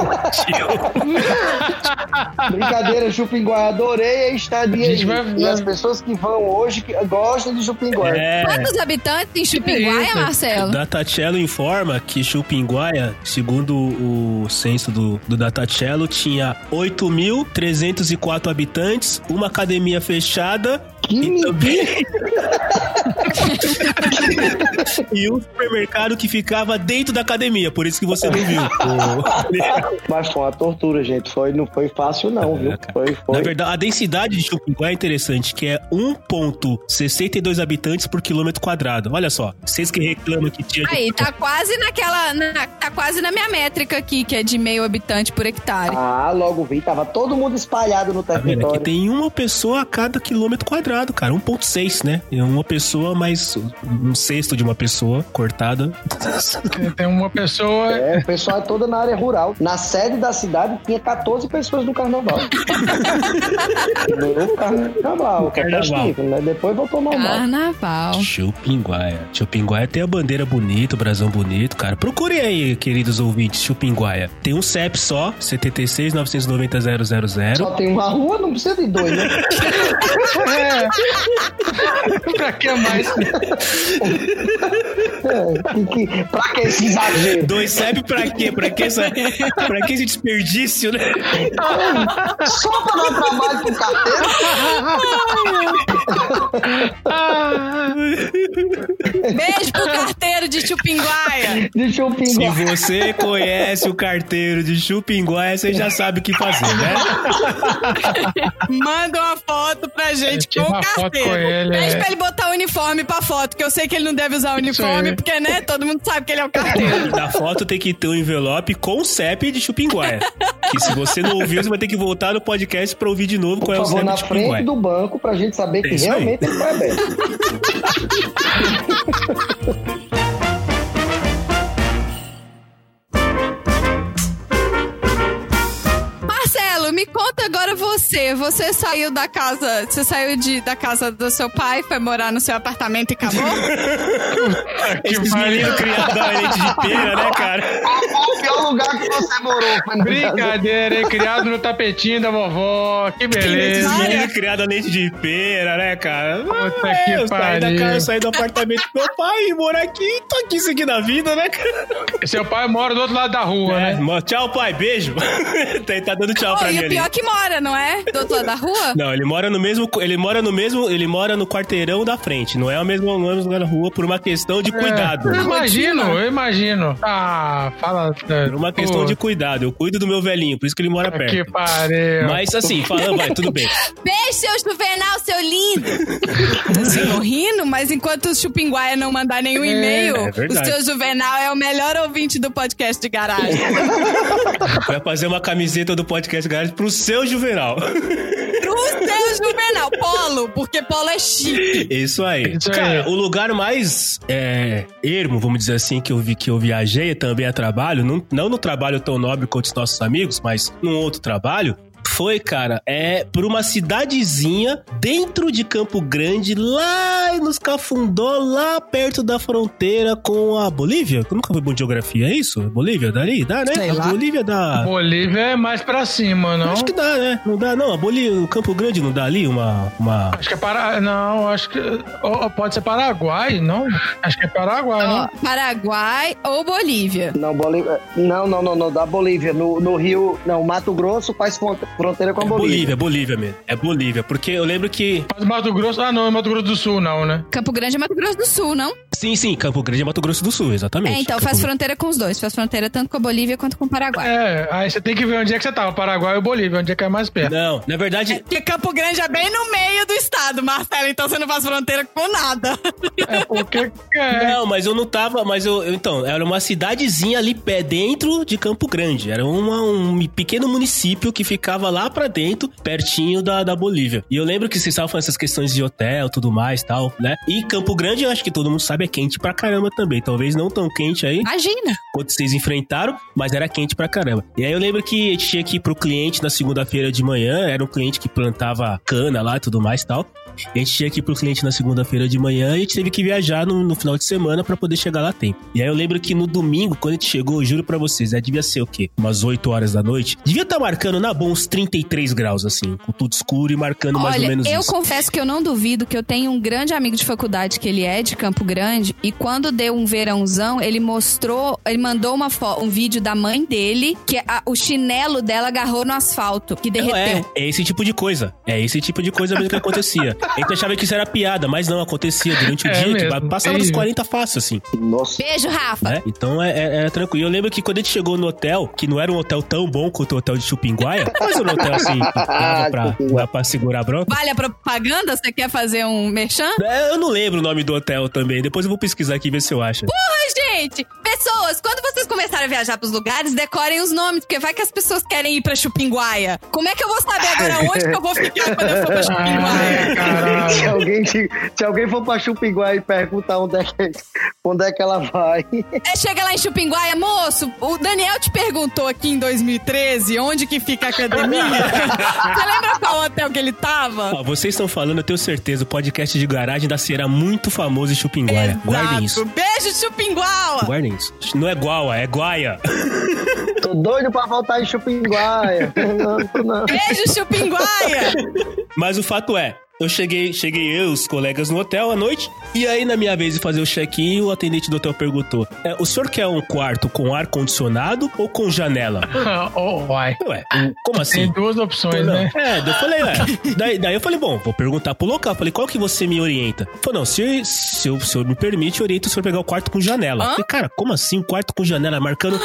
[SPEAKER 4] Brincadeira, Jupinguai, adorei a estadia.
[SPEAKER 3] A gente
[SPEAKER 4] aí.
[SPEAKER 3] vai-
[SPEAKER 4] E as pessoas que vão hoje que gostam de Jupinguai.
[SPEAKER 1] É.
[SPEAKER 2] Quantos habitantes em Chupinguaia,
[SPEAKER 3] isso?
[SPEAKER 2] Marcelo?
[SPEAKER 1] Datacello informa que Chupinguaia, segundo o censo do, do Datacello, tinha 8.304 habitantes, uma academia fechada
[SPEAKER 4] Que
[SPEAKER 1] e
[SPEAKER 4] mentira!
[SPEAKER 1] também... e um supermercado que ficava dentro da academia, por isso que você não viu.
[SPEAKER 4] Mas foi uma tortura, gente. Foi, não foi fácil, não, viu? Foi,
[SPEAKER 1] Tá Na
[SPEAKER 4] foi.
[SPEAKER 1] verdade, a densidade de Chupinguá é interessante, que é 1.62 habitantes por quilômetro quadrado. Olha só, vocês que reclamam que tinha...
[SPEAKER 2] Aí, tá quase naquela. na- tá quase na minha métrica aqui, que é de meio habitante por hectare.
[SPEAKER 4] Ah, logo vi. Tava todo mundo espalhado no
[SPEAKER 1] Tá vendo? Aqui
[SPEAKER 4] território.
[SPEAKER 1] tem uma pessoa a cada quilômetro quadrado, cara. 1.6, né? É Uma pessoa mais um sexto de uma pessoa cortada.
[SPEAKER 3] Tem uma pessoa.
[SPEAKER 4] É, o pessoal é todo na área rural. Na sede da cidade tinha 14 pessoas no carnaval. no carnaval, que é
[SPEAKER 1] Carnaval.
[SPEAKER 4] festivo, né? Depois voltou ao
[SPEAKER 2] Ah.
[SPEAKER 4] normal.
[SPEAKER 2] Carnaval.
[SPEAKER 1] Chupinguaia. Chupinguaia tem a bandeira bonita, o brasão bonito, cara. Procure aí, queridos ouvintes, Chupinguaia. Tem um CEP só, 7699000.
[SPEAKER 4] Só tem uma rua, não precisa de dois, né?
[SPEAKER 3] pra que mais?
[SPEAKER 4] É, que- que- pra que esse exagero?
[SPEAKER 1] Dois CEP pra quê? Pra que, essa, pra que esse desperdício, né?
[SPEAKER 4] Só pra dar trabalho pro carteiro?
[SPEAKER 2] Beijo pro carteiro de Chupinguaia.
[SPEAKER 4] Deixa eu
[SPEAKER 1] Se
[SPEAKER 4] pingar.
[SPEAKER 1] você conhece o carteiro de Chupinguaia, você já sabe o que fazer, né?
[SPEAKER 7] Manda uma foto pra gente
[SPEAKER 3] Tira
[SPEAKER 7] com
[SPEAKER 3] uma
[SPEAKER 7] o
[SPEAKER 3] foto com
[SPEAKER 7] carteiro.
[SPEAKER 3] ele.
[SPEAKER 2] Pede
[SPEAKER 3] é.
[SPEAKER 2] pra ele botar o uniforme pra foto, que eu sei que ele não deve usar o uniforme,
[SPEAKER 3] aí.
[SPEAKER 2] porque, né, todo mundo sabe que ele é o carteiro.
[SPEAKER 1] Na foto tem que ter um envelope com o CEP de Chupinguaia. Que se você não ouviu, você vai ter que voltar no podcast pra ouvir de novo
[SPEAKER 4] Por
[SPEAKER 1] qual é o
[SPEAKER 4] favor,
[SPEAKER 1] CEP
[SPEAKER 4] na
[SPEAKER 1] de Chupinguaia.
[SPEAKER 4] frente do banco pra gente saber que
[SPEAKER 1] Isso aí.
[SPEAKER 4] realmente ele foi aberto.
[SPEAKER 2] Marcelo, me conta agora você. Você saiu da casa, você saiu de, da casa do seu pai, foi morar no seu apartamento e acabou?
[SPEAKER 1] Esses
[SPEAKER 3] Que
[SPEAKER 1] meninos
[SPEAKER 3] pariu.
[SPEAKER 1] criados da leite de pera, né, cara?
[SPEAKER 4] Qual que é o lugar que você morou? Foi no Brasil.
[SPEAKER 3] Brincadeira, hein? Criado no tapetinho da vovó. Que beleza.
[SPEAKER 1] Esses
[SPEAKER 7] Olha.
[SPEAKER 1] meninos criados a leite de pera, né, cara?
[SPEAKER 3] Puta
[SPEAKER 1] Ah,
[SPEAKER 3] que
[SPEAKER 1] eu saí da
[SPEAKER 3] pariu.
[SPEAKER 1] casa, saí do apartamento do meu pai e morar aqui. Tô aqui seguindo a vida, né, cara?
[SPEAKER 3] Seu pai mora do outro lado da rua,
[SPEAKER 1] É,
[SPEAKER 3] né?
[SPEAKER 1] mo- tchau, pai, beijo. Tá- tá dando tchau
[SPEAKER 2] Pô,
[SPEAKER 1] pra mim
[SPEAKER 2] e o
[SPEAKER 1] ali.
[SPEAKER 2] pior que mora, não é? Do outro lado da rua?
[SPEAKER 1] Não, ele mora no mesmo. Ele mora no mesmo. Ele mora no quarteirão da frente. Não é o mesmo não é o mesmo lugar da rua por uma questão
[SPEAKER 3] É.
[SPEAKER 1] de cuidado.
[SPEAKER 3] Eu imagino, eu imagino. Ah, fala.
[SPEAKER 1] Por uma questão de cuidado. Eu cuido do meu velhinho, por isso que ele mora perto.
[SPEAKER 3] É Que pariu.
[SPEAKER 1] Mas assim, falando, vai, tudo bem.
[SPEAKER 2] Beijo, seu juvenal, seu lindo! Vocês estão tá rindo, mas enquanto o Chupinguaia não mandar nenhum e-mail,
[SPEAKER 1] é
[SPEAKER 2] o
[SPEAKER 1] verdade.
[SPEAKER 2] seu juvenal é o melhor ouvinte do podcast de garagem.
[SPEAKER 1] Vai fazer uma camiseta do podcast Garage pro seu Juvenal.
[SPEAKER 2] Pro seu juvenal. Polo, porque polo é chique.
[SPEAKER 1] Isso aí.
[SPEAKER 3] Isso aí.
[SPEAKER 1] Cara, o lugar mais é, ermo, vamos dizer assim, que eu vi que eu viajei também a trabalho, não, não no trabalho tão nobre quanto os nossos amigos, mas num outro trabalho. Foi, cara, é por uma cidadezinha dentro de Campo Grande, lá nos Cafundó, lá perto da fronteira com a Bolívia. Eu nunca fui bom de geografia, é isso? Bolívia, dali? Dá, né?
[SPEAKER 7] Sei
[SPEAKER 1] a
[SPEAKER 7] lá.
[SPEAKER 1] Bolívia dá.
[SPEAKER 3] Bolívia é mais pra cima, não?
[SPEAKER 1] Acho que dá, né? Não dá, não. A Bolívia, o Campo Grande não dá ali uma. uma...
[SPEAKER 3] Acho que é Paraguai. Não, acho que. ou- ou pode ser Paraguai, não? Acho que é Paraguai,
[SPEAKER 2] Ó,
[SPEAKER 3] não?
[SPEAKER 2] Paraguai ou Bolívia?
[SPEAKER 4] Não, Bolívia. Não, não, não, não, da Bolívia. No, no Rio. Não, Mato Grosso faz fron- fronteira com a Bolívia.
[SPEAKER 1] É Bolívia, Bolívia mesmo. É Bolívia, porque eu lembro que
[SPEAKER 3] Mas Mato Grosso. Ah, não, é Mato Grosso do Sul, não, né?
[SPEAKER 2] Campo Grande é Mato Grosso do Sul, não?
[SPEAKER 1] Sim, sim, Campo Grande é Mato Grosso do Sul, exatamente.
[SPEAKER 2] É, então
[SPEAKER 1] Campo
[SPEAKER 2] faz
[SPEAKER 1] Grande.
[SPEAKER 2] fronteira com os dois. Faz fronteira tanto com a Bolívia quanto com o Paraguai.
[SPEAKER 3] É, aí você tem que ver onde é que você tava, Paraguai ou Bolívia, onde é que é mais perto.
[SPEAKER 1] Não, na verdade,
[SPEAKER 7] Porque Campo Grande é bem no meio do estado, Marcelo, então você não faz fronteira com nada.
[SPEAKER 3] É porque. É,
[SPEAKER 1] não, mas eu não tava, mas eu, eu- então, era uma cidadezinha ali pé dentro de Campo Grande, era uma- um pequeno município que ficava lá pra dentro, pertinho da, da Bolívia. E eu lembro que vocês estavam falando essas questões de hotel, tudo mais, tal, né? E Campo Grande, eu acho que todo mundo sabe Setup é quente pra caramba também. Talvez não tão quente aí
[SPEAKER 2] Imagina.
[SPEAKER 1] quanto vocês enfrentaram, mas era quente pra caramba. E aí eu lembro que a gente tinha que ir pro cliente na segunda-feira de manhã, era um cliente que plantava cana lá e tudo mais e tal. E a gente tinha que ir pro cliente na segunda-feira de manhã e a gente teve que viajar no, no final de semana pra poder chegar lá a tempo. E aí eu lembro que no domingo, quando a gente chegou, eu juro pra vocês, né, devia ser o quê? Umas 8 horas da noite. Devia estar marcando na boa uns 33 graus, assim, com tudo escuro e marcando mais ou
[SPEAKER 2] Olha,
[SPEAKER 1] menos
[SPEAKER 2] eu
[SPEAKER 1] isso.
[SPEAKER 2] confesso que eu não duvido que eu tenho um grande amigo de faculdade que ele é de Campo Grande e quando deu um verãozão, ele mostrou, ele mandou uma fo- um vídeo da mãe dele que a- o chinelo dela agarrou no asfalto, que
[SPEAKER 1] Não,
[SPEAKER 2] derreteu.
[SPEAKER 1] é, é esse tipo de coisa. É esse tipo de coisa mesmo que acontecia. A gente achava que isso era piada, mas não, acontecia durante o
[SPEAKER 3] É
[SPEAKER 1] dia.
[SPEAKER 3] mesmo,
[SPEAKER 1] tipo, passava
[SPEAKER 3] entendi.
[SPEAKER 1] dos 40 fácil, assim,
[SPEAKER 4] Nossa.
[SPEAKER 2] Beijo, Rafa.
[SPEAKER 1] né? Então é- é- era tranquilo. Eu lembro que quando a gente chegou no hotel, que não era um hotel tão bom quanto o hotel de Chupinguaia, mas era um hotel assim, que dava pra, dava pra segurar a bronca.
[SPEAKER 2] Vale a propaganda? Você quer fazer um merchan?
[SPEAKER 1] É, Eu não lembro o nome do hotel também. Depois eu vou pesquisar aqui e ver se eu acho.
[SPEAKER 2] Gente, pessoas, quando vocês começarem a viajar pros lugares, decorem os nomes, porque vai que as pessoas querem ir pra Chupinguaia. Como é que eu vou saber agora onde que eu vou ficar quando eu for pra Chupinguaia?
[SPEAKER 3] Ai, caralho.
[SPEAKER 4] Se alguém, te- se alguém for pra Chupinguá e perguntar onde é, que, onde é que ela vai,
[SPEAKER 2] É, chega lá em Chupinguaia, moço, o Daniel te perguntou aqui em 2013 onde que fica a academia. Você lembra qual hotel que ele tava?
[SPEAKER 1] Ó, vocês estão falando, eu tenho certeza, o podcast de garagem da Será muito famoso em Chupinguaia. Guardem isso.
[SPEAKER 2] Beijo, Chupinguaua!
[SPEAKER 1] Guardem isso. Não é Guaua, é Guaia.
[SPEAKER 4] tô doido pra voltar em Chupinguaia. Não, tô não.
[SPEAKER 2] Beijo, Chupinguaia!
[SPEAKER 1] Mas o fato é, eu cheguei, cheguei eu, e os colegas no hotel à noite, e aí na minha vez de fazer o check-in, o atendente do hotel perguntou: "É, o senhor quer um quarto com ar condicionado ou com janela?"
[SPEAKER 3] Oh, vai.
[SPEAKER 1] Ué, como
[SPEAKER 3] Tem
[SPEAKER 1] assim?
[SPEAKER 3] duas opções,
[SPEAKER 1] Não.
[SPEAKER 3] né?
[SPEAKER 1] É, daí eu falei, ué. Daí, daí eu falei, bom, vou perguntar pro local. Falei, qual que você me orienta? Falei, não, se, se, eu, se eu me permite, eu oriento o senhor pegar o quarto com janela. Falei, cara, como assim um quarto com janela? Marcando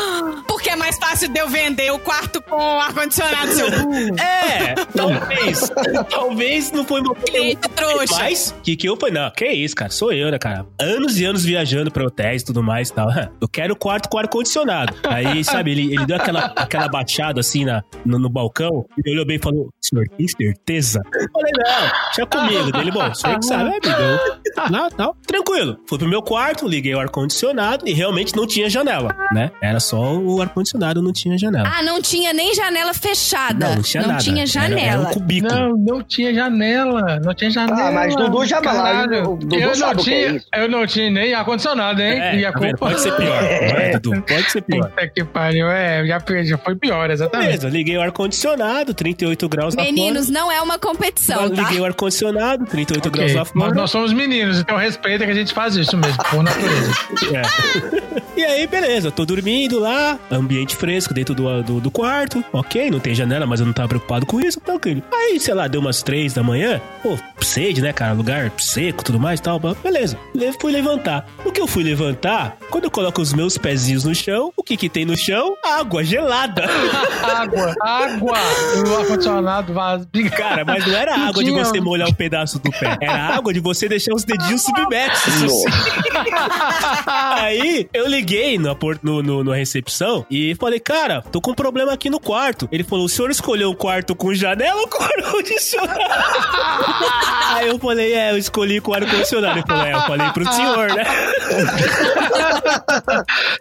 [SPEAKER 7] Porque é mais fácil de eu vender o quarto com ar-condicionado, seu cu.
[SPEAKER 1] É, talvez. talvez não foi uma
[SPEAKER 7] Cliente trouxa.
[SPEAKER 1] Mas, que que eu falei? Não, que isso, cara. Sou eu, né, cara? Anos e anos viajando pra hotéis e tudo mais e tal. Eu quero quarto com ar-condicionado. Aí, sabe, ele, ele deu aquela, aquela baixada assim na, no, no balcão. Ele olhou bem e falou: senhor, tem certeza? Eu falei: não, deixa comigo. Daí Ele, bom, o senhor que sabe, é, amigo. Eu, Não, tal. Tranquilo. Fui pro meu quarto, liguei o ar-condicionado e realmente não tinha janela, né? Era só o ar-condicionado, não tinha janela.
[SPEAKER 2] Ah, não tinha nem janela fechada.
[SPEAKER 1] Não, não tinha nada.
[SPEAKER 2] tinha janela.
[SPEAKER 1] Era, era um cubículo.
[SPEAKER 3] Não, não tinha janela. Não tinha janela.
[SPEAKER 4] Ah, mas Dudu já vai lá,
[SPEAKER 3] Caralho.
[SPEAKER 4] o Dudu
[SPEAKER 3] eu, não
[SPEAKER 4] sabe o que é
[SPEAKER 3] tinha,
[SPEAKER 4] isso.
[SPEAKER 3] eu não tinha nem ar-condicionado, hein?
[SPEAKER 1] É,
[SPEAKER 3] e a
[SPEAKER 1] tá vendo?
[SPEAKER 3] culpa.
[SPEAKER 1] Pode ser pior. Vai, Dudu. Pode ser pior.
[SPEAKER 3] Puta que pariu. É, já, pe- já foi pior, exatamente.
[SPEAKER 1] Beleza, liguei o ar-condicionado, 38 graus
[SPEAKER 2] Meninos,
[SPEAKER 1] lá
[SPEAKER 2] não é uma
[SPEAKER 1] fora.
[SPEAKER 2] competição, tá?
[SPEAKER 1] Liguei o ar-condicionado, 38 graus
[SPEAKER 3] Ok,
[SPEAKER 1] lá
[SPEAKER 3] Mas
[SPEAKER 1] fora.
[SPEAKER 3] nós somos meninos, então respeita que a gente faz isso mesmo, por natureza.
[SPEAKER 1] É. E aí, beleza, tô dormindo lá, ambiente fresco dentro do, do, do quarto, ok, não tem janela, mas eu não tava preocupado com isso, tranquilo. Aí, sei lá, deu umas três da manhã, pô, sede, né, cara, lugar seco, tudo mais e tal, mas beleza. Le- Fui levantar. O que eu fui levantar, quando eu coloco os meus pezinhos no chão, o que que tem no chão? Água gelada.
[SPEAKER 3] Água, água. O ar-condicionado vaza.
[SPEAKER 1] Cara, mas não era
[SPEAKER 3] Não
[SPEAKER 1] água de
[SPEAKER 3] tinha.
[SPEAKER 1] você molhar o pedaço do pé. Era água de você deixar os dedinhos submersos. assim. Aí eu liguei na, por- no, no- na recepção e falei, cara, tô com um problema aqui no quarto. Ele falou, o senhor escolheu o quarto com janela ou com ar-condicionado? Aí eu falei, é, eu escolhi com ar-condicionado. Ele falou, é, eu falei pro senhor, né?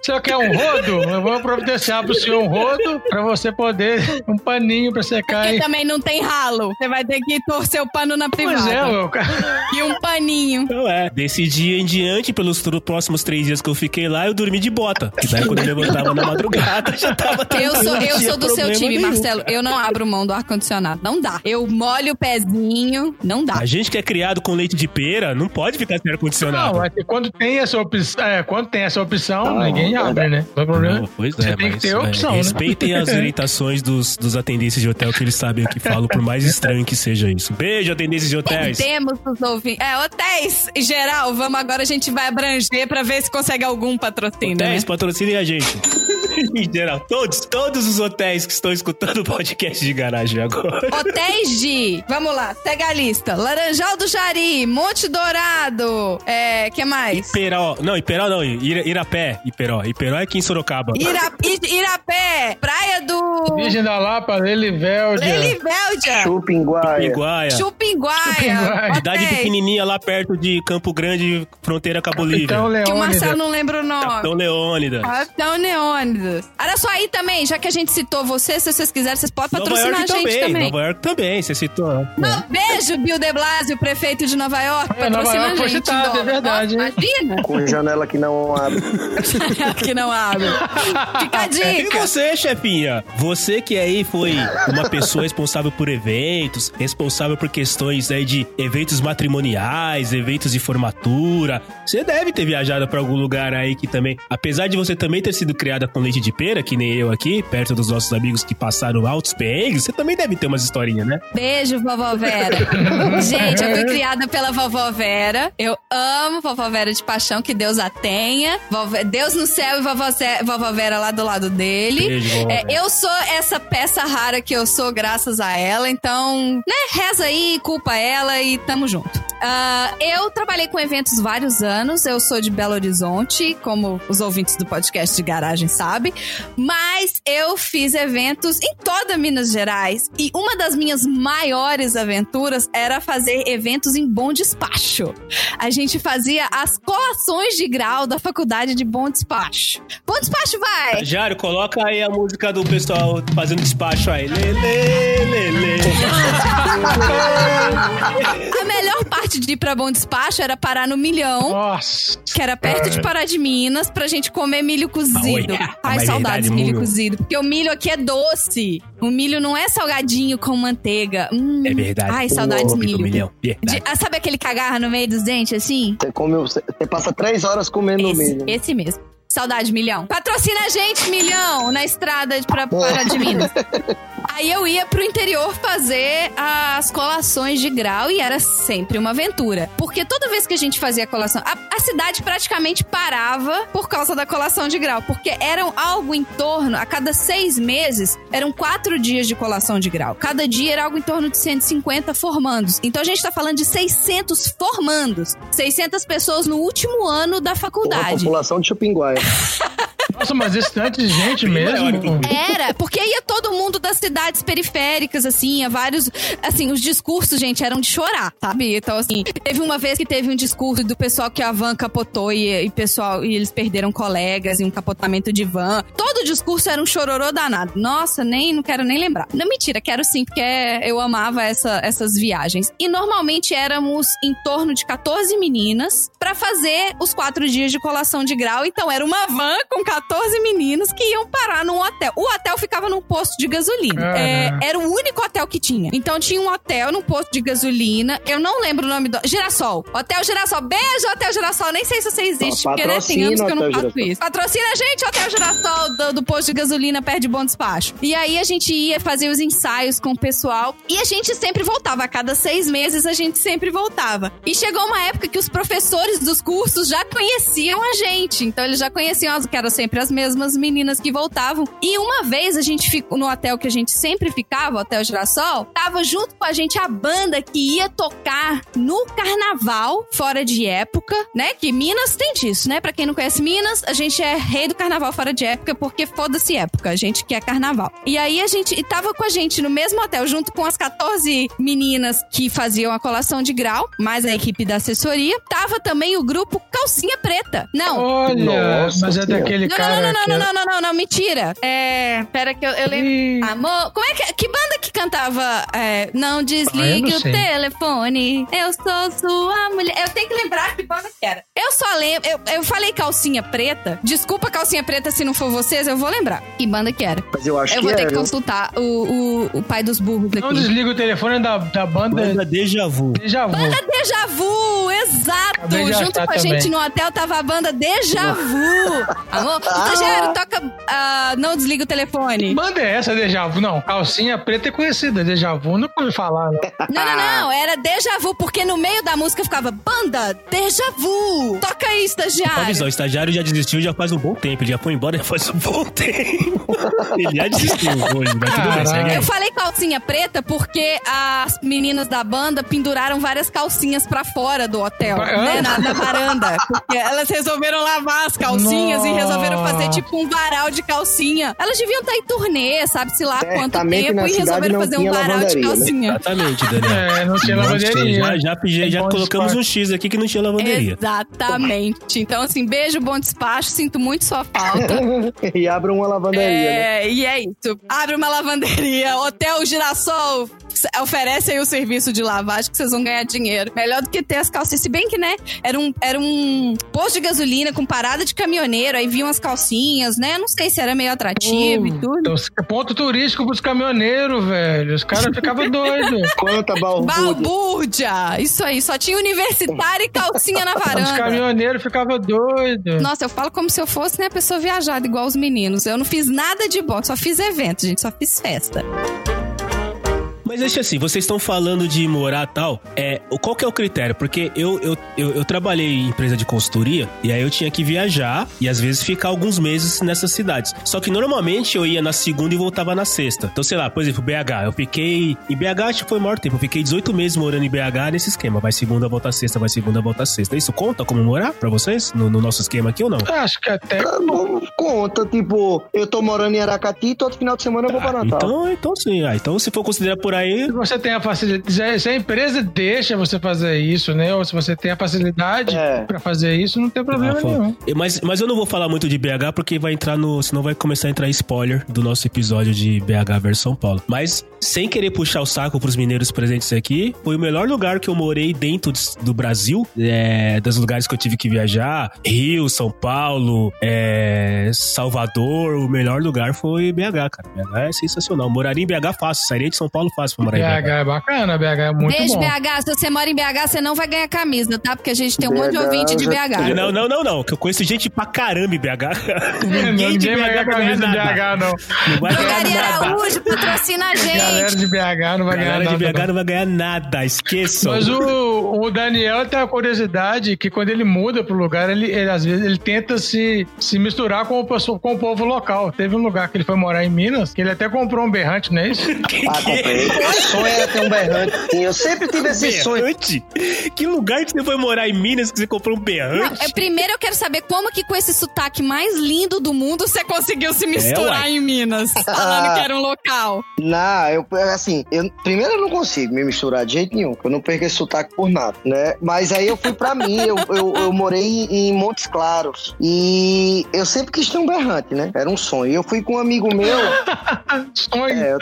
[SPEAKER 3] O senhor quer um rodo? Eu vou providenciar pro senhor um rodo pra você poder um paninho pra secar
[SPEAKER 2] Porque
[SPEAKER 3] aí.
[SPEAKER 2] também não tem ralo. Você vai ter que torcer o pano na
[SPEAKER 3] Pois é,
[SPEAKER 2] privada.
[SPEAKER 3] meu cara.
[SPEAKER 2] E um paninho.
[SPEAKER 1] Então é. Desse dia em diante, pelos tr- próximos três dias que eu fiquei lá, eu dormi de bota. E daí quando eu levantava na madrugada, já tava
[SPEAKER 2] Eu
[SPEAKER 1] tranquilo,
[SPEAKER 2] sou,
[SPEAKER 1] não
[SPEAKER 2] eu
[SPEAKER 1] tinha
[SPEAKER 2] sou do seu
[SPEAKER 1] problema
[SPEAKER 2] time,
[SPEAKER 1] nenhum.
[SPEAKER 2] Marcelo. Eu não abro mão do ar-condicionado. Não dá. Eu molho o pezinho. Não dá.
[SPEAKER 1] A gente que é criado com leite de pera não pode ficar sem
[SPEAKER 3] Não,
[SPEAKER 1] ar-condicionado.
[SPEAKER 3] é que quando tem essa opção, é, quando tem essa
[SPEAKER 1] Tá
[SPEAKER 3] opção, ninguém abre, né? Não é problema.
[SPEAKER 1] Não, pois
[SPEAKER 3] Você
[SPEAKER 1] é,
[SPEAKER 3] tem
[SPEAKER 1] mas,
[SPEAKER 3] que ter opção,
[SPEAKER 1] é,
[SPEAKER 3] né?
[SPEAKER 1] respeitem as orientações dos, dos atendentes de hotel que eles sabem o que falam, por mais estranho que seja isso. Beijo, atendentes de hotéis.
[SPEAKER 2] Temos os ouvintes. É, hotéis em geral, vamos agora, a gente vai abranger pra ver se consegue algum patrocínio. né?
[SPEAKER 1] Hotéis, patrocinem a gente. em geral, todos, todos os hotéis que estão escutando o podcast de garagem agora.
[SPEAKER 2] Hotéis de. Vamos lá, pega a lista. Laranjal do Jari, Monte Dourado. É, que mais?
[SPEAKER 1] Iperó, não, Iperó não, Ira- Irapé, Iperó. Iperó é aqui em Sorocaba.
[SPEAKER 2] Ira, I- Irapé, Praia do.
[SPEAKER 3] Virgem da Lapa, Lelivelde.
[SPEAKER 2] Lelivéldia,
[SPEAKER 4] Chupinguaia.
[SPEAKER 1] Iguaia.
[SPEAKER 2] Chupinguaia.
[SPEAKER 3] Chupinguaia.
[SPEAKER 1] Cidade
[SPEAKER 2] hotéis.
[SPEAKER 1] pequenininha lá perto de Campo Grande, fronteira com a Bolívia.
[SPEAKER 3] Então,
[SPEAKER 2] Que o Marcelo
[SPEAKER 3] Leônidas.
[SPEAKER 2] não lembra o nome.
[SPEAKER 1] Capitão Leônida.
[SPEAKER 2] Capitão Neônidas. Olha né, só aí também, já que a gente citou você, se vocês quiserem, vocês podem
[SPEAKER 1] Nova
[SPEAKER 2] patrocinar
[SPEAKER 1] York
[SPEAKER 2] a gente
[SPEAKER 1] também.
[SPEAKER 2] também.
[SPEAKER 1] Nova York também, você citou. né?
[SPEAKER 2] Um beijo, Bill de Blasio, prefeito de Nova York,
[SPEAKER 3] É, Nova
[SPEAKER 2] patrocina
[SPEAKER 3] York
[SPEAKER 2] a
[SPEAKER 3] foi
[SPEAKER 2] gente.
[SPEAKER 3] citado,
[SPEAKER 2] em dólar.
[SPEAKER 3] é verdade,
[SPEAKER 2] Nossa, Imagina
[SPEAKER 4] Com janela que não abre.
[SPEAKER 2] que não abre. Fica a
[SPEAKER 1] E
[SPEAKER 2] dica.
[SPEAKER 1] É, você, chefinha? Você que aí foi uma pessoa responsável por eventos, responsável por questões aí de eventos matrimoniais, eventos de formatura. Você deve ter viajado pra algum lugar aí que também, apesar de você também ter sido criada com leite de pera, que nem eu aqui, perto dos nossos amigos que passaram altos perrengues, você também deve ter umas historinhas, né?
[SPEAKER 2] Beijo, vovó Vera. Gente, eu fui criada pela vovó Vera. Eu amo vovó Vera de paixão, que Deus a tenha. Vovó- Deus no céu e vovó, Zé- vovó Vera lá do lado dele.
[SPEAKER 1] Beijo, vovó
[SPEAKER 2] É,
[SPEAKER 1] Vera.
[SPEAKER 2] eu sou essa peça rara que eu sou graças a ela, então, né, reza aí, culpa ela e tamo junto. Ah, eu trabalhei com eventos vários anos, eu sou de Belo Horizonte, como os ouvintes do podcast de garagem sabem, mas eu fiz eventos em toda Minas Gerais e uma das minhas maiores aventuras era fazer eventos em bom despacho. A gente fazia as colações de grau da faculdade de bom despacho. Bom despacho, vai!
[SPEAKER 1] Jário, coloca aí a música do pessoal fazendo despacho aí. Lê, lê, lê, lê.
[SPEAKER 2] A melhor parte de ir pra Bom Despacho era parar no Milhão,
[SPEAKER 3] Nossa.
[SPEAKER 2] que era perto
[SPEAKER 1] É.
[SPEAKER 2] de Pará de Minas, pra gente comer milho cozido.
[SPEAKER 1] Ah, oi.
[SPEAKER 2] Ai,
[SPEAKER 1] Mas
[SPEAKER 2] saudades
[SPEAKER 1] verdade,
[SPEAKER 2] milho
[SPEAKER 1] milho.
[SPEAKER 2] cozido. Porque o milho aqui é doce. O milho não é salgadinho com manteiga. Hum.
[SPEAKER 1] É verdade.
[SPEAKER 2] Ai, saudades
[SPEAKER 1] Ô,
[SPEAKER 2] milho.
[SPEAKER 1] Pico Milhão. Verdade.
[SPEAKER 2] De- ah, sabe aquele cagarra no meio dos dentes, assim?
[SPEAKER 4] Você, come, você você passa três horas comendo
[SPEAKER 2] Esse,
[SPEAKER 4] É
[SPEAKER 2] é
[SPEAKER 4] milho.
[SPEAKER 2] esse mesmo. Saudade, milhão. Patrocina a gente, milhão, na estrada de- pra Pará de Minas. Aí eu ia pro interior fazer as colações de grau e era sempre uma aventura. Porque toda vez que a gente fazia colação, a, a cidade praticamente parava por causa da colação de grau. Porque eram algo em torno, a cada seis meses, eram quatro dias de colação de grau. Cada dia era algo em torno de 150 formandos. Então a gente tá falando de 600 formandos. 600 pessoas no último ano da
[SPEAKER 4] Uma
[SPEAKER 2] faculdade.
[SPEAKER 4] população de Chupinguaia.
[SPEAKER 3] Nossa, mas esse tanto de gente
[SPEAKER 1] Bem
[SPEAKER 3] mesmo.
[SPEAKER 1] maior, inclusive.
[SPEAKER 2] Era, porque ia todo mundo das cidades periféricas, assim, a vários. Assim, os discursos, gente, eram de chorar, sabe? Então, assim, teve uma vez que teve um discurso do pessoal que a van capotou e, e pessoal, e eles perderam colegas e um capotamento de van. Todo o discurso era um chororô danado. Nossa, nem não quero nem lembrar. Não, mentira, quero sim, porque eu amava essa, essas viagens. E normalmente éramos em torno de 14 meninas pra fazer os quatro dias de colação de grau. Então era uma van com 14 meninas que iam parar num hotel. O hotel ficava num posto de gasolina.
[SPEAKER 3] Caraca.
[SPEAKER 2] É, era o único hotel que tinha. Então tinha um hotel num posto de gasolina. Eu não lembro o nome do. Girassol. Hotel Girassol. Beijo, Hotel Girassol. Nem sei se você existe,
[SPEAKER 4] Ó,
[SPEAKER 2] porque né, tem
[SPEAKER 4] patrocina
[SPEAKER 2] anos que eu não
[SPEAKER 4] Hotel
[SPEAKER 2] faço
[SPEAKER 4] Girassol.
[SPEAKER 2] isso. Patrocina a gente, Hotel Girassol, do, do posto de gasolina perto de Bom Despacho. E aí a gente ia fazer os ensaios com o pessoal. E a gente sempre voltava. A cada seis meses a gente sempre voltava. E chegou uma época que os professores dos cursos já conheciam a gente. Então eles já conheciam, as- que eram sempre as mesmas meninas que voltavam. E uma vez a gente ficou no hotel que a gente sempre ficava, o Hotel Girassol, tava junto com a gente a banda que ia tocar no carnaval, fora de época, né? Que Minas tem disso, né? Pra quem não conhece Minas, a gente é rei do carnaval fora de época, porque foda-se época, a gente quer carnaval. E aí a gente e tava com a gente no mesmo hotel, junto com as 14 meninas que faziam a colação de grau, mais a equipe da assessoria. Tava também o grupo Calcinha Preta. Não,
[SPEAKER 3] Olha,
[SPEAKER 4] Nossa
[SPEAKER 3] mas é
[SPEAKER 4] Senhora.
[SPEAKER 3] daquele
[SPEAKER 2] não,
[SPEAKER 3] cara.
[SPEAKER 2] não, não,
[SPEAKER 3] que
[SPEAKER 2] não,
[SPEAKER 3] é-
[SPEAKER 2] não, não, não, não, não, mentira. É. Pera que eu, eu lembro.
[SPEAKER 3] Ih,
[SPEAKER 2] Amor, como é que. Que banda que cantava? é, não desligue
[SPEAKER 3] Ah, eu não
[SPEAKER 2] o
[SPEAKER 3] sei.
[SPEAKER 2] telefone. Eu sou sua mulher. Eu tenho que lembrar que banda que era. Eu só lembro. Eu, eu falei calcinha preta. Desculpa, calcinha preta, se não for vocês, eu vou lembrar. Que banda que era?
[SPEAKER 4] Mas eu acho
[SPEAKER 2] Eu
[SPEAKER 4] que
[SPEAKER 2] vou
[SPEAKER 4] é.
[SPEAKER 2] ter que
[SPEAKER 4] viu?
[SPEAKER 2] consultar o, o, o pai dos burros
[SPEAKER 3] não
[SPEAKER 2] aqui.
[SPEAKER 3] desliga o telefone da, da banda
[SPEAKER 1] Banda Deja Vu.
[SPEAKER 3] Deja Vu.
[SPEAKER 2] Banda Deja Vu, exato!
[SPEAKER 3] Acabei de
[SPEAKER 2] Junto com
[SPEAKER 3] achar
[SPEAKER 2] a gente
[SPEAKER 3] também.
[SPEAKER 2] no hotel tava a banda Deja Vu. Amor, Estagiário, toca. ah, não desliga o telefone.
[SPEAKER 3] Manda é essa, Deja Vu. Não, calcinha preta é conhecida. Deja Vu, nunca ouvi falar. Não.
[SPEAKER 2] Não, não, não. Era déjà vu, porque no meio da música ficava banda, déjà vu. Toca
[SPEAKER 1] Avisou,
[SPEAKER 2] aí, estagiário.
[SPEAKER 1] o estagiário já desistiu já faz um bom tempo. Ele já foi embora já faz um bom tempo. Ele já desistiu hoje, mas tudo bem, segue aí.
[SPEAKER 2] Eu falei calcinha preta porque as meninas da banda penduraram várias calcinhas pra fora do hotel,
[SPEAKER 3] Ah,
[SPEAKER 2] né?
[SPEAKER 3] é?
[SPEAKER 2] Na, na varanda.
[SPEAKER 7] Porque elas resolveram lavar as calcinhas e resolveram fazer tipo um varal de calcinha.
[SPEAKER 2] Elas deviam estar em turnê, sabe-se lá quanto
[SPEAKER 4] Certamente
[SPEAKER 2] tempo,
[SPEAKER 4] É, na
[SPEAKER 2] e
[SPEAKER 4] cidade
[SPEAKER 2] resolveram
[SPEAKER 4] não
[SPEAKER 2] fazer um
[SPEAKER 4] tinha
[SPEAKER 2] varal de
[SPEAKER 4] lavanderia, né?
[SPEAKER 2] calcinha.
[SPEAKER 1] Exatamente, Daniel.
[SPEAKER 3] É, não tinha
[SPEAKER 1] Nossa, Já,
[SPEAKER 3] lavanderia.
[SPEAKER 1] já, já, já
[SPEAKER 3] Bom
[SPEAKER 1] colocamos
[SPEAKER 3] destaque.
[SPEAKER 1] um X aqui que não tinha lavanderia.
[SPEAKER 2] Exatamente. Então, assim, beijo, bom despacho, sinto muito sua falta.
[SPEAKER 4] e abre uma lavanderia, né?
[SPEAKER 2] É, e é isso. Abre uma lavanderia, hotel girassol. s- Oferece aí o serviço de lavagem que vocês vão ganhar dinheiro. Melhor do que ter as calcinhas. Se bem que, né? Era um, era um posto de gasolina com parada de caminhoneiro, aí vinham as calcinhas, né? Não sei se era meio atrativo e tudo.
[SPEAKER 3] Então, ponto turístico pros caminhoneiros, velho. Os caras ficavam doidos.
[SPEAKER 4] Quanta balbúrdia.
[SPEAKER 2] Balbúrdia! Isso aí, só tinha universitário e calcinha na
[SPEAKER 3] Os
[SPEAKER 2] varanda.
[SPEAKER 3] caminhoneiros ficavam doidos.
[SPEAKER 2] Nossa, eu falo como se eu fosse, né, pessoa viajada, igual os meninos. Eu não fiz nada de bom, só fiz evento, gente, só fiz festa.
[SPEAKER 1] Mas deixa assim, vocês estão falando de morar tal, é, o- qual que é o critério? Porque eu, eu, eu, eu trabalhei em empresa de consultoria e aí eu tinha que viajar e às vezes ficar alguns meses nessas cidades. Só que normalmente eu ia na segunda e voltava na sexta. Então, sei lá, por exemplo, BH, eu fiquei. Em BH acho que foi o maior tempo, eu fiquei 18 meses morando em BH nesse esquema. Vai segunda, volta sexta, vai segunda, volta sexta. Isso conta como morar pra vocês? No, no nosso esquema aqui ou não?
[SPEAKER 3] Acho que até.
[SPEAKER 4] Não conta, tipo, eu tô morando em Aracati, todo final de semana eu vou pra
[SPEAKER 1] Ah,
[SPEAKER 4] Natal.
[SPEAKER 1] então, então sim, ah, então se for considerar por aí,
[SPEAKER 3] Se você tem a facilidade, se a- se a empresa deixa você fazer isso, né? Ou se você tem a facilidade
[SPEAKER 4] É.
[SPEAKER 3] pra fazer isso, não tem problema
[SPEAKER 1] Ah, foda.
[SPEAKER 3] nenhum.
[SPEAKER 1] Mas, mas eu não vou falar muito de BH porque vai entrar no. Senão vai começar a entrar spoiler do nosso episódio de BH versus São Paulo. Mas, sem querer puxar o saco pros mineiros presentes aqui, foi o melhor lugar que eu morei dentro des- do Brasil. É, dos lugares que eu tive que viajar: Rio, São Paulo, é, Salvador. O melhor lugar foi BH, cara. BH é sensacional. Moraria em BH fácil, sairia de São Paulo fácil pra morar em
[SPEAKER 3] BH
[SPEAKER 1] BH.
[SPEAKER 3] é bacana, BH é muito
[SPEAKER 2] Beijo,
[SPEAKER 3] bom.
[SPEAKER 2] BH. Se você mora em BH, você não vai ganhar camisa, tá? Porque a gente tem um monte de
[SPEAKER 4] BH,
[SPEAKER 2] ouvinte de
[SPEAKER 4] já-
[SPEAKER 2] BH.
[SPEAKER 1] Não, não, não, não. Que eu conheço gente pra caramba em BH.
[SPEAKER 3] Ninguém
[SPEAKER 1] de
[SPEAKER 3] vai ganhar
[SPEAKER 1] BH ganha
[SPEAKER 3] camisa de
[SPEAKER 1] nada.
[SPEAKER 3] BH, não.
[SPEAKER 1] Não vai
[SPEAKER 2] Drogaria
[SPEAKER 1] ganhar nada.
[SPEAKER 2] Araújo patrocina a
[SPEAKER 3] Galera
[SPEAKER 2] gente.
[SPEAKER 3] de BH não vai ganhar
[SPEAKER 1] Galera de
[SPEAKER 3] nada.
[SPEAKER 1] BH
[SPEAKER 3] não.
[SPEAKER 1] não vai ganhar nada, esqueçam.
[SPEAKER 4] Então.
[SPEAKER 3] Mas o, o Daniel tem a curiosidade que quando ele muda pro lugar, ele, ele, às vezes ele tenta se, se misturar com o, povo- com o povo local. Teve um lugar que ele foi morar em Minas, que ele até comprou um berrante, não é isso?
[SPEAKER 4] Ah, comprei. Meu sonho era ter um berrante. Sim, eu sempre tive esse sonho.
[SPEAKER 1] berrante? Que lugar que você foi morar em Minas que você comprou um
[SPEAKER 2] Não,
[SPEAKER 1] berrante?
[SPEAKER 2] é, primeiro eu quero saber como que com esse sotaque mais lindo do mundo você conseguiu se misturar
[SPEAKER 1] É, uai.
[SPEAKER 2] em Minas, falando que era um local.
[SPEAKER 4] Não, eu, assim, eu, primeiro eu não consigo me misturar de jeito nenhum. Eu não perco esse sotaque por nada, né? Mas aí eu fui pra mim, eu, eu, eu morei em Montes Claros. E eu sempre quis ter um berrante, né? Era um sonho. E eu fui com um amigo meu.
[SPEAKER 3] Sonho,
[SPEAKER 4] É,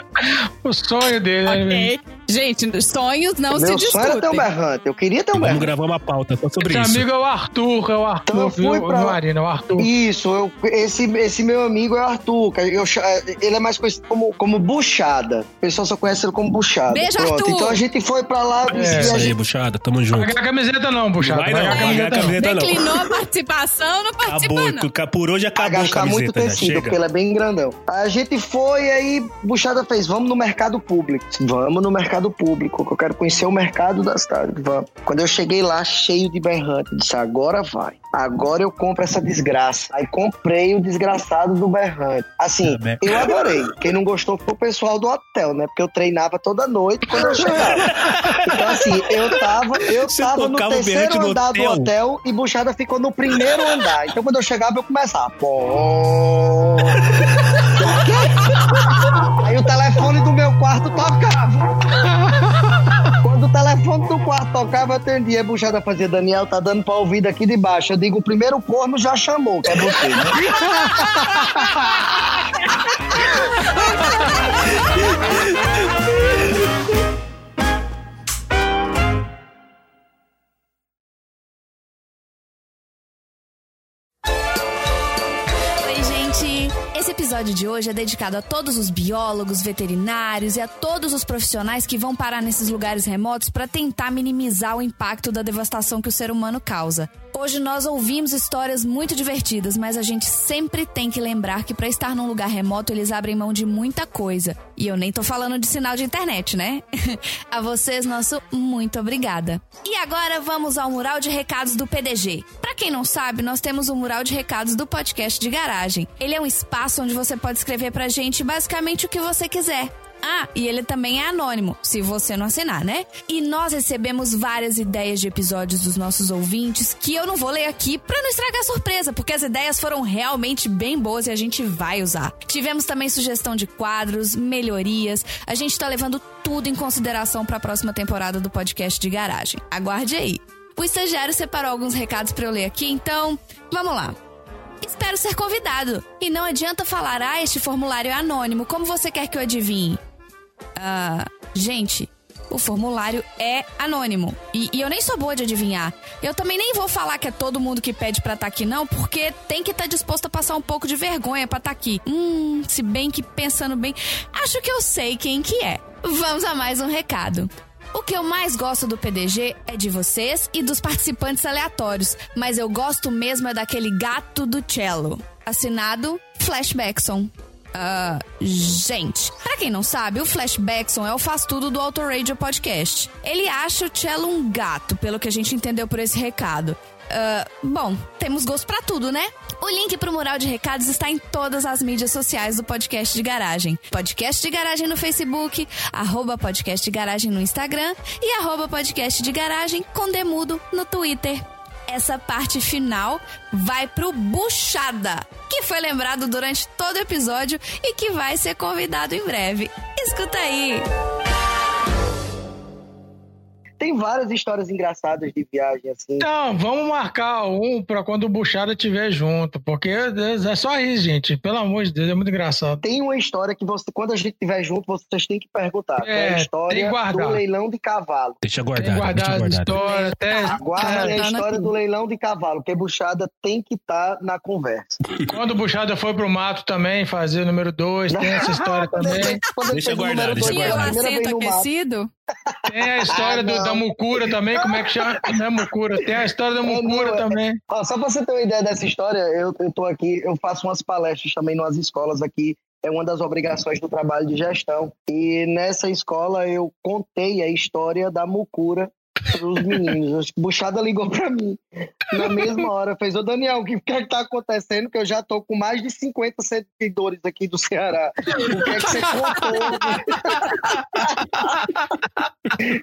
[SPEAKER 3] O sonho dele, né?
[SPEAKER 2] Ok? Gente, sonhos não se
[SPEAKER 4] meu sonho era ter
[SPEAKER 2] discutem.
[SPEAKER 4] um berrante. Eu queria ter um
[SPEAKER 2] é.
[SPEAKER 1] Vamos
[SPEAKER 4] berrante.
[SPEAKER 1] gravar uma pauta só sobre
[SPEAKER 3] Esse
[SPEAKER 1] isso.
[SPEAKER 3] amigo é o Arthur, é o Arthur,
[SPEAKER 4] Então eu fui
[SPEAKER 3] viu?
[SPEAKER 4] pra-
[SPEAKER 3] Não, Marina, é o Arthur.
[SPEAKER 4] Isso, eu- esse, esse meu amigo é o Arthur. que eu cha- ele é mais conhecido como, como Buchada. O pessoal só conhece ele como Buchada.
[SPEAKER 2] Beijo, Arthur!
[SPEAKER 4] Então a gente foi pra lá e
[SPEAKER 3] É.
[SPEAKER 4] a
[SPEAKER 1] Isso
[SPEAKER 4] gente
[SPEAKER 1] aí, buchada, tamo junto.
[SPEAKER 3] Não vai ganhar camiseta não, Buchada.
[SPEAKER 1] Vai não,
[SPEAKER 3] ganhar
[SPEAKER 1] vai ganhar camiseta não.
[SPEAKER 2] Declinou a participação, não participa
[SPEAKER 1] Acabou,
[SPEAKER 2] não.
[SPEAKER 1] ca- por hoje acabou
[SPEAKER 4] Pra
[SPEAKER 1] a
[SPEAKER 4] Tá gastar
[SPEAKER 1] camiseta.
[SPEAKER 4] muito
[SPEAKER 1] já,
[SPEAKER 4] tecido,
[SPEAKER 1] chega.
[SPEAKER 4] porque ele é bem grandão. A gente foi aí, Buchada fez, vamos no mercado público. Vamos no mercado público, que eu quero conhecer o mercado da cidade. Vamos. Quando eu cheguei lá, cheio de berrante, eu disse, agora vai. Agora eu compro essa desgraça. Aí comprei o desgraçado do berrante. Assim,
[SPEAKER 1] Tá bem.
[SPEAKER 4] eu adorei. Quem não gostou foi o pessoal do hotel, né? Porque eu treinava toda noite quando eu chegava. Então, assim, eu tava, eu
[SPEAKER 1] Você
[SPEAKER 4] tava no
[SPEAKER 1] tocava o berrante
[SPEAKER 4] terceiro
[SPEAKER 1] no
[SPEAKER 4] andar
[SPEAKER 1] hotel?
[SPEAKER 4] do hotel e Buchada ficou no primeiro andar. Então, quando eu chegava, eu começava. Pô. Por quê? Aí o telefone do meu quarto tocava. Quando o telefone do quarto tocava, eu atendia. A Buchada fazia, Daniel, tá dando pra ouvir daqui de baixo. Eu digo, o primeiro corno já chamou, que é você, né?
[SPEAKER 2] Oi, gente. Esse episódio episódio de hoje é dedicado a todos os biólogos, veterinários e a todos os profissionais que vão parar nesses lugares remotos para tentar minimizar o impacto da devastação que o ser humano causa. Hoje nós ouvimos histórias muito divertidas, mas a gente sempre tem que lembrar que para estar num lugar remoto eles abrem mão de muita coisa. E eu nem tô falando de sinal de internet, né? a vocês, nosso muito obrigada. E agora vamos ao mural de recados do PDG. Para quem não sabe, nós temos o mural de recados do podcast de garagem. Ele é um espaço onde você pode escrever pra gente basicamente o que você quiser. Ah, e ele também é anônimo, se você não assinar, né? E nós recebemos várias ideias de episódios dos nossos ouvintes que eu não vou ler aqui pra não estragar a surpresa, porque as ideias foram realmente bem boas e a gente vai usar. Tivemos também sugestão de quadros, melhorias. A gente tá levando tudo em consideração pra próxima temporada do podcast de garagem. Aguarde aí. O estagiário separou alguns recados pra eu ler aqui, então vamos lá. Espero ser convidado. E não adianta falar, ah, este formulário é anônimo, como você quer que eu adivinhe? Ah, gente, o formulário é anônimo. E, e eu nem sou boa de adivinhar. Eu também nem vou falar que é todo mundo que pede pra estar aqui, não, porque tem que estar disposto a passar um pouco de vergonha pra estar aqui. Hum, se bem que pensando bem, acho que eu sei quem que é. Vamos a mais um recado. O que eu mais gosto do PDG é de vocês e dos participantes aleatórios, mas eu gosto mesmo é daquele gato do cello. Assinado Flashbackson. Ah, gente, pra quem não sabe, o Flashbackson é o faz tudo do Auto Radio Podcast. Ele acha o cello um gato, pelo que a gente entendeu por esse recado. Ah, bom, temos gosto pra tudo, né? O link pro mural de recados está em todas as mídias sociais do Podcast de Garagem. Podcast de Garagem no Facebook, arroba Podcast de Garagem no Instagram e arroba Podcast de Garagem com Demudo no Twitter essa parte final vai pro Buchada, que foi lembrado durante todo o episódio e que vai ser convidado em breve. Escuta aí!
[SPEAKER 4] Tem várias histórias engraçadas de viagem, assim.
[SPEAKER 3] Então, vamos marcar um pra quando o Buchada estiver junto, porque é só isso, gente. Pelo amor de Deus, é muito engraçado.
[SPEAKER 4] Tem uma história que você, quando a gente estiver junto, vocês têm que perguntar. que é
[SPEAKER 3] É,
[SPEAKER 4] a
[SPEAKER 3] tem
[SPEAKER 4] história
[SPEAKER 3] que guardar.
[SPEAKER 4] do leilão de cavalo.
[SPEAKER 1] Deixa
[SPEAKER 3] Tem
[SPEAKER 1] guardar,
[SPEAKER 3] que
[SPEAKER 1] deixa
[SPEAKER 3] guardar as
[SPEAKER 1] guardar.
[SPEAKER 3] histórias, até
[SPEAKER 4] Guarda a
[SPEAKER 2] Guardando
[SPEAKER 4] história
[SPEAKER 2] aqui.
[SPEAKER 4] do leilão de cavalo, porque buchada tem que estar na conversa.
[SPEAKER 3] quando o Buchada foi pro mato também, fazer o número 2, tem essa história também.
[SPEAKER 4] Quando ele
[SPEAKER 1] Deixa
[SPEAKER 4] fez o
[SPEAKER 1] guardado,
[SPEAKER 4] número
[SPEAKER 1] deixa Agora,
[SPEAKER 4] dois,
[SPEAKER 2] Tinha o
[SPEAKER 1] guardado.
[SPEAKER 4] a primeira vez
[SPEAKER 2] assento
[SPEAKER 4] no mato.
[SPEAKER 2] aquecido?
[SPEAKER 3] Tem a história
[SPEAKER 4] Ah,
[SPEAKER 3] do-
[SPEAKER 4] não.
[SPEAKER 3] da mucura também, como é que chama? Não é mucura, tem a história da
[SPEAKER 4] É,
[SPEAKER 3] mucura
[SPEAKER 4] não, é-
[SPEAKER 3] também.
[SPEAKER 4] Ó, só pra você ter uma ideia dessa história, eu, eu tô aqui, eu faço umas palestras também nas escolas aqui. É uma das obrigações do trabalho de gestão. E nessa escola eu contei a história da mucura pros meninos. Acho que Buchada ligou pra mim na mesma hora. Fez, ô Daniel, o que, que é que tá acontecendo? Que eu já tô com mais de 50 seguidores aqui do Ceará. O que é que você contou?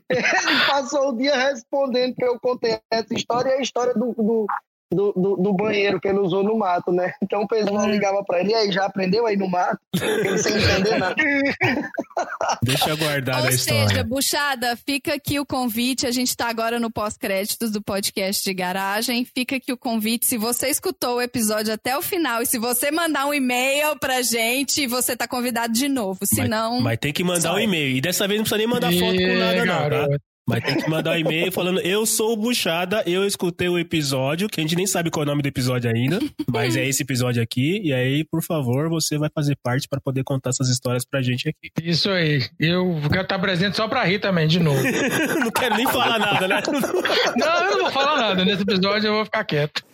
[SPEAKER 4] Ele passou o dia respondendo que eu contei essa história e a história do, do, do, do- do banheiro que ele usou no mato, né? Então o pessoal ligava pra ele, e aí já aprendeu aí no mato? Ele sem entender nada.
[SPEAKER 1] Deixa guardar a
[SPEAKER 2] Ou seja,
[SPEAKER 1] história.
[SPEAKER 2] Buchada, fica aqui o convite. A gente tá agora no pós-créditos do podcast de garagem. Fica aqui o convite. Se você escutou o episódio até o final e se você mandar um e-mail pra gente, você tá convidado de novo. Se não.
[SPEAKER 1] Mas, mas tem que mandar
[SPEAKER 2] Só.
[SPEAKER 1] um e-mail. E dessa vez não precisa nem mandar foto com
[SPEAKER 3] Ih,
[SPEAKER 1] nada, não, tá?
[SPEAKER 3] garoto.
[SPEAKER 1] Mas tem que mandar um e-mail falando, eu sou o Buchada, eu escutei o episódio, que a gente nem sabe qual é o nome do episódio ainda, mas é esse episódio aqui, e aí, por favor, você vai fazer parte pra poder contar essas histórias pra gente aqui.
[SPEAKER 3] Isso aí. Eu quero estar presente só pra rir também, de novo.
[SPEAKER 1] Não quero nem falar nada, né?
[SPEAKER 3] Não, eu não vou falar nada. Nesse episódio eu vou ficar quieto.